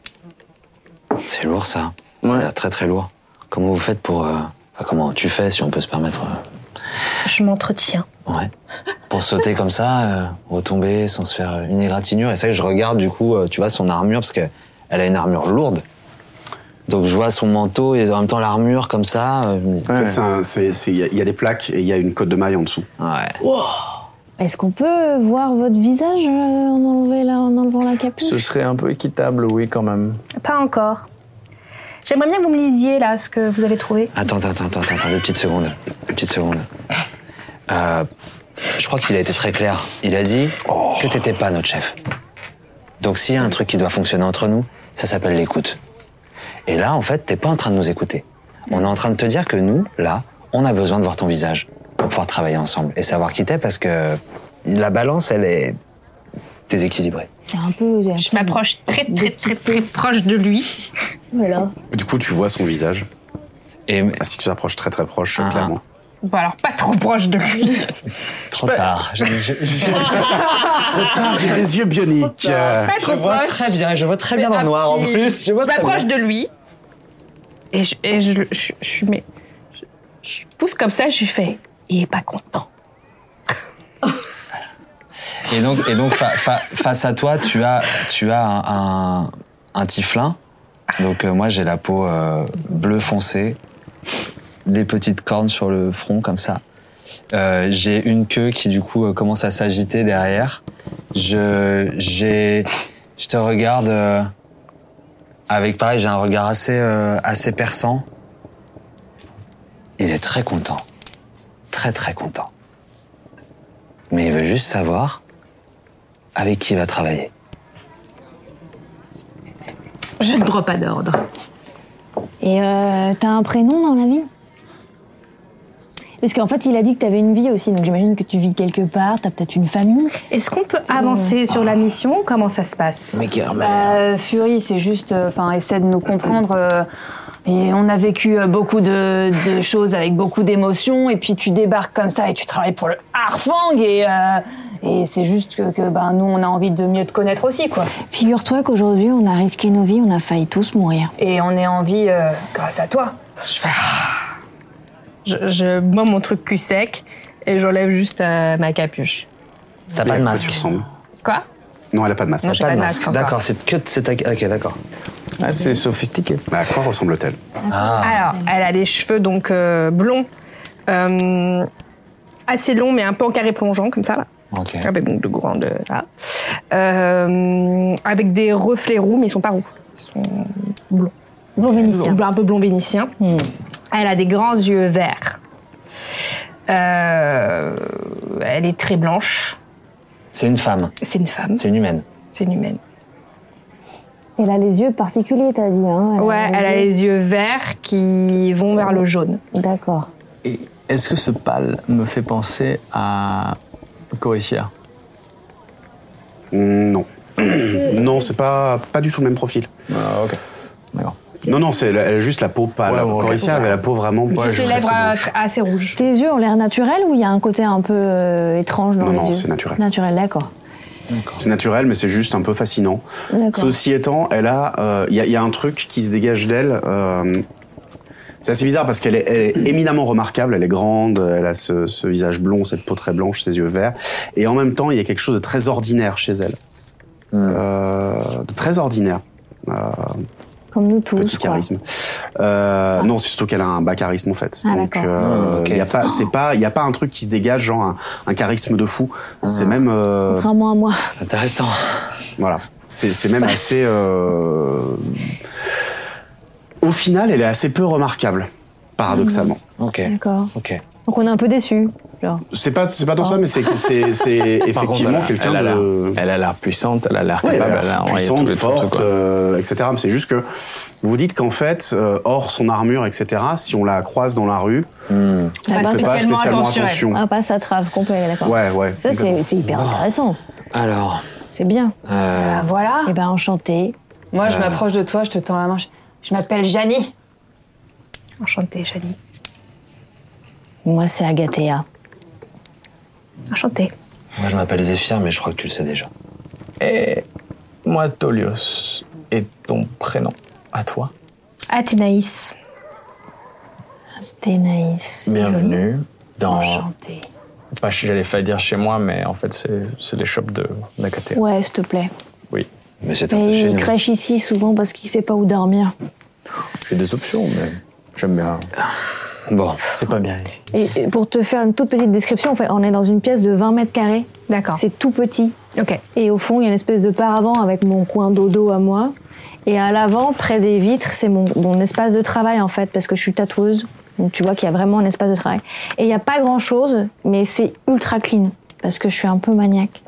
[SPEAKER 2] C'est lourd, ça. Ça a l'air très, très lourd. Comment vous faites pour. euh, enfin, comment tu fais, si on peut se permettre. euh,
[SPEAKER 13] Je m'entretiens.
[SPEAKER 2] ouais. Pour sauter comme ça, euh, retomber sans se faire euh, une égratignure. Et c'est vrai que je regarde, du coup, euh, tu vois, son armure, parce qu'elle a une armure lourde. Donc je vois son manteau et en même temps l'armure comme ça. euh, je me dis,
[SPEAKER 1] En fait, c'est un- c'est- c'est- il y, a- il y a des plaques et il y a une côte de maille en dessous.
[SPEAKER 2] Ouais.
[SPEAKER 7] Est-ce qu'on peut voir votre visage euh, en, enlevant la, en enlevant la capuche
[SPEAKER 12] Ce serait un peu équitable, oui, quand même.
[SPEAKER 13] Pas encore. J'aimerais bien que vous me lisiez là ce que vous avez trouvé.
[SPEAKER 2] Attends, attends, attends, attends, attends, deux petites secondes. Deux petites secondes. Euh, je crois qu'il a été très clair. Il a dit
[SPEAKER 6] Oh.
[SPEAKER 2] que t'étais pas notre chef. Donc s'il y a un truc qui doit fonctionner entre nous, ça s'appelle l'écoute. Et là, en fait, t'es pas en train de nous écouter. On est en train de te dire que nous, là, on a besoin de voir ton visage pour pouvoir travailler ensemble et savoir qui t'es parce que la balance, elle est déséquilibrée.
[SPEAKER 7] C'est un peu.
[SPEAKER 6] Je m'approche très très très très proche de lui.
[SPEAKER 7] Voilà.
[SPEAKER 1] Du coup, tu vois son visage.
[SPEAKER 2] Et
[SPEAKER 1] Ah, si tu t'approches très très proche,
[SPEAKER 13] Ah.
[SPEAKER 1] clairement.
[SPEAKER 6] Bon alors pas trop proche de lui.
[SPEAKER 2] Trop tard. Je- je- je-
[SPEAKER 1] Trop tard, j'ai des yeux bioniques. Euh,
[SPEAKER 6] Pas
[SPEAKER 2] je
[SPEAKER 6] trop
[SPEAKER 2] vois
[SPEAKER 6] proche.
[SPEAKER 2] très bien, je vois très bien dans le noir en
[SPEAKER 6] Petit.
[SPEAKER 2] plus. Je vois
[SPEAKER 6] Je
[SPEAKER 2] très bien.
[SPEAKER 6] m'approche de lui et je et je, le- je, je, suis- mais je, je pousse comme ça. Je lui fais. Il est pas content.
[SPEAKER 2] Et donc, et donc fa- fa- face à toi, tu as, tu as un, un, un tiflin. Donc euh, moi, j'ai la peau euh, bleu foncé, des petites cornes sur le front comme ça. Euh, j'ai une queue qui du coup euh, commence à s'agiter derrière. Je, j'ai, je te regarde euh, avec pareil, j'ai un regard assez, euh, assez perçant. Il est très content, très très content mais il veut juste savoir avec qui il va travailler.
[SPEAKER 6] Je ne prends pas d'ordre.
[SPEAKER 4] Et euh, t'as un prénom dans la vie Parce qu'en fait, il a dit que t'avais une vie aussi, donc j'imagine que tu vis quelque part, t'as peut-être une famille.
[SPEAKER 13] Est-ce qu'on peut avancer sur la mission Comment ça se passe
[SPEAKER 17] Mais
[SPEAKER 5] Euh, Fury, c'est juste, euh, enfin, essaie de nous comprendre. euh, et on a vécu euh, beaucoup de, de choses avec beaucoup d'émotions, et puis tu débarques comme ça et tu travailles pour le Harfang, et, euh, et c'est juste que, que, ben, nous, on a envie de mieux te connaître aussi, quoi.
[SPEAKER 4] Figure-toi qu'aujourd'hui, on a risqué nos vies, on a failli tous mourir.
[SPEAKER 5] Et on est en vie euh, grâce à toi.
[SPEAKER 13] Je fais. ah. Je, je bois mon truc cul sec et j'enlève juste euh, ma capuche.
[SPEAKER 2] T'as
[SPEAKER 1] Euh,
[SPEAKER 2] pas de masque.
[SPEAKER 13] Quoi
[SPEAKER 1] Non, elle a pas de masque.
[SPEAKER 13] Non, j'ai pas de masque encore.
[SPEAKER 2] D'accord, c'est que c'est ta- ok, d'accord.
[SPEAKER 12] c'est sophistiqué.
[SPEAKER 1] à quoi ressemble-t-elle
[SPEAKER 2] Ah,
[SPEAKER 13] Alors, elle a les cheveux donc euh, blonds, euh, assez longs mais un peu en carré plongeant comme ça là.
[SPEAKER 2] Ok.
[SPEAKER 13] Avec donc de grandes là, Euh, avec des reflets roux mais ils sont pas roux, ils sont blonds.
[SPEAKER 4] Blond vénitien.
[SPEAKER 13] Un peu blond vénitien. Hmm. Elle a des grands yeux verts. Euh, elle est très blanche.
[SPEAKER 2] C'est une femme.
[SPEAKER 13] C'est une femme.
[SPEAKER 2] C'est une humaine.
[SPEAKER 13] C'est une humaine.
[SPEAKER 4] Elle a les yeux particuliers, t'as dit. Hein
[SPEAKER 13] Ouais, elle a les yeux verts qui vont vers le jaune.
[SPEAKER 4] D'accord.
[SPEAKER 12] Et est-ce que ce pâle me fait penser à Corécia
[SPEAKER 1] Hmm, Non. non, c'est pas, pas du tout le même profil.
[SPEAKER 12] Ah, ok.
[SPEAKER 1] Non, non, c'est la- elle a juste la peau pâle.
[SPEAKER 12] Ouais, bon, ok.
[SPEAKER 1] Corinthia avait la peau vraiment
[SPEAKER 13] Juste les lèvres euh, assez rouges.
[SPEAKER 4] Tes yeux ont l'air naturels ou il y a un côté un peu euh, étrange dans
[SPEAKER 1] Non,
[SPEAKER 4] les
[SPEAKER 1] non,
[SPEAKER 4] yeux
[SPEAKER 1] c'est naturel.
[SPEAKER 4] Naturel, d'accord.
[SPEAKER 1] C'est naturel, mais c'est juste un peu fascinant.
[SPEAKER 4] D'accord.
[SPEAKER 1] Ceci étant, elle a, euh, il y, a- il y a un truc qui se dégage d'elle. euh, c'est assez bizarre parce qu'elle est, elle est éminemment remarquable. Elle est grande, elle a ce, ce visage blond, cette peau très blanche, ses yeux verts, et en même temps, il y a quelque chose de très ordinaire chez elle,
[SPEAKER 2] Mmh.
[SPEAKER 1] Euh, de très ordinaire. Euh,
[SPEAKER 4] Comme nous tous.
[SPEAKER 1] petit
[SPEAKER 4] quoi.
[SPEAKER 1] charisme. Euh, Non, c'est surtout qu'elle a un bas charisme en fait.
[SPEAKER 4] Ah,
[SPEAKER 1] Donc,
[SPEAKER 4] d'accord.
[SPEAKER 1] euh,
[SPEAKER 2] Ah, ok.
[SPEAKER 1] il y a pas, c'est pas, il y a pas un truc qui se dégage genre un, un charisme de fou. C'est même. euh,
[SPEAKER 4] Ah. Contrairement à moi.
[SPEAKER 2] Intéressant.
[SPEAKER 1] voilà. C'est c'est même assez. euh, Au final, elle est assez peu remarquable, paradoxalement.
[SPEAKER 2] Ok.
[SPEAKER 4] D'accord.
[SPEAKER 2] Ok.
[SPEAKER 4] Donc on est un peu déçus. genre.
[SPEAKER 1] Mmh. C'est pas, c'est pas tant ça, mais c'est c'est- c'est
[SPEAKER 12] Par contre,
[SPEAKER 1] effectivement
[SPEAKER 12] elle a-
[SPEAKER 1] quelqu'un
[SPEAKER 12] elle a l'air-
[SPEAKER 1] de.
[SPEAKER 12] Elle a l'air puissante, elle a l'air
[SPEAKER 1] Ouais, elle a
[SPEAKER 12] capable,
[SPEAKER 1] l'air
[SPEAKER 12] elle a- ouais, il y a tous
[SPEAKER 1] puissante,
[SPEAKER 12] les trucs,
[SPEAKER 1] forte,
[SPEAKER 12] quoi.
[SPEAKER 1] euh, etc. Mais c'est juste que vous dites qu'en fait, euh, hors son armure, etc., si on la croise dans la rue, on
[SPEAKER 4] Ah,
[SPEAKER 1] ne fait pas
[SPEAKER 4] spécialement
[SPEAKER 1] spécialement attention.
[SPEAKER 4] Ah, pas ça trave complet, d'accord.
[SPEAKER 1] Ouais, ouais.
[SPEAKER 4] Ça, c'est c'est hyper intéressant.
[SPEAKER 2] Alors.
[SPEAKER 4] C'est bien.
[SPEAKER 2] euh,
[SPEAKER 5] voilà.
[SPEAKER 4] Et ben, enchanté.
[SPEAKER 5] Moi, je
[SPEAKER 2] Euh.
[SPEAKER 5] m'approche de toi, je te tends la main. Je, je m'appelle Janie.
[SPEAKER 13] Enchantée, Janie.
[SPEAKER 4] Moi, c'est Agathea.
[SPEAKER 13] Enchantée.
[SPEAKER 2] Moi, je m'appelle Zéphyr, mais je crois que tu le sais déjà.
[SPEAKER 12] Et moi, Tolios, et ton prénom à toi
[SPEAKER 13] Athénaïs.
[SPEAKER 4] Ténaïs.
[SPEAKER 12] Bienvenue dans.
[SPEAKER 4] Enchantée.
[SPEAKER 12] Pas chez- j'allais pas dire chez moi, mais en fait, c'est c'est les shops de d'Akatea.
[SPEAKER 4] Ouais, s'il te plaît.
[SPEAKER 12] Oui.
[SPEAKER 2] Mais c'est
[SPEAKER 4] Et il crèche ici souvent parce qu'il sait pas où dormir.
[SPEAKER 12] J'ai des options, mais j'aime bien.
[SPEAKER 2] Bon.
[SPEAKER 12] C'est pas bien ici.
[SPEAKER 4] Et et pour te faire une toute petite description, en fait, on est dans une pièce de 20 mètres carrés.
[SPEAKER 13] D'accord.
[SPEAKER 4] C'est tout petit.
[SPEAKER 13] Ok.
[SPEAKER 4] Et au fond, il y a une espèce de paravent avec mon coin dodo à moi. Et à l'avant, près des vitres, c'est mon, mon espace de travail en fait, parce que je suis tatoueuse. Donc tu vois qu'il y a vraiment un espace de travail. Et il n'y a pas grand chose, mais c'est ultra clean, parce que je suis un peu maniaque.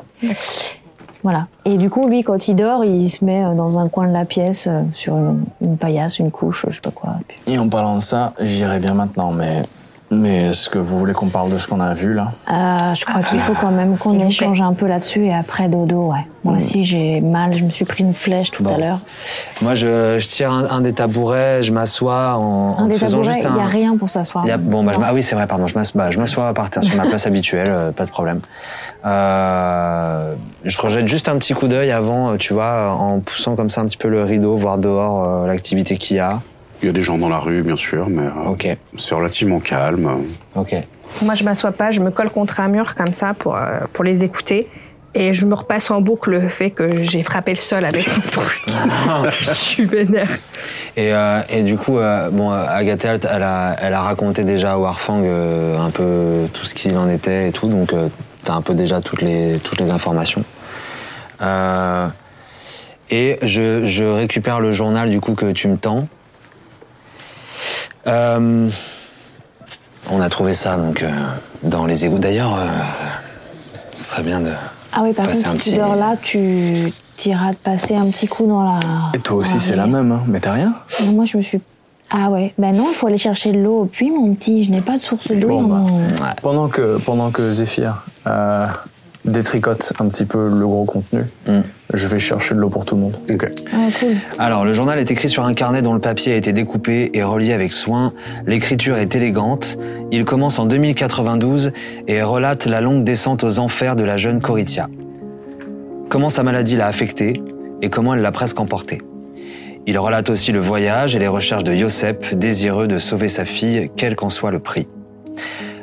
[SPEAKER 4] Voilà. Et du coup, lui, quand il dort, il se met euh, dans un coin de la pièce, euh, sur une, une paillasse, une couche, je sais pas quoi. Puis-
[SPEAKER 12] Et en parlant de ça, j'irai bien maintenant, mais. Mais est-ce que vous voulez qu'on parle de ce qu'on a vu là
[SPEAKER 4] Euh, je crois qu'il faut quand même qu'on échange un peu là-dessus et après dodo, ouais. Moi aussi, j'ai mal, je me suis pris une flèche tout à l'heure.
[SPEAKER 2] Moi, je, je tire un, un des tabourets, je m'assois en, en
[SPEAKER 4] Un des
[SPEAKER 2] faisant
[SPEAKER 4] tabourets,
[SPEAKER 2] juste
[SPEAKER 4] il
[SPEAKER 2] un.
[SPEAKER 4] n'y a rien pour s'asseoir.
[SPEAKER 2] Il y a- bon, bah, je m'a- ah oui, c'est vrai, pardon. Je m'assois, bah, je m'assois à par terre sur ma place habituelle, euh, pas de problème. Euh, je rejette juste un petit coup d'œil avant, euh, tu vois, en poussant comme ça un petit peu le rideau, voir dehors euh, l'activité qu'il y a.
[SPEAKER 1] Il y a des gens dans la rue, bien sûr, mais euh, c'est relativement calme.
[SPEAKER 2] Ok.
[SPEAKER 13] Moi, je m'assois pas, je me colle contre un mur comme ça pour, euh, pour les écouter. Et je me repasse en boucle le fait que j'ai frappé le sol avec mon truc. je suis vénère.
[SPEAKER 2] Et, euh, et du coup, euh, bon, euh, Agatha, elle, elle a, elle a raconté déjà à Warfang euh, un peu tout ce qu'il en était et tout, donc euh, t'as un peu déjà toutes les, toutes les informations. Euh, et je, je récupère le journal du coup que tu me tends. Euh, on a trouvé ça donc euh, dans les égouts. D'ailleurs, euh, ce serait bien de.
[SPEAKER 4] Ah oui, par
[SPEAKER 2] passer
[SPEAKER 4] contre,
[SPEAKER 2] un
[SPEAKER 4] si
[SPEAKER 2] petit-
[SPEAKER 4] tu dors là, tu iras te passer un petit coup dans la.
[SPEAKER 12] Et toi aussi,
[SPEAKER 4] Ah,
[SPEAKER 12] c'est la même, hein. mais t'as rien
[SPEAKER 4] Non, Moi, je me suis.
[SPEAKER 7] Ah ouais, ben non, il faut aller chercher de l'eau au puits, mon petit. Je n'ai pas de source d'eau
[SPEAKER 12] Bon,
[SPEAKER 7] dans
[SPEAKER 12] bah,
[SPEAKER 7] mon.
[SPEAKER 12] pendant que, pendant que Zéphyr euh, détricote un petit peu le gros contenu, je vais chercher de l'eau pour tout le monde.
[SPEAKER 7] Ah, cool.
[SPEAKER 2] Alors, le journal est écrit sur un carnet dont le papier a été découpé et relié avec soin. L'écriture est élégante. Il commence en 2092 et relate la longue descente aux enfers de la jeune Coritia. Comment sa maladie l'a affectée et comment elle l'a presque emportée. Il relate aussi le voyage et les recherches de Yosep, désireux de sauver sa fille, quel qu'en soit le prix.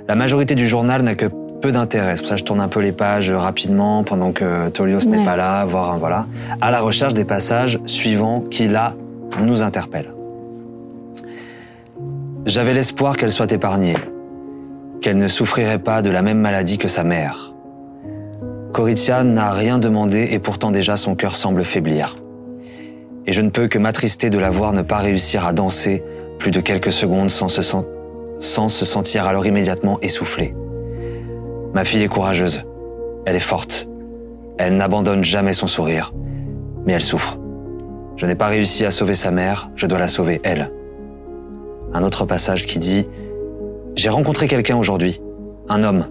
[SPEAKER 2] La majorité du journal n'a que peu d'intérêt. C'est pour ça que je tourne un peu les pages rapidement pendant que Tolios n'est
[SPEAKER 16] Ouais.
[SPEAKER 2] pas là, voire un voilà, à la recherche des passages suivants qui, là, nous interpellent. J'avais l'espoir qu'elle soit épargnée, qu'elle ne souffrirait pas de la même maladie que sa mère. Coritia n'a rien demandé et pourtant déjà son cœur semble faiblir. Et je ne peux que m'attrister de la voir ne pas réussir à danser plus de quelques secondes sans se sentir sans se sentir alors immédiatement essoufflée. Ma fille est courageuse, elle est forte, elle n'abandonne jamais son sourire, mais elle souffre. Je n'ai pas réussi à sauver sa mère, je dois la sauver elle. Un autre passage qui dit J'ai rencontré quelqu'un aujourd'hui, un homme.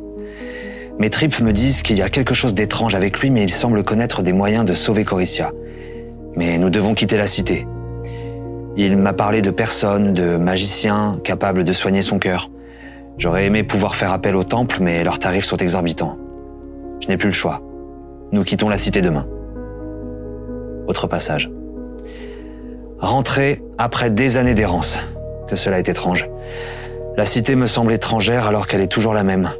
[SPEAKER 2] Mes tripes me disent qu'il y a quelque chose d'étrange avec lui, mais il semble connaître des moyens de sauver Coricia. Mais nous devons quitter la cité, il m'a parlé de personnes, de magiciens capables de soigner son cœur. J'aurais aimé pouvoir faire appel au temple, mais leurs tarifs sont exorbitants. Je n'ai plus le choix. Nous quittons la cité demain. Autre passage. Rentrer après des années d'errance. Que cela est étrange. La cité me semble étrangère alors qu'elle est toujours la même.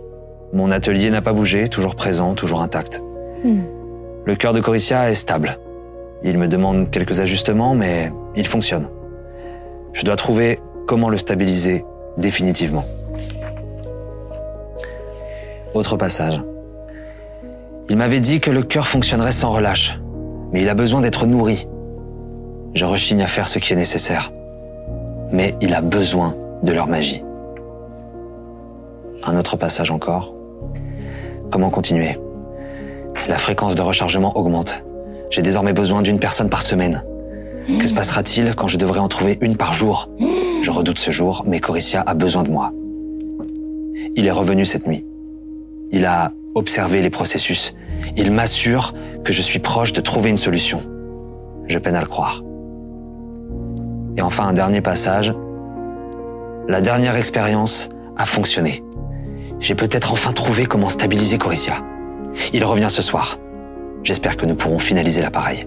[SPEAKER 2] Mon atelier n'a pas bougé, toujours présent, toujours intact. Le cœur de Coricia est stable. Il me demande quelques ajustements, mais il fonctionne. Je dois trouver comment le stabiliser définitivement. Autre passage. Il m'avait dit que le cœur fonctionnerait sans relâche, mais il a besoin d'être nourri. Je rechigne à faire ce qui est nécessaire, mais il a besoin de leur magie. Un autre passage encore. Comment continuer La fréquence de rechargement augmente. J'ai désormais besoin d'une personne par semaine. Que se passera-t-il quand je devrais en trouver une par jour Je redoute ce jour, mais Coricia a besoin de moi. Il est revenu cette nuit. Il a observé les processus. Il m'assure que je suis proche de trouver une solution. Je peine à le croire. Et enfin, un dernier passage. La dernière expérience a fonctionné. J'ai peut-être enfin trouvé comment stabiliser Coricia. Il revient ce soir. J'espère que nous pourrons finaliser l'appareil.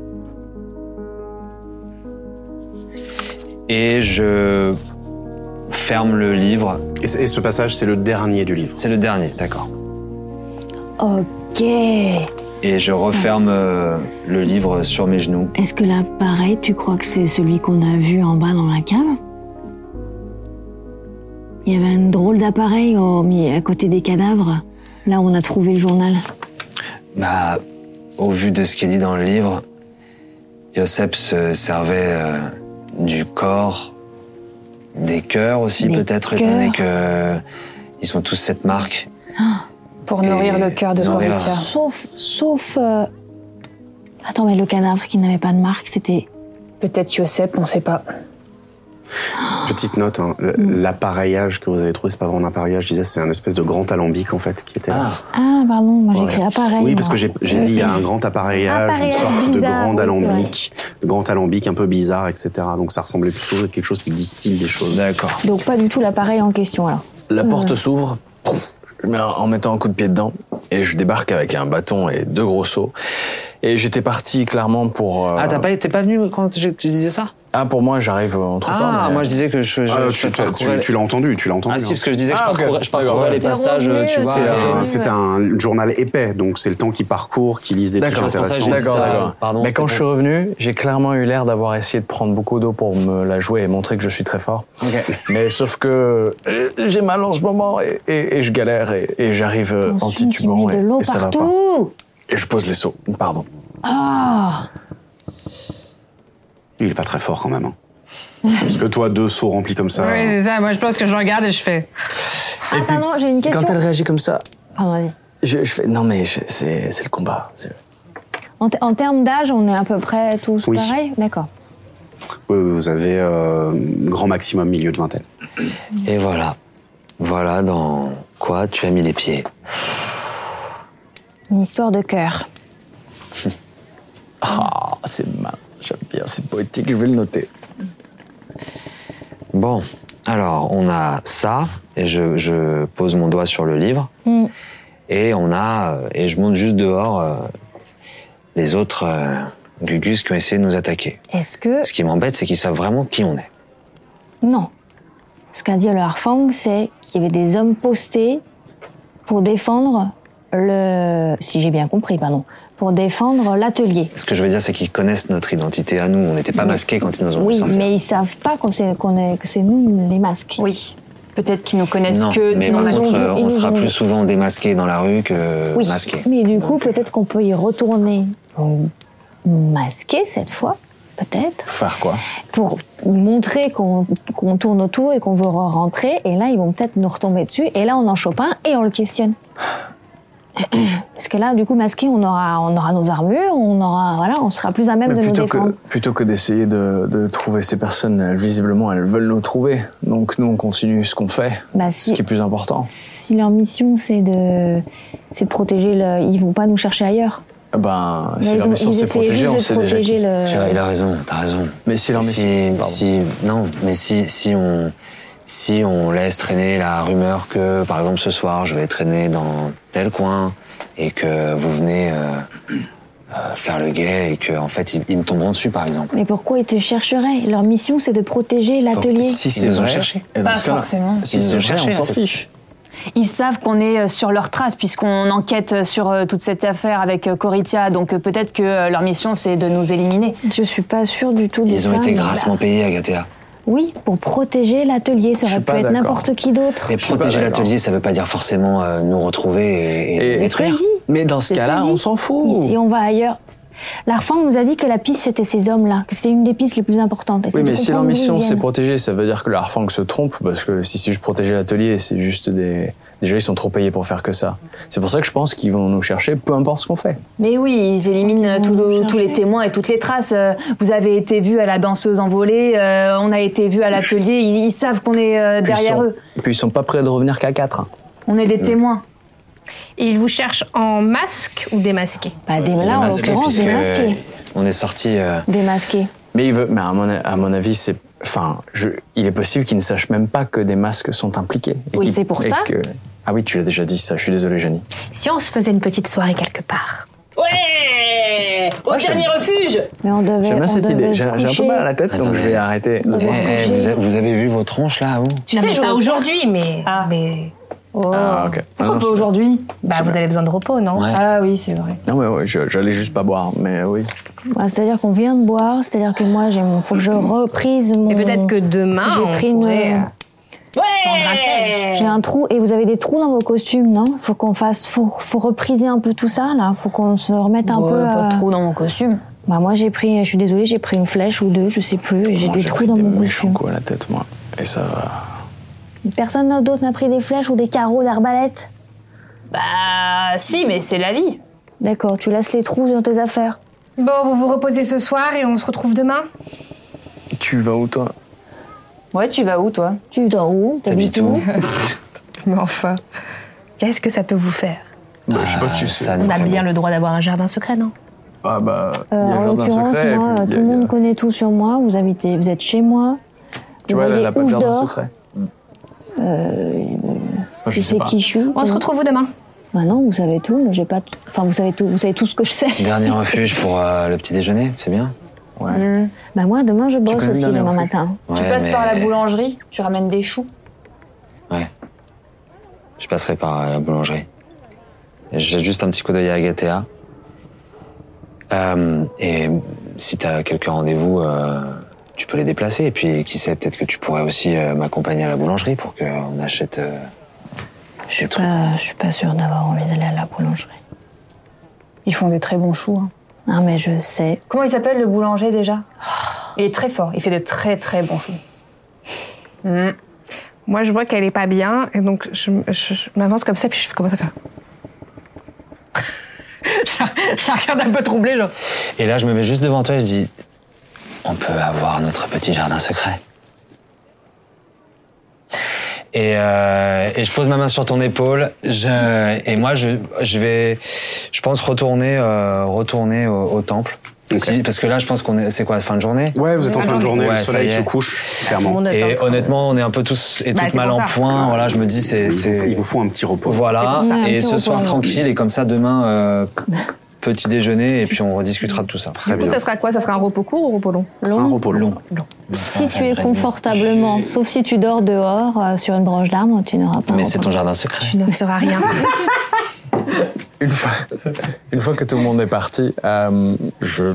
[SPEAKER 2] Et je ferme le livre.
[SPEAKER 1] Et, c- et ce passage, c'est le dernier du livre.
[SPEAKER 2] C'est le dernier, d'accord.
[SPEAKER 7] Ok.
[SPEAKER 2] Et je referme euh, le livre sur mes genoux.
[SPEAKER 7] Est-ce que là, pareil, tu crois que c'est celui qu'on a vu en bas dans la cave Il y avait un drôle d'appareil au- mis à côté des cadavres, là où on a trouvé le journal.
[SPEAKER 2] Bah, au vu de ce qui est dit dans le livre, Yosep se servait euh, du corps, des cœurs aussi
[SPEAKER 5] Des
[SPEAKER 2] peut-être, étant donné
[SPEAKER 5] cœurs.
[SPEAKER 2] que euh, ils sont tous cette marque.
[SPEAKER 5] Pour nourrir le cœur de
[SPEAKER 2] nourrir.
[SPEAKER 5] Coritia.
[SPEAKER 7] Sauf. Sauf. euh, Attends, mais le cadavre qui n'avait pas de marque, c'était.
[SPEAKER 16] Peut-être Yosep, on sait pas.
[SPEAKER 1] Petite note, hein, l-
[SPEAKER 7] Mm.
[SPEAKER 1] l'appareillage que vous avez trouvé, c'est pas vraiment un appareillage, je disais, c'est un espèce de grand alambic en fait qui était là.
[SPEAKER 7] Ah, pardon, moi
[SPEAKER 1] Ouais.
[SPEAKER 7] j'écris appareil.
[SPEAKER 1] Oui, parce
[SPEAKER 7] moi.
[SPEAKER 1] que j'ai j'ai dit, il y a un grand appareillage,
[SPEAKER 7] Appareillage
[SPEAKER 1] une sorte de
[SPEAKER 7] bizarre,
[SPEAKER 1] grand
[SPEAKER 7] oui, c'est vrai.
[SPEAKER 1] alambic, de grand alambic un peu bizarre, etc. Donc ça ressemblait plutôt à quelque chose qui distille des choses.
[SPEAKER 2] D'accord.
[SPEAKER 7] Donc pas du tout l'appareil en question alors.
[SPEAKER 12] La
[SPEAKER 7] Euh,
[SPEAKER 12] porte s'ouvre, pouf, je mets un- en mettant un coup de pied dedans, et je débarque avec un bâton et deux gros seaux. Et j'étais parti clairement pour. euh,
[SPEAKER 2] Ah, t'as pas, t'es pas venu quand je- tu disais ça
[SPEAKER 12] Ah, pour moi, j'arrive entre temps.
[SPEAKER 2] Ah, moi, je disais que je- je- Ah, je tu- tu- parcourais- tu- tu
[SPEAKER 1] l'as entendu, tu l'as entendu. hein.
[SPEAKER 2] Ah si, parce que je disais que je parcourais- je parcourais les passages, tu vois.
[SPEAKER 1] C'est
[SPEAKER 2] et-
[SPEAKER 1] un, c'est un journal épais, donc c'est le temps qu'il parcourt, qu'il lise des trucs
[SPEAKER 12] D'accord, c'est pour ça que
[SPEAKER 1] intéressants.
[SPEAKER 12] j'ai dit ça. Pardon, Mais quand je suis revenu, j'ai clairement eu l'air d'avoir essayé de prendre beaucoup d'eau pour me la jouer et montrer que je suis très fort.
[SPEAKER 2] euh,
[SPEAKER 12] Mais sauf que euh, j'ai mal en ce moment et, et- et je galère et, et j'arrive euh, en titubant et,
[SPEAKER 7] de l'eau
[SPEAKER 12] et ça va pas.
[SPEAKER 7] partout
[SPEAKER 12] Et je pose les seaux, pardon.
[SPEAKER 7] Ah
[SPEAKER 1] Il est pas très fort quand même. hein. parce que toi, deux seaux remplis comme ça.
[SPEAKER 6] Oui, c'est ça. Moi, je pense que je regarde et je fais.
[SPEAKER 12] Ah,
[SPEAKER 7] pardon, j'ai une question.
[SPEAKER 12] Quand elle réagit comme ça,
[SPEAKER 7] Pardon, vas-y.
[SPEAKER 12] je, je fais non mais je- c'est c'est le combat. c'est-
[SPEAKER 7] En, te- en termes d'âge, on est à peu près tous
[SPEAKER 12] Oui.
[SPEAKER 7] pareils D'accord.
[SPEAKER 1] Oui, oui, vous avez euh, grand maximum milieu de vingtaine.
[SPEAKER 2] Et voilà. Voilà dans quoi tu as mis les pieds.
[SPEAKER 4] Une histoire de cœur.
[SPEAKER 12] Ah, c'est mal. J'aime bien, c'est poétique, je vais le noter.
[SPEAKER 2] Bon, alors on a ça, et je, je pose mon doigt sur le livre,
[SPEAKER 4] Mm.
[SPEAKER 2] et on a, euh, et je monte juste dehors euh, les autres euh, Gugus qui ont essayé de nous attaquer.
[SPEAKER 4] Est-ce que.
[SPEAKER 2] Ce qui m'embête, c'est qu'ils savent vraiment qui on est.
[SPEAKER 4] Non. Ce qu'a dit le Harfang, c'est qu'il y avait des hommes postés pour défendre le. Si j'ai bien compris, pardon. Pour défendre l'atelier.
[SPEAKER 2] Ce que je veux dire, c'est qu'ils connaissent notre identité à nous. On n'était pas masqués quand ils nous ont
[SPEAKER 4] Oui,
[SPEAKER 2] sortis.
[SPEAKER 4] mais ils savent pas qu'on c'est- qu'on est, que c'est nous les masques.
[SPEAKER 5] Oui. Peut-être qu'ils nous connaissent
[SPEAKER 2] non,
[SPEAKER 5] que
[SPEAKER 2] mais
[SPEAKER 5] nous,
[SPEAKER 2] par
[SPEAKER 5] on a-
[SPEAKER 2] contre, euh, on
[SPEAKER 4] ils
[SPEAKER 2] sera
[SPEAKER 4] nous ont-
[SPEAKER 2] plus souvent démasqués dans la rue que
[SPEAKER 4] Oui.
[SPEAKER 2] masqués.
[SPEAKER 4] Mais du coup, peut-être qu'on peut y retourner masqué cette fois, peut-être,
[SPEAKER 12] Faire quoi
[SPEAKER 4] pour montrer qu'on qu'on tourne autour et qu'on veut re- rentrer. Et là, ils vont peut-être nous retomber dessus. Et là, on en chope un et on le questionne. Parce que là, du coup, masqué, on aura, on aura nos armures, on aura, voilà, on sera plus à même de
[SPEAKER 12] Mais
[SPEAKER 4] nous
[SPEAKER 12] plutôt que,
[SPEAKER 4] défendre.
[SPEAKER 12] plutôt que d'essayer de, de trouver ces personnes, elles, visiblement, elles veulent nous trouver. Donc nous, on continue ce qu'on fait,
[SPEAKER 4] Bah,
[SPEAKER 12] ce
[SPEAKER 4] si,
[SPEAKER 12] qui est plus important.
[SPEAKER 4] si leur mission c'est de, c'est de protéger, le, ils vont pas nous chercher ailleurs.
[SPEAKER 12] Ah Ben,
[SPEAKER 4] Mais
[SPEAKER 12] si
[SPEAKER 4] ils
[SPEAKER 12] leur
[SPEAKER 4] ont-
[SPEAKER 12] mission
[SPEAKER 4] ils
[SPEAKER 12] c'est
[SPEAKER 4] essayaient
[SPEAKER 12] protéger,
[SPEAKER 4] juste
[SPEAKER 12] on
[SPEAKER 4] de
[SPEAKER 12] sait déjà
[SPEAKER 4] protéger
[SPEAKER 12] qui
[SPEAKER 4] le-
[SPEAKER 2] Tu vois, il a raison, t'as raison.
[SPEAKER 12] Mais si leur
[SPEAKER 2] si, si- non, mais si, si on si on laisse traîner la rumeur que par exemple ce soir je vais traîner dans tel coin et que vous venez euh, euh, faire le guet et que en fait ils, ils me tomberont dessus par exemple.
[SPEAKER 4] Mais pourquoi ils te chercheraient Leur mission c'est de protéger l'atelier.
[SPEAKER 2] si c'est vrai, et dans
[SPEAKER 5] Pas
[SPEAKER 2] ce cas-là,
[SPEAKER 5] forcément.
[SPEAKER 2] si Ils c'est nous ont vrai, cherché, on s'en hein, c'est-
[SPEAKER 12] fiche.
[SPEAKER 5] Ils savent qu'on est euh, sur leur trace puisqu'on enquête euh, sur euh, toute cette affaire avec euh, Coritia, donc euh, peut-être que euh, leur mission c'est de nous éliminer.
[SPEAKER 4] Je suis pas sûre du tout de
[SPEAKER 2] Ils ont
[SPEAKER 4] ça,
[SPEAKER 2] été
[SPEAKER 4] mais-
[SPEAKER 2] grassement payés Agathea.
[SPEAKER 4] Oui, pour protéger l'atelier, ça
[SPEAKER 2] Je
[SPEAKER 4] aurait
[SPEAKER 2] suis
[SPEAKER 4] pu
[SPEAKER 2] pas
[SPEAKER 4] être
[SPEAKER 2] d'accord.
[SPEAKER 4] n'importe qui d'autre.
[SPEAKER 2] Mais
[SPEAKER 4] suis pas
[SPEAKER 2] protéger
[SPEAKER 4] d'accord.
[SPEAKER 2] l'atelier ça veut pas dire forcément euh, nous retrouver et, et
[SPEAKER 12] Et-
[SPEAKER 2] nous
[SPEAKER 12] C'est ce que
[SPEAKER 2] détruire.
[SPEAKER 4] je
[SPEAKER 12] Mais dans ce
[SPEAKER 4] C'est ce que
[SPEAKER 12] cas-là,
[SPEAKER 4] je dis.
[SPEAKER 12] on s'en fout.
[SPEAKER 4] Ici, on va ailleurs. L'Arfang nous a dit que la piste, c'était ces hommes-là, que c'était une des pistes les plus importantes. Essaye
[SPEAKER 12] Oui,
[SPEAKER 4] de
[SPEAKER 12] mais si leur
[SPEAKER 4] comprendre d'où ils
[SPEAKER 12] mission c'est
[SPEAKER 4] viennent.
[SPEAKER 12] protéger, ça veut dire que le Harfang se trompe, parce que si c'est juste protéger l'atelier, c'est juste des. Déjà, ils sont trop payés pour faire que ça. C'est pour ça que je pense qu'ils vont nous chercher, peu importe ce qu'on fait.
[SPEAKER 5] Mais oui, ils éliminent euh, tous le- tous les témoins et toutes les traces. Euh, Vous avez été vus à la danseuse envolée, euh, on a été vus à l'atelier, ils, ils savent qu'on est euh,
[SPEAKER 12] Puis ils
[SPEAKER 5] derrière
[SPEAKER 12] sont-
[SPEAKER 5] eux.
[SPEAKER 12] Puis ils sont pas prêts de revenir qu'à 4.
[SPEAKER 5] On est des
[SPEAKER 12] Mm.
[SPEAKER 5] témoins.
[SPEAKER 13] Et ils vous cherchent en masque ou démasqué
[SPEAKER 4] Bah, des,
[SPEAKER 13] là, en l'occurrence, des masqués.
[SPEAKER 2] On est sorti. euh,
[SPEAKER 4] Démasqués.
[SPEAKER 12] Mais, il veut, mais à, mon, à mon avis, c'est. Enfin, je, il est possible qu'ils ne sachent même pas que des masques sont impliqués. Et
[SPEAKER 13] Oui,
[SPEAKER 12] qu'ils-
[SPEAKER 13] c'est pour
[SPEAKER 12] et
[SPEAKER 13] ça.
[SPEAKER 12] que- ah oui, tu l'as déjà dit ça, je suis désolé, Jenny.
[SPEAKER 13] Si on se faisait une petite soirée quelque part. Ouais Au dernier refuge
[SPEAKER 4] Mais on devait.
[SPEAKER 12] J'aime bien
[SPEAKER 4] on
[SPEAKER 12] cette
[SPEAKER 4] devait
[SPEAKER 12] idée.
[SPEAKER 4] se
[SPEAKER 12] J'ai j'ai un peu
[SPEAKER 4] coucher.
[SPEAKER 12] mal à la tête, donc je vais arrêter.
[SPEAKER 4] On devait se
[SPEAKER 2] Eh,
[SPEAKER 4] coucher.
[SPEAKER 2] vous, a- vous avez vu vos tronches là, vous
[SPEAKER 13] Tu sais, pas aujourd'hui, mais. mais...
[SPEAKER 12] Ah, ok.
[SPEAKER 13] Pourquoi
[SPEAKER 5] Oh,
[SPEAKER 12] Ah, non,
[SPEAKER 13] pas
[SPEAKER 12] c'est-
[SPEAKER 13] aujourd'hui Bah,
[SPEAKER 12] C'est
[SPEAKER 13] vous
[SPEAKER 12] vrai.
[SPEAKER 13] avez besoin de repos, non
[SPEAKER 12] Ouais.
[SPEAKER 13] Ah oui, c'est vrai.
[SPEAKER 12] Non, mais oui, je- j'allais juste pas boire, mais oui.
[SPEAKER 4] Bah, c'est-à-dire qu'on vient de boire, c'est-à-dire que moi, j'ai mon, faut que je reprise mon. Et peut-être que
[SPEAKER 13] demain,
[SPEAKER 4] j'ai
[SPEAKER 13] on
[SPEAKER 4] pris une.
[SPEAKER 13] pourrait, euh,
[SPEAKER 5] Eh.
[SPEAKER 4] J'ai un trou et vous avez des trous dans vos costumes, non Faut qu'on fasse, faut, faut repriser un peu tout ça là. Faut qu'on se remette un
[SPEAKER 5] Ouais,
[SPEAKER 4] peu.
[SPEAKER 5] pas de
[SPEAKER 4] trous
[SPEAKER 5] dans mon costume.
[SPEAKER 4] Bah moi j'ai pris, je suis désolée, j'ai pris une flèche ou deux, je sais plus. et J'ai
[SPEAKER 12] Moi,
[SPEAKER 4] des
[SPEAKER 12] pris
[SPEAKER 4] trous dans mon costume.
[SPEAKER 12] méchants coups à la tête, moi. Et ça va.
[SPEAKER 4] Personne d'autre n'a pris des flèches ou des carreaux d'arbalète.
[SPEAKER 5] Bah si, mais c'est la vie.
[SPEAKER 4] D'accord, tu laisses les trous dans tes affaires.
[SPEAKER 13] Bon, vous vous reposez ce soir et on se retrouve demain
[SPEAKER 12] Tu vas où, toi
[SPEAKER 5] Ouais, tu vas où toi
[SPEAKER 4] Tu dors où
[SPEAKER 2] T'habites où
[SPEAKER 13] Mais enfin, qu'est-ce que ça peut vous faire
[SPEAKER 12] Bah, Je sais pas
[SPEAKER 4] Ah,
[SPEAKER 12] que tu sais.
[SPEAKER 13] On a bien le droit d'avoir un jardin secret, non
[SPEAKER 12] Ah bah,
[SPEAKER 4] Euh,
[SPEAKER 12] il y a
[SPEAKER 4] en
[SPEAKER 12] jardin
[SPEAKER 4] l'occurrence,
[SPEAKER 12] secret. et
[SPEAKER 4] moi,
[SPEAKER 12] puis
[SPEAKER 4] euh,
[SPEAKER 12] il y
[SPEAKER 4] tout
[SPEAKER 12] a-
[SPEAKER 4] le monde connaît tout sur moi. Vous habitez, vous êtes chez moi.
[SPEAKER 12] Tu
[SPEAKER 4] vous
[SPEAKER 12] vois, elle
[SPEAKER 4] voyez
[SPEAKER 12] elle a pas
[SPEAKER 4] où
[SPEAKER 12] de
[SPEAKER 4] je
[SPEAKER 12] jardin
[SPEAKER 4] dors.
[SPEAKER 12] secret.
[SPEAKER 4] Euh,
[SPEAKER 12] Moi,
[SPEAKER 4] je sais
[SPEAKER 12] pas.
[SPEAKER 4] qui je suis.
[SPEAKER 13] On se retrouve où demain
[SPEAKER 4] Bah non, vous savez tout. Moi j'ai pas. t- Enfin, vous savez tout. Vous savez tout ce que je sais.
[SPEAKER 2] Dernier refuge pour euh, le petit déjeuner, c'est bien.
[SPEAKER 4] Mm. Bah moi demain je bosse
[SPEAKER 2] connais
[SPEAKER 4] aussi
[SPEAKER 2] bien les
[SPEAKER 4] demain
[SPEAKER 2] refuges.
[SPEAKER 4] matin.
[SPEAKER 5] Tu
[SPEAKER 2] Ouais,
[SPEAKER 5] passes
[SPEAKER 2] mais
[SPEAKER 5] par la boulangerie, tu ramènes des choux.
[SPEAKER 2] Je passerai par euh, la boulangerie. Et J'ai juste un petit coup d'œil à Agathea. Euh, et si t'as quelques rendez-vous, euh, tu peux les déplacer. Et puis, qui sait, peut-être que tu pourrais aussi euh, m'accompagner à la boulangerie pour qu'on achète. euh,
[SPEAKER 4] Je suis pas, je suis pas sûre d'avoir envie d'aller à la boulangerie.
[SPEAKER 5] Ils font des très bons choux. hein.
[SPEAKER 4] Non mais je sais.
[SPEAKER 5] Comment il s'appelle le boulanger déjà
[SPEAKER 13] Oh.
[SPEAKER 5] Il est très fort, il fait de très très bons choux. Mm.
[SPEAKER 13] Hmm. Moi, je vois qu'elle est pas bien, et donc je, je- je m'avance comme ça, puis je commence à faire. je, la- je la regarde un peu troublée, genre.
[SPEAKER 2] Et là, je me mets juste devant toi et je dis on peut avoir notre petit jardin secret. Et, euh, et je pose ma main sur ton épaule. Je, et moi, je, je vais, je pense retourner, euh, retourner au, au temple. Si- parce que là, je pense qu'on est, c'est quoi, fin de journée
[SPEAKER 1] Ouais, vous êtes en
[SPEAKER 2] Ah,
[SPEAKER 1] fin de
[SPEAKER 2] non,
[SPEAKER 1] journée,
[SPEAKER 2] ouais,
[SPEAKER 1] le
[SPEAKER 2] ça
[SPEAKER 1] soleil
[SPEAKER 2] y est.
[SPEAKER 1] se couche, clairement.
[SPEAKER 2] Et honnêtement, on est un peu tous et
[SPEAKER 1] Bah,
[SPEAKER 2] toutes
[SPEAKER 1] c'est
[SPEAKER 2] mal
[SPEAKER 1] pour
[SPEAKER 2] en
[SPEAKER 1] ça.
[SPEAKER 2] point. Ah, Voilà, je me dis, c'est. Il
[SPEAKER 1] vous faut un petit repos.
[SPEAKER 2] Voilà,
[SPEAKER 1] C'est pour ça, un
[SPEAKER 2] et
[SPEAKER 1] petit
[SPEAKER 2] ce soir
[SPEAKER 1] repos.
[SPEAKER 2] tranquille, et comme ça, demain, euh, petit déjeuner, et puis on rediscutera de tout ça.
[SPEAKER 13] Du coup, ça sera quoi Ça sera un repos court ou un repos long
[SPEAKER 2] un repos long. Bah,
[SPEAKER 7] Si tu es confortablement, sauf si tu dors dehors euh, sur une branche d'arbre, tu n'auras pas.
[SPEAKER 2] Mais c'est ton jardin secret.
[SPEAKER 13] Tu ne feras rien.
[SPEAKER 12] Une fois, une fois que tout le monde est parti, euh, je,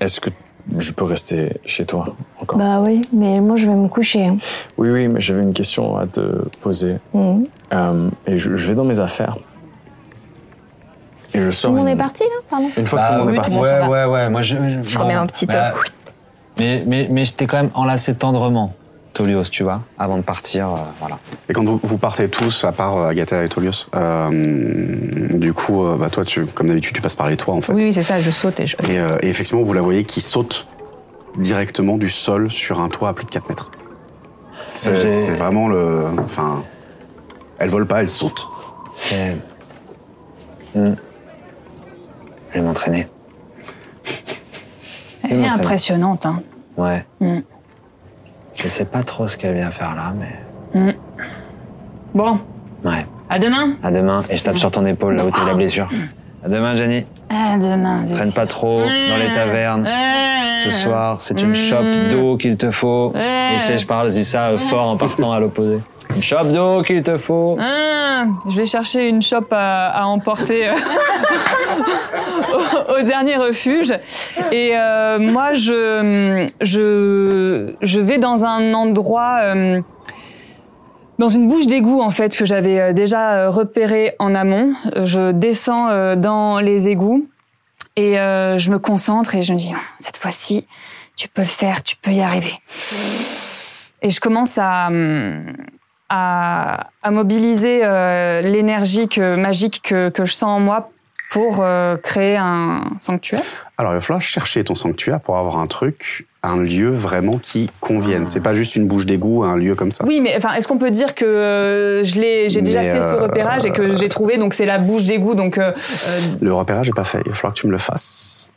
[SPEAKER 12] est-ce que je peux rester chez toi
[SPEAKER 7] Bah oui, mais moi je vais me coucher. hein.
[SPEAKER 12] Oui, oui, mais j'avais une question à te poser.
[SPEAKER 7] Mhm.
[SPEAKER 12] Euh, et je, je vais dans mes affaires. Et je
[SPEAKER 7] Tout
[SPEAKER 12] sors.
[SPEAKER 7] le monde
[SPEAKER 12] une-
[SPEAKER 7] est parti
[SPEAKER 4] hein,
[SPEAKER 7] là Pardon.
[SPEAKER 12] Une fois que Ah tout le monde est parti.
[SPEAKER 2] Bah, Ouais, ouais, ouais. Moi, je, je,
[SPEAKER 12] Je remets
[SPEAKER 2] bon,
[SPEAKER 12] un petit euh,
[SPEAKER 2] bah,
[SPEAKER 12] top.
[SPEAKER 2] Mais, mais, mais je t'ai quand même enlacé tendrement, Tolios, tu vois, avant de partir. euh, voilà.
[SPEAKER 1] Et quand vous, vous partez tous, à part euh, Agatha et Tolios, euh, du coup, euh, bah, toi, tu, comme d'habitude, tu passes par les toits, en fait.
[SPEAKER 13] Oui, oui, c'est ça, je saute et je.
[SPEAKER 1] Et, euh, et effectivement, vous la voyez qui saute directement du sol sur un toit à plus de 4 mètres. C'est
[SPEAKER 2] J'ai-
[SPEAKER 1] c'est vraiment le. Enfin. Elle vole pas, elle saute.
[SPEAKER 2] C'est. Hmm. Je vais m'entraîner. Je vais
[SPEAKER 5] Elle est
[SPEAKER 2] m'entraîner.
[SPEAKER 5] impressionnante. Hein.
[SPEAKER 2] Ouais.
[SPEAKER 12] Hmm.
[SPEAKER 5] Mm.
[SPEAKER 2] Je sais pas trop ce qu'elle vient faire là, mais.
[SPEAKER 5] Mm. Bon,
[SPEAKER 2] Ouais.
[SPEAKER 5] à demain.
[SPEAKER 2] À demain, et je tape sur ton épaule là où
[SPEAKER 12] Ah.
[SPEAKER 2] t'as eu la blessure. À demain, Jenny.
[SPEAKER 5] À Ah, demain.
[SPEAKER 2] Traîne pas trop dans les tavernes. Ce soir, c'est une chope d'eau qu'il te faut. Et je, sais, je parle, je dis ça euh, fort en partant à l'opposé. Une chope d'eau qu'il te faut.
[SPEAKER 5] Ah, je vais chercher une chope à, à emporter euh, au, au dernier refuge. Et euh, moi, je, je, je vais dans un endroit, euh, dans une bouche d'égout, en fait, que j'avais euh, déjà euh, repérée en amont. Je descends euh, dans les égouts et euh, je me concentre et je me dis, oh, cette fois-ci, tu peux le faire, tu peux y arriver. Et je commence à... hum, à, à mobiliser euh, l'énergie que- magique que, que je sens en moi pour euh, créer un sanctuaire.
[SPEAKER 1] Alors, il va falloir chercher ton sanctuaire pour avoir un truc, un lieu vraiment qui convienne.
[SPEAKER 2] Ah.
[SPEAKER 1] C'est pas juste une bouche d'égout, un lieu comme ça.
[SPEAKER 5] Oui, mais enfin, est-ce qu'on peut dire que euh, je l'ai, j'ai déjà
[SPEAKER 1] Mais,
[SPEAKER 5] fait ce
[SPEAKER 1] euh,
[SPEAKER 5] repérage et que j'ai trouvé, donc c'est la bouche d'égout, donc euh, euh,
[SPEAKER 1] Le repérage est pas fait, il va falloir que tu me le fasses.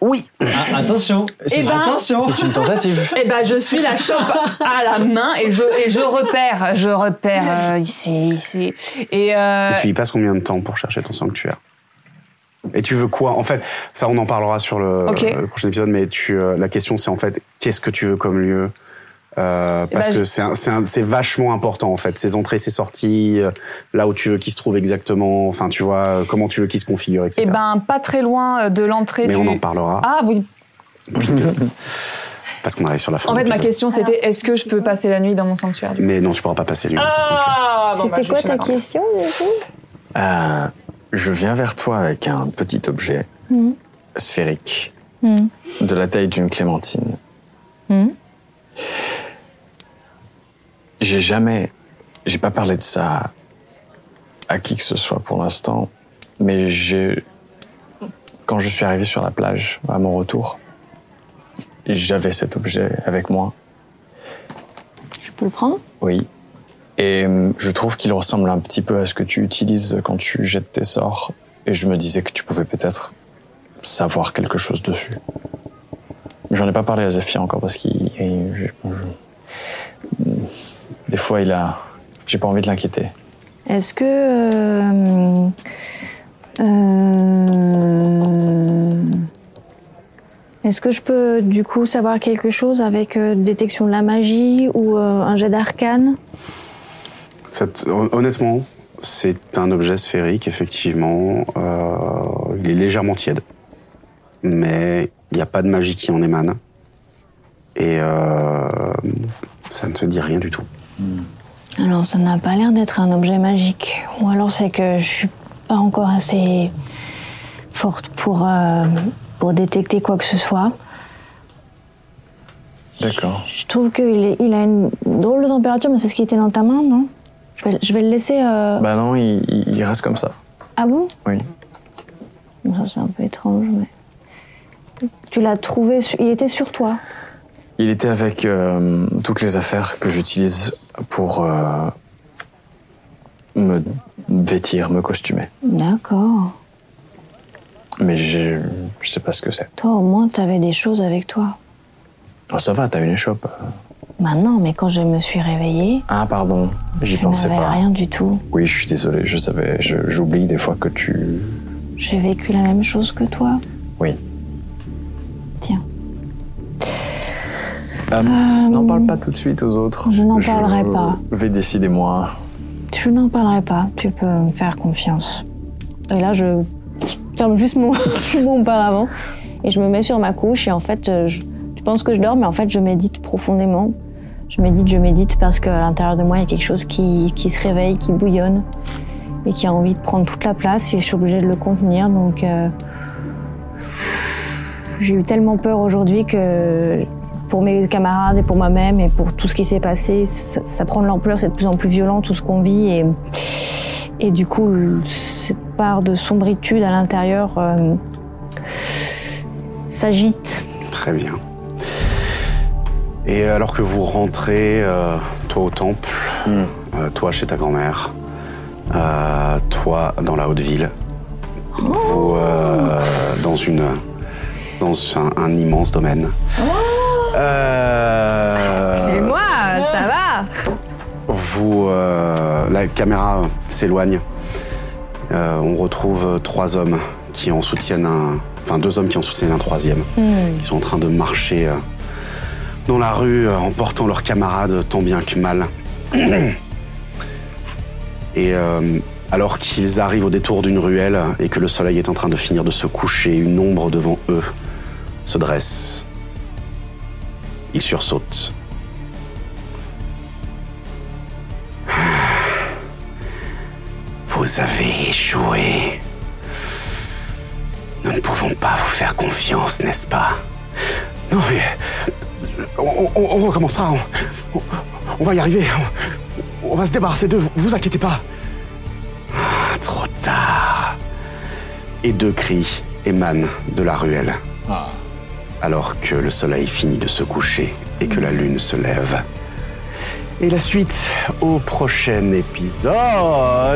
[SPEAKER 1] Oui.
[SPEAKER 2] attention.
[SPEAKER 5] Eh ben- Eh ben, je suis la chope à la main et je et je repère, je repère euh, ici, ici. Et, euh,
[SPEAKER 1] Et tu y passes combien de temps pour chercher ton sanctuaire Et tu veux quoi En fait, ça, on en parlera sur le,
[SPEAKER 5] Ok.
[SPEAKER 1] le prochain épisode, mais tu, euh, la question, c'est en fait, qu'est-ce que tu veux comme lieu Euh, parce
[SPEAKER 5] ben,
[SPEAKER 1] que
[SPEAKER 5] je-
[SPEAKER 1] c'est un- c'est un- c'est vachement important en fait, ces entrées, ces sorties, euh, là où tu veux qu'ils se trouvent exactement, enfin tu vois, euh, comment tu veux qu'ils se configurent, etc.
[SPEAKER 5] eh ben, pas très loin de l'entrée
[SPEAKER 1] Mais
[SPEAKER 5] du.
[SPEAKER 1] on en parlera.
[SPEAKER 5] Ah oui.
[SPEAKER 1] Parce qu'on arrive sur la fin.
[SPEAKER 5] En
[SPEAKER 1] de
[SPEAKER 5] fait, ma
[SPEAKER 1] l'épisode.
[SPEAKER 5] question c'était est-ce que je peux passer la nuit dans mon sanctuaire du coup
[SPEAKER 1] Mais non, tu pourras pas passer lui.
[SPEAKER 5] Ah, bon, bah,
[SPEAKER 7] C'était
[SPEAKER 5] je
[SPEAKER 7] quoi
[SPEAKER 5] sais
[SPEAKER 7] ta
[SPEAKER 5] pas.
[SPEAKER 7] question du coup
[SPEAKER 12] Euh, je viens vers toi avec un petit objet
[SPEAKER 7] Mhm.
[SPEAKER 12] sphérique
[SPEAKER 7] Mhm.
[SPEAKER 12] de la taille d'une clémentine.
[SPEAKER 7] Mhm.
[SPEAKER 12] J'ai jamais, j'ai pas parlé de ça à qui que ce soit pour l'instant, mais j'ai, quand je suis arrivé sur la plage à mon retour, j'avais cet objet avec moi.
[SPEAKER 7] Je peux le prendre
[SPEAKER 12] Oui. Et hum, je trouve qu'il ressemble un petit peu à ce que tu utilises quand tu jettes tes sorts. Et je me disais que tu pouvais peut-être savoir quelque chose dessus. J'en ai pas parlé à Zephyr encore parce qu'il. il- je- je- Des fois, il a. J'ai pas envie de l'inquiéter.
[SPEAKER 7] Est-ce que. euh, euh, Est-ce que je peux du coup savoir quelque chose avec euh, détection de la magie ou euh, un jet d'arcane
[SPEAKER 1] Cette- hon- honnêtement, c'est un objet sphérique, effectivement. Euh, il est légèrement tiède. Mais il n'y a pas de magie qui en émane. Et euh, ça ne te dit rien du tout.
[SPEAKER 7] Alors ça n'a pas l'air d'être un objet magique. Ou alors c'est que je suis pas encore assez forte pour, euh, pour détecter quoi que ce soit.
[SPEAKER 12] D'accord.
[SPEAKER 7] Je trouve qu'il est- il a une drôle de température, mais c'est parce qu'il était dans ta main, non je vais, je vais le laisser. euh,
[SPEAKER 12] Bah non, il, il- il reste comme ça.
[SPEAKER 7] Ah bon
[SPEAKER 12] Oui.
[SPEAKER 7] Bon, Ça c'est un peu étrange, mais. Tu l'as trouvé, su- il était sur toi.
[SPEAKER 12] Il était avec euh, toutes les affaires que j'utilise pour euh, me vêtir, me costumer.
[SPEAKER 7] D'accord.
[SPEAKER 12] Mais j'ai- je sais pas ce que c'est.
[SPEAKER 7] Toi, au moins, t'avais des choses avec toi.
[SPEAKER 12] Oh, ça va, t'as une échoppe.
[SPEAKER 7] Maintenant, mais quand je me suis réveillée,
[SPEAKER 12] Ah, pardon, j'y
[SPEAKER 7] je
[SPEAKER 12] pensais
[SPEAKER 7] n'avais
[SPEAKER 12] pas.
[SPEAKER 7] rien du tout.
[SPEAKER 12] Oui, je suis désolé, je savais, je- j'oublie des fois que tu.
[SPEAKER 7] J'ai vécu la même chose que toi.
[SPEAKER 12] Oui.
[SPEAKER 7] Tiens.
[SPEAKER 12] Euh, N'en parle pas tout de suite aux autres.
[SPEAKER 7] Je n'en parlerai pas.
[SPEAKER 12] vais décider moi.
[SPEAKER 7] Je n'en parlerai pas, tu peux me faire confiance.
[SPEAKER 4] Et là, je ferme juste mon, mon paravent
[SPEAKER 7] et je me mets sur ma couche et en fait, euh, je- tu penses que je dors, mais en fait, je médite profondément. Je médite, je médite parce qu'à l'intérieur de moi, il y a quelque chose qui, qui se réveille, qui bouillonne et qui a envie de prendre toute la place et je suis obligée de le contenir. Donc, euh, j'ai eu tellement peur aujourd'hui que pour mes camarades et pour moi-même et pour tout ce qui s'est passé, ça, ça prend de l'ampleur, c'est de plus en plus violent tout ce qu'on vit et, et du coup, cette part de sombritude à l'intérieur euh, s'agite.
[SPEAKER 1] Très bien. Et alors que vous rentrez, euh, toi au temple, euh, toi chez ta grand-mère, euh, toi dans la haute ville, vous euh, dans une dans un, un immense domaine. Euh,
[SPEAKER 13] C'est moi, ça va
[SPEAKER 1] vous, euh, la caméra s'éloigne. Euh, on retrouve trois hommes qui en soutiennent un, enfin deux hommes qui en soutiennent un troisième. Ils sont en train de marcher euh, dans la rue euh, en portant leurs camarades tant bien que mal. Et euh, alors qu'ils arrivent au détour d'une ruelle et que le soleil est en train de finir de se coucher, une ombre devant eux se dresse. Ils sursautent.
[SPEAKER 15] Vous avez échoué. Nous ne pouvons pas vous faire confiance, n'est-ce pas
[SPEAKER 1] Non mais... On, on- on recommencera, on, on- on va y arriver, on, on va se débarrasser d'eux, vous, vous inquiétez pas. Ah, trop tard. Et deux cris émanent de la ruelle, alors que le soleil finit de se coucher et que la lune se lève. Et la suite au prochain épisode.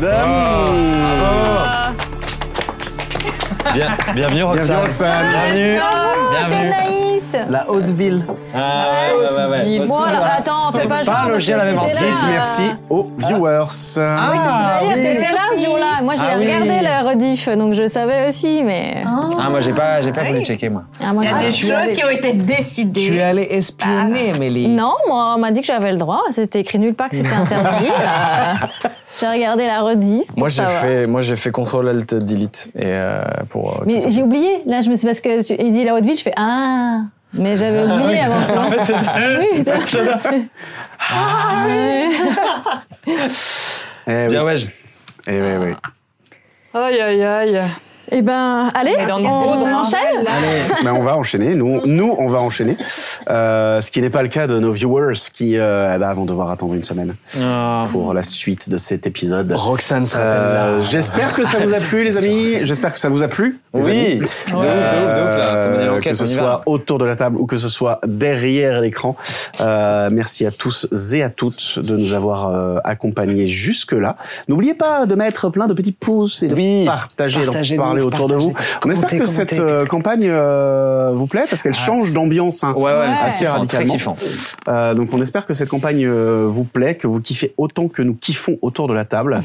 [SPEAKER 1] Ah.
[SPEAKER 2] Bien, bienvenue Roxane.
[SPEAKER 1] Bienvenue, Roxane.
[SPEAKER 2] Bienvenue.
[SPEAKER 4] Ah,
[SPEAKER 2] bienvenue.
[SPEAKER 4] Anaïs
[SPEAKER 9] La haute ville.
[SPEAKER 2] Ah ouais, ouais, ouais, ouais.
[SPEAKER 4] Bon, alors, attends, fais pas genre,
[SPEAKER 2] loger à la même
[SPEAKER 4] parce que t'étais
[SPEAKER 2] enseigne.
[SPEAKER 4] là.
[SPEAKER 1] Merci aux viewers.
[SPEAKER 4] Ah, T'étais là ce jour-là. Moi, je
[SPEAKER 2] Ah
[SPEAKER 4] l'ai
[SPEAKER 2] oui.
[SPEAKER 4] regardé la rediff, donc je savais aussi, mais.
[SPEAKER 2] Ah, moi j'ai pas, j'ai pas voulu checker moi.
[SPEAKER 4] Ah, moi,
[SPEAKER 2] Il y a
[SPEAKER 4] je-
[SPEAKER 2] des
[SPEAKER 4] ah,
[SPEAKER 2] choses
[SPEAKER 4] je-
[SPEAKER 2] qui ont été décidées.
[SPEAKER 9] Tu es allé
[SPEAKER 5] Ah.
[SPEAKER 9] espionner, Mélie.
[SPEAKER 4] Non, moi, on m'a dit que j'avais le droit. C'était écrit nulle part que c'était interdit. Euh, J'ai regardé la rediff. pour
[SPEAKER 12] Moi j'ai
[SPEAKER 4] savoir.
[SPEAKER 12] fait, moi j'ai fait contrôle alt delete et euh, pour. euh,
[SPEAKER 4] Mais j'ai oublié. Là, je me suis parce que tu... il dit la haute ville, je fais ah. Mais j'avais
[SPEAKER 12] Ah
[SPEAKER 4] oublié
[SPEAKER 12] oui.
[SPEAKER 4] avant. que-
[SPEAKER 12] En fait, c'est ça.
[SPEAKER 4] Oui, t'as-
[SPEAKER 12] J'adore.
[SPEAKER 4] Ah oui.
[SPEAKER 1] Bien ouais. Eh oui, oui.
[SPEAKER 5] Aïe, aïe, aïe.
[SPEAKER 4] Eh ben, allez,
[SPEAKER 5] on,
[SPEAKER 4] on enchaîne
[SPEAKER 1] Ben, on va enchaîner, nous, nous on va enchaîner. Euh, ce qui n'est pas le cas de nos viewers qui euh, eh ben, vont devoir attendre une semaine pour la suite de cet épisode. Roxane
[SPEAKER 12] sera-t-elle là
[SPEAKER 1] J'espère que ça vous a plu les amis, j'espère que ça vous a plu. les
[SPEAKER 12] Oui.
[SPEAKER 1] amis.
[SPEAKER 12] De ouf, de ouf, de ouf,
[SPEAKER 2] Euh,
[SPEAKER 12] là. Faut mener l'enquête,
[SPEAKER 1] Euh, que ce
[SPEAKER 12] on y
[SPEAKER 1] soit
[SPEAKER 12] va.
[SPEAKER 1] autour de la table ou que ce soit derrière l'écran. Euh, merci à tous et à toutes de nous avoir euh, accompagnés jusque-là. N'oubliez pas de mettre plein de petits pouces et de partager,
[SPEAKER 9] partagez
[SPEAKER 1] d'en parler
[SPEAKER 9] donc,
[SPEAKER 1] autour de vous. On espère que
[SPEAKER 9] commentez,
[SPEAKER 1] cette
[SPEAKER 9] commentez,
[SPEAKER 1] euh, campagne euh, vous plaît parce
[SPEAKER 12] Ah,
[SPEAKER 1] qu'elle change d'ambiance hein, assez
[SPEAKER 2] c'est kiffant,
[SPEAKER 1] radicalement.
[SPEAKER 2] très kiffant.
[SPEAKER 1] Euh, donc on espère que cette campagne euh, vous plaît, que vous kiffez autant que nous kiffons autour de la table.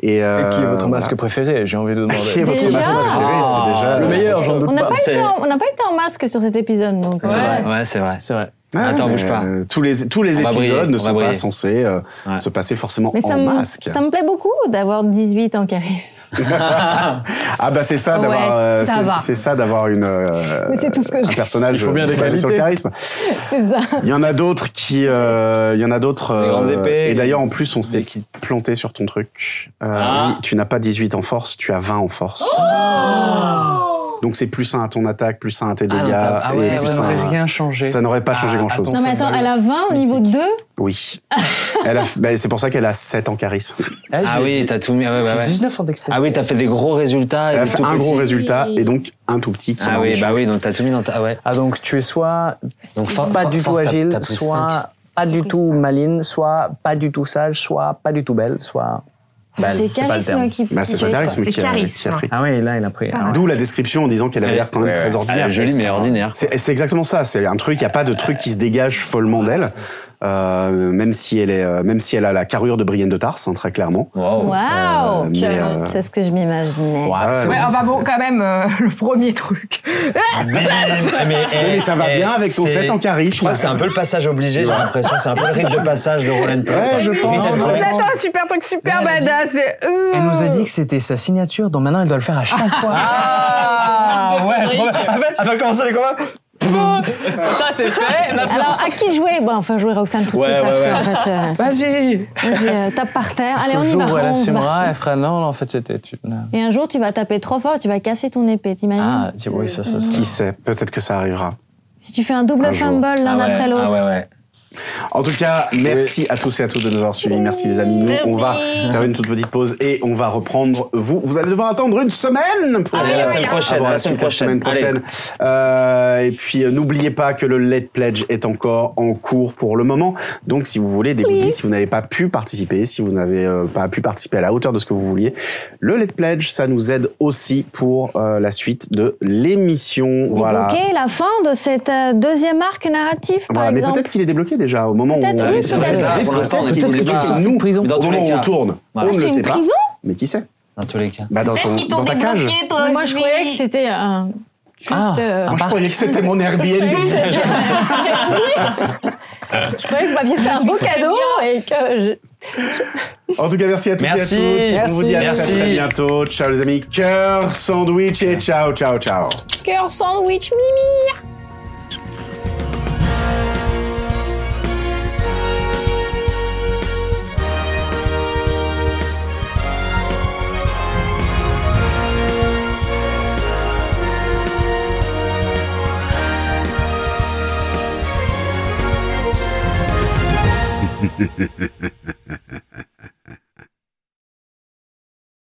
[SPEAKER 1] Et, euh,
[SPEAKER 12] Et qui est votre masque
[SPEAKER 1] voilà.
[SPEAKER 12] préféré J'ai envie de demander.
[SPEAKER 1] Qui est votre
[SPEAKER 12] Déjà
[SPEAKER 1] masque préféré C'est déjà
[SPEAKER 12] Le meilleur, j'en doute
[SPEAKER 4] On n'a pas,
[SPEAKER 12] C'est-
[SPEAKER 4] été en- on n'a pas été en masque sur cet épisode, donc. euh,
[SPEAKER 1] C'est vrai.
[SPEAKER 2] Ouais, c'est vrai.
[SPEAKER 12] C'est vrai.
[SPEAKER 1] Ouais,
[SPEAKER 2] Attends,
[SPEAKER 1] mais,
[SPEAKER 2] bouge pas.
[SPEAKER 1] euh, tous les tous les
[SPEAKER 2] On va
[SPEAKER 1] épisodes
[SPEAKER 2] briller,
[SPEAKER 1] ne
[SPEAKER 2] on va
[SPEAKER 1] sont pas
[SPEAKER 2] briller.
[SPEAKER 1] censés euh, se passer forcément
[SPEAKER 4] Mais ça
[SPEAKER 1] en
[SPEAKER 4] me,
[SPEAKER 1] masque.
[SPEAKER 4] ça me plaît beaucoup d'avoir 18 en charisme.
[SPEAKER 1] ah bah c'est ça d'avoir
[SPEAKER 4] Ouais,
[SPEAKER 1] euh,
[SPEAKER 4] ça
[SPEAKER 1] c'est-
[SPEAKER 4] va.
[SPEAKER 1] c'est ça d'avoir une euh,
[SPEAKER 4] Mais c'est tout ce que
[SPEAKER 1] un
[SPEAKER 4] j'ai.
[SPEAKER 1] personnage euh,
[SPEAKER 12] Il faut bien des
[SPEAKER 1] basé sur le
[SPEAKER 12] qualités.
[SPEAKER 1] charisme.
[SPEAKER 4] C'est ça.
[SPEAKER 1] Il y en a d'autres qui, euh, il y en a d'autres. euh,
[SPEAKER 12] Les grandes épées,
[SPEAKER 1] et
[SPEAKER 12] les-
[SPEAKER 1] d'ailleurs, en plus, on s'est planté sur ton
[SPEAKER 2] Ah.
[SPEAKER 4] Oh
[SPEAKER 1] truc. Euh, oui, tu n'as pas 18 en force, tu as 20 en force. Donc c'est plus 1 à ton attaque, plus 1 à tes dégâts.
[SPEAKER 2] donc t'as- ah ouais,
[SPEAKER 1] et
[SPEAKER 2] ouais,
[SPEAKER 1] plus
[SPEAKER 2] ça
[SPEAKER 1] un-
[SPEAKER 2] n'aurait rien changé.
[SPEAKER 1] Ça n'aurait pas changé
[SPEAKER 2] Ah,
[SPEAKER 1] grand-chose.
[SPEAKER 4] Non, mais attends, elle a 20 au niveau 2
[SPEAKER 1] Oui. Elle a- ben, c'est pour ça qu'elle a 7 en charisme.
[SPEAKER 9] Eh,
[SPEAKER 2] Ah oui, t'as tout mis. ouais, ouais, ouais.
[SPEAKER 1] en dextérité.
[SPEAKER 2] Ah oui, t'as fait des gros résultats.
[SPEAKER 1] Elle
[SPEAKER 2] et
[SPEAKER 1] a
[SPEAKER 2] des
[SPEAKER 1] fait
[SPEAKER 2] tout
[SPEAKER 1] Euh, un gros
[SPEAKER 2] petits.
[SPEAKER 1] résultat et donc un tout petit. qui
[SPEAKER 2] Ah
[SPEAKER 1] en
[SPEAKER 2] oui,
[SPEAKER 1] échange.
[SPEAKER 2] bah oui, donc t'as tout mis dans ta. Ah ouais.
[SPEAKER 9] Ah donc tu es soit
[SPEAKER 2] Donc for- for-
[SPEAKER 9] pas Bah, du tout
[SPEAKER 2] force, t'as-
[SPEAKER 9] agile,
[SPEAKER 2] t'as plus
[SPEAKER 9] soit
[SPEAKER 2] cinq.
[SPEAKER 9] pas du tout maline, soit pas du tout sage, soit pas du tout belle, soit belle.
[SPEAKER 1] C'est
[SPEAKER 9] pas le
[SPEAKER 1] charisme
[SPEAKER 9] terme.
[SPEAKER 1] qui- Bah, c'est qui son fait, charisme quoi. qui a- C'est charisme. qui a pris.
[SPEAKER 9] Ah oui, là il a pris. ah ouais.
[SPEAKER 1] D'où la description en disant qu'elle avait
[SPEAKER 9] Elle-
[SPEAKER 1] l'air quand même
[SPEAKER 9] ouais,
[SPEAKER 1] très
[SPEAKER 9] ouais.
[SPEAKER 1] ordinaire.
[SPEAKER 9] Elle est jolie, mais
[SPEAKER 2] ordinaire.
[SPEAKER 1] C'est c'est exactement ça. C'est un truc. Il n'y a pas de truc qui se dégage follement d'elle, Euh, même si elle est, euh, même si elle a la carrure de Brienne de Tarse, hein, très clairement.
[SPEAKER 18] Waouh
[SPEAKER 1] Euh, mais, euh,
[SPEAKER 18] C'est ce que je m'imaginais.
[SPEAKER 1] Ouais, c'est
[SPEAKER 13] Ouais,
[SPEAKER 1] Ah bon,
[SPEAKER 13] enfin
[SPEAKER 1] c'est-
[SPEAKER 13] bon, quand même, euh, le premier truc.
[SPEAKER 2] Ah, euh,
[SPEAKER 1] Oui, mais ça va bien avec ton set en charisme.
[SPEAKER 2] Je crois que eh, c'est un peu le passage obligé, j'ai l'impression. C'est un peu le rite de passage de Roland Play.
[SPEAKER 9] Ouais, je pense.
[SPEAKER 2] t'as
[SPEAKER 9] Non,
[SPEAKER 2] raison.
[SPEAKER 9] mais
[SPEAKER 13] Oh, Attends, super truc, super
[SPEAKER 9] Là, elle a
[SPEAKER 13] badass.
[SPEAKER 9] dit-
[SPEAKER 13] et- euh,
[SPEAKER 9] Elle nous
[SPEAKER 4] Oh.
[SPEAKER 9] a dit que c'était sa signature, donc maintenant elle doit le faire à chaque fois. Ah ouais, trop bien. En fait, elle va commencer les combats.
[SPEAKER 5] Ça, c'est fait. Maintenant,
[SPEAKER 4] Alors, à qui jouer Bon, enfin, jouer Roxane tout de
[SPEAKER 9] Ouais,
[SPEAKER 4] suite parce
[SPEAKER 9] ouais, ouais.
[SPEAKER 4] que, en fait. euh,
[SPEAKER 9] Vas-y
[SPEAKER 4] vas-y, euh, tape par terre. Allez,
[SPEAKER 9] Le
[SPEAKER 4] on y
[SPEAKER 9] jour
[SPEAKER 4] va.
[SPEAKER 9] où elle
[SPEAKER 4] on va.
[SPEAKER 9] assumera, elle fera non, non, en fait c'était une.
[SPEAKER 4] Et un jour, tu vas taper trop fort, tu vas casser ton épée, t'imagines
[SPEAKER 9] Ah, dis- oui, ça, ça,
[SPEAKER 1] Qui
[SPEAKER 9] ça.
[SPEAKER 1] sait Peut-être que ça arrivera.
[SPEAKER 4] Si tu fais un double
[SPEAKER 1] un jour.
[SPEAKER 4] fumble l'un
[SPEAKER 2] Ah ouais,
[SPEAKER 4] après l'autre.
[SPEAKER 2] Ah ouais, ouais.
[SPEAKER 1] En tout cas, merci à tous et à toutes de nous avoir suivis. Merci les amis. Nous, on va faire une toute petite pause et on va reprendre. Vous, vous allez devoir attendre une semaine pour
[SPEAKER 2] Allez, à la semaine prochaine,
[SPEAKER 1] avoir
[SPEAKER 2] à la
[SPEAKER 1] suite semaine
[SPEAKER 2] semaine prochaine.
[SPEAKER 1] prochaine. Euh, et puis, euh, n'oubliez pas que le Let Pledge est encore en cours pour le moment. Donc, si vous voulez des goodies, si vous n'avez pas pu participer, si vous n'avez euh, pas pu participer à la hauteur de ce que vous vouliez, le Let Pledge, ça nous aide aussi pour euh, la suite de l'émission. Voilà.
[SPEAKER 4] Débloquer la fin de cette euh, deuxième arc narratif, par
[SPEAKER 1] Voilà, mais
[SPEAKER 4] exemple.
[SPEAKER 1] peut-être qu'il est débloqué déjà au moment où
[SPEAKER 4] Peut-être,
[SPEAKER 1] on
[SPEAKER 4] oui,
[SPEAKER 1] est
[SPEAKER 4] peut-être.
[SPEAKER 2] Pour l'instant, on est
[SPEAKER 1] Peut-être
[SPEAKER 2] tous les
[SPEAKER 1] que
[SPEAKER 2] deux
[SPEAKER 1] tu
[SPEAKER 2] sortis
[SPEAKER 1] nous,
[SPEAKER 2] de prison.
[SPEAKER 1] Dans
[SPEAKER 2] Dans
[SPEAKER 1] tous
[SPEAKER 2] tous les
[SPEAKER 1] on
[SPEAKER 2] cas.
[SPEAKER 1] tourne,
[SPEAKER 2] Voilà.
[SPEAKER 1] on ne
[SPEAKER 2] C'est
[SPEAKER 1] le
[SPEAKER 2] une
[SPEAKER 1] sait pas.
[SPEAKER 2] prison
[SPEAKER 1] Mais qui sait
[SPEAKER 2] Dans tous les cas.
[SPEAKER 1] bah, dans, ton, dans ta cage.
[SPEAKER 4] Moi, je croyais que c'était un. Juste.
[SPEAKER 2] Ah.
[SPEAKER 4] euh,
[SPEAKER 1] Moi, je croyais que c'était mon Airbnb.
[SPEAKER 4] je croyais que vous m'aviez fait un beau cadeau et que je-
[SPEAKER 1] en tout cas, merci à tous
[SPEAKER 2] Merci.
[SPEAKER 1] et à toutes. On vous dit à
[SPEAKER 2] Merci.
[SPEAKER 1] très, très bientôt. Ciao les amis. Cœur, sandwich et ciao, ciao, ciao.
[SPEAKER 4] Cœur sandwich mimi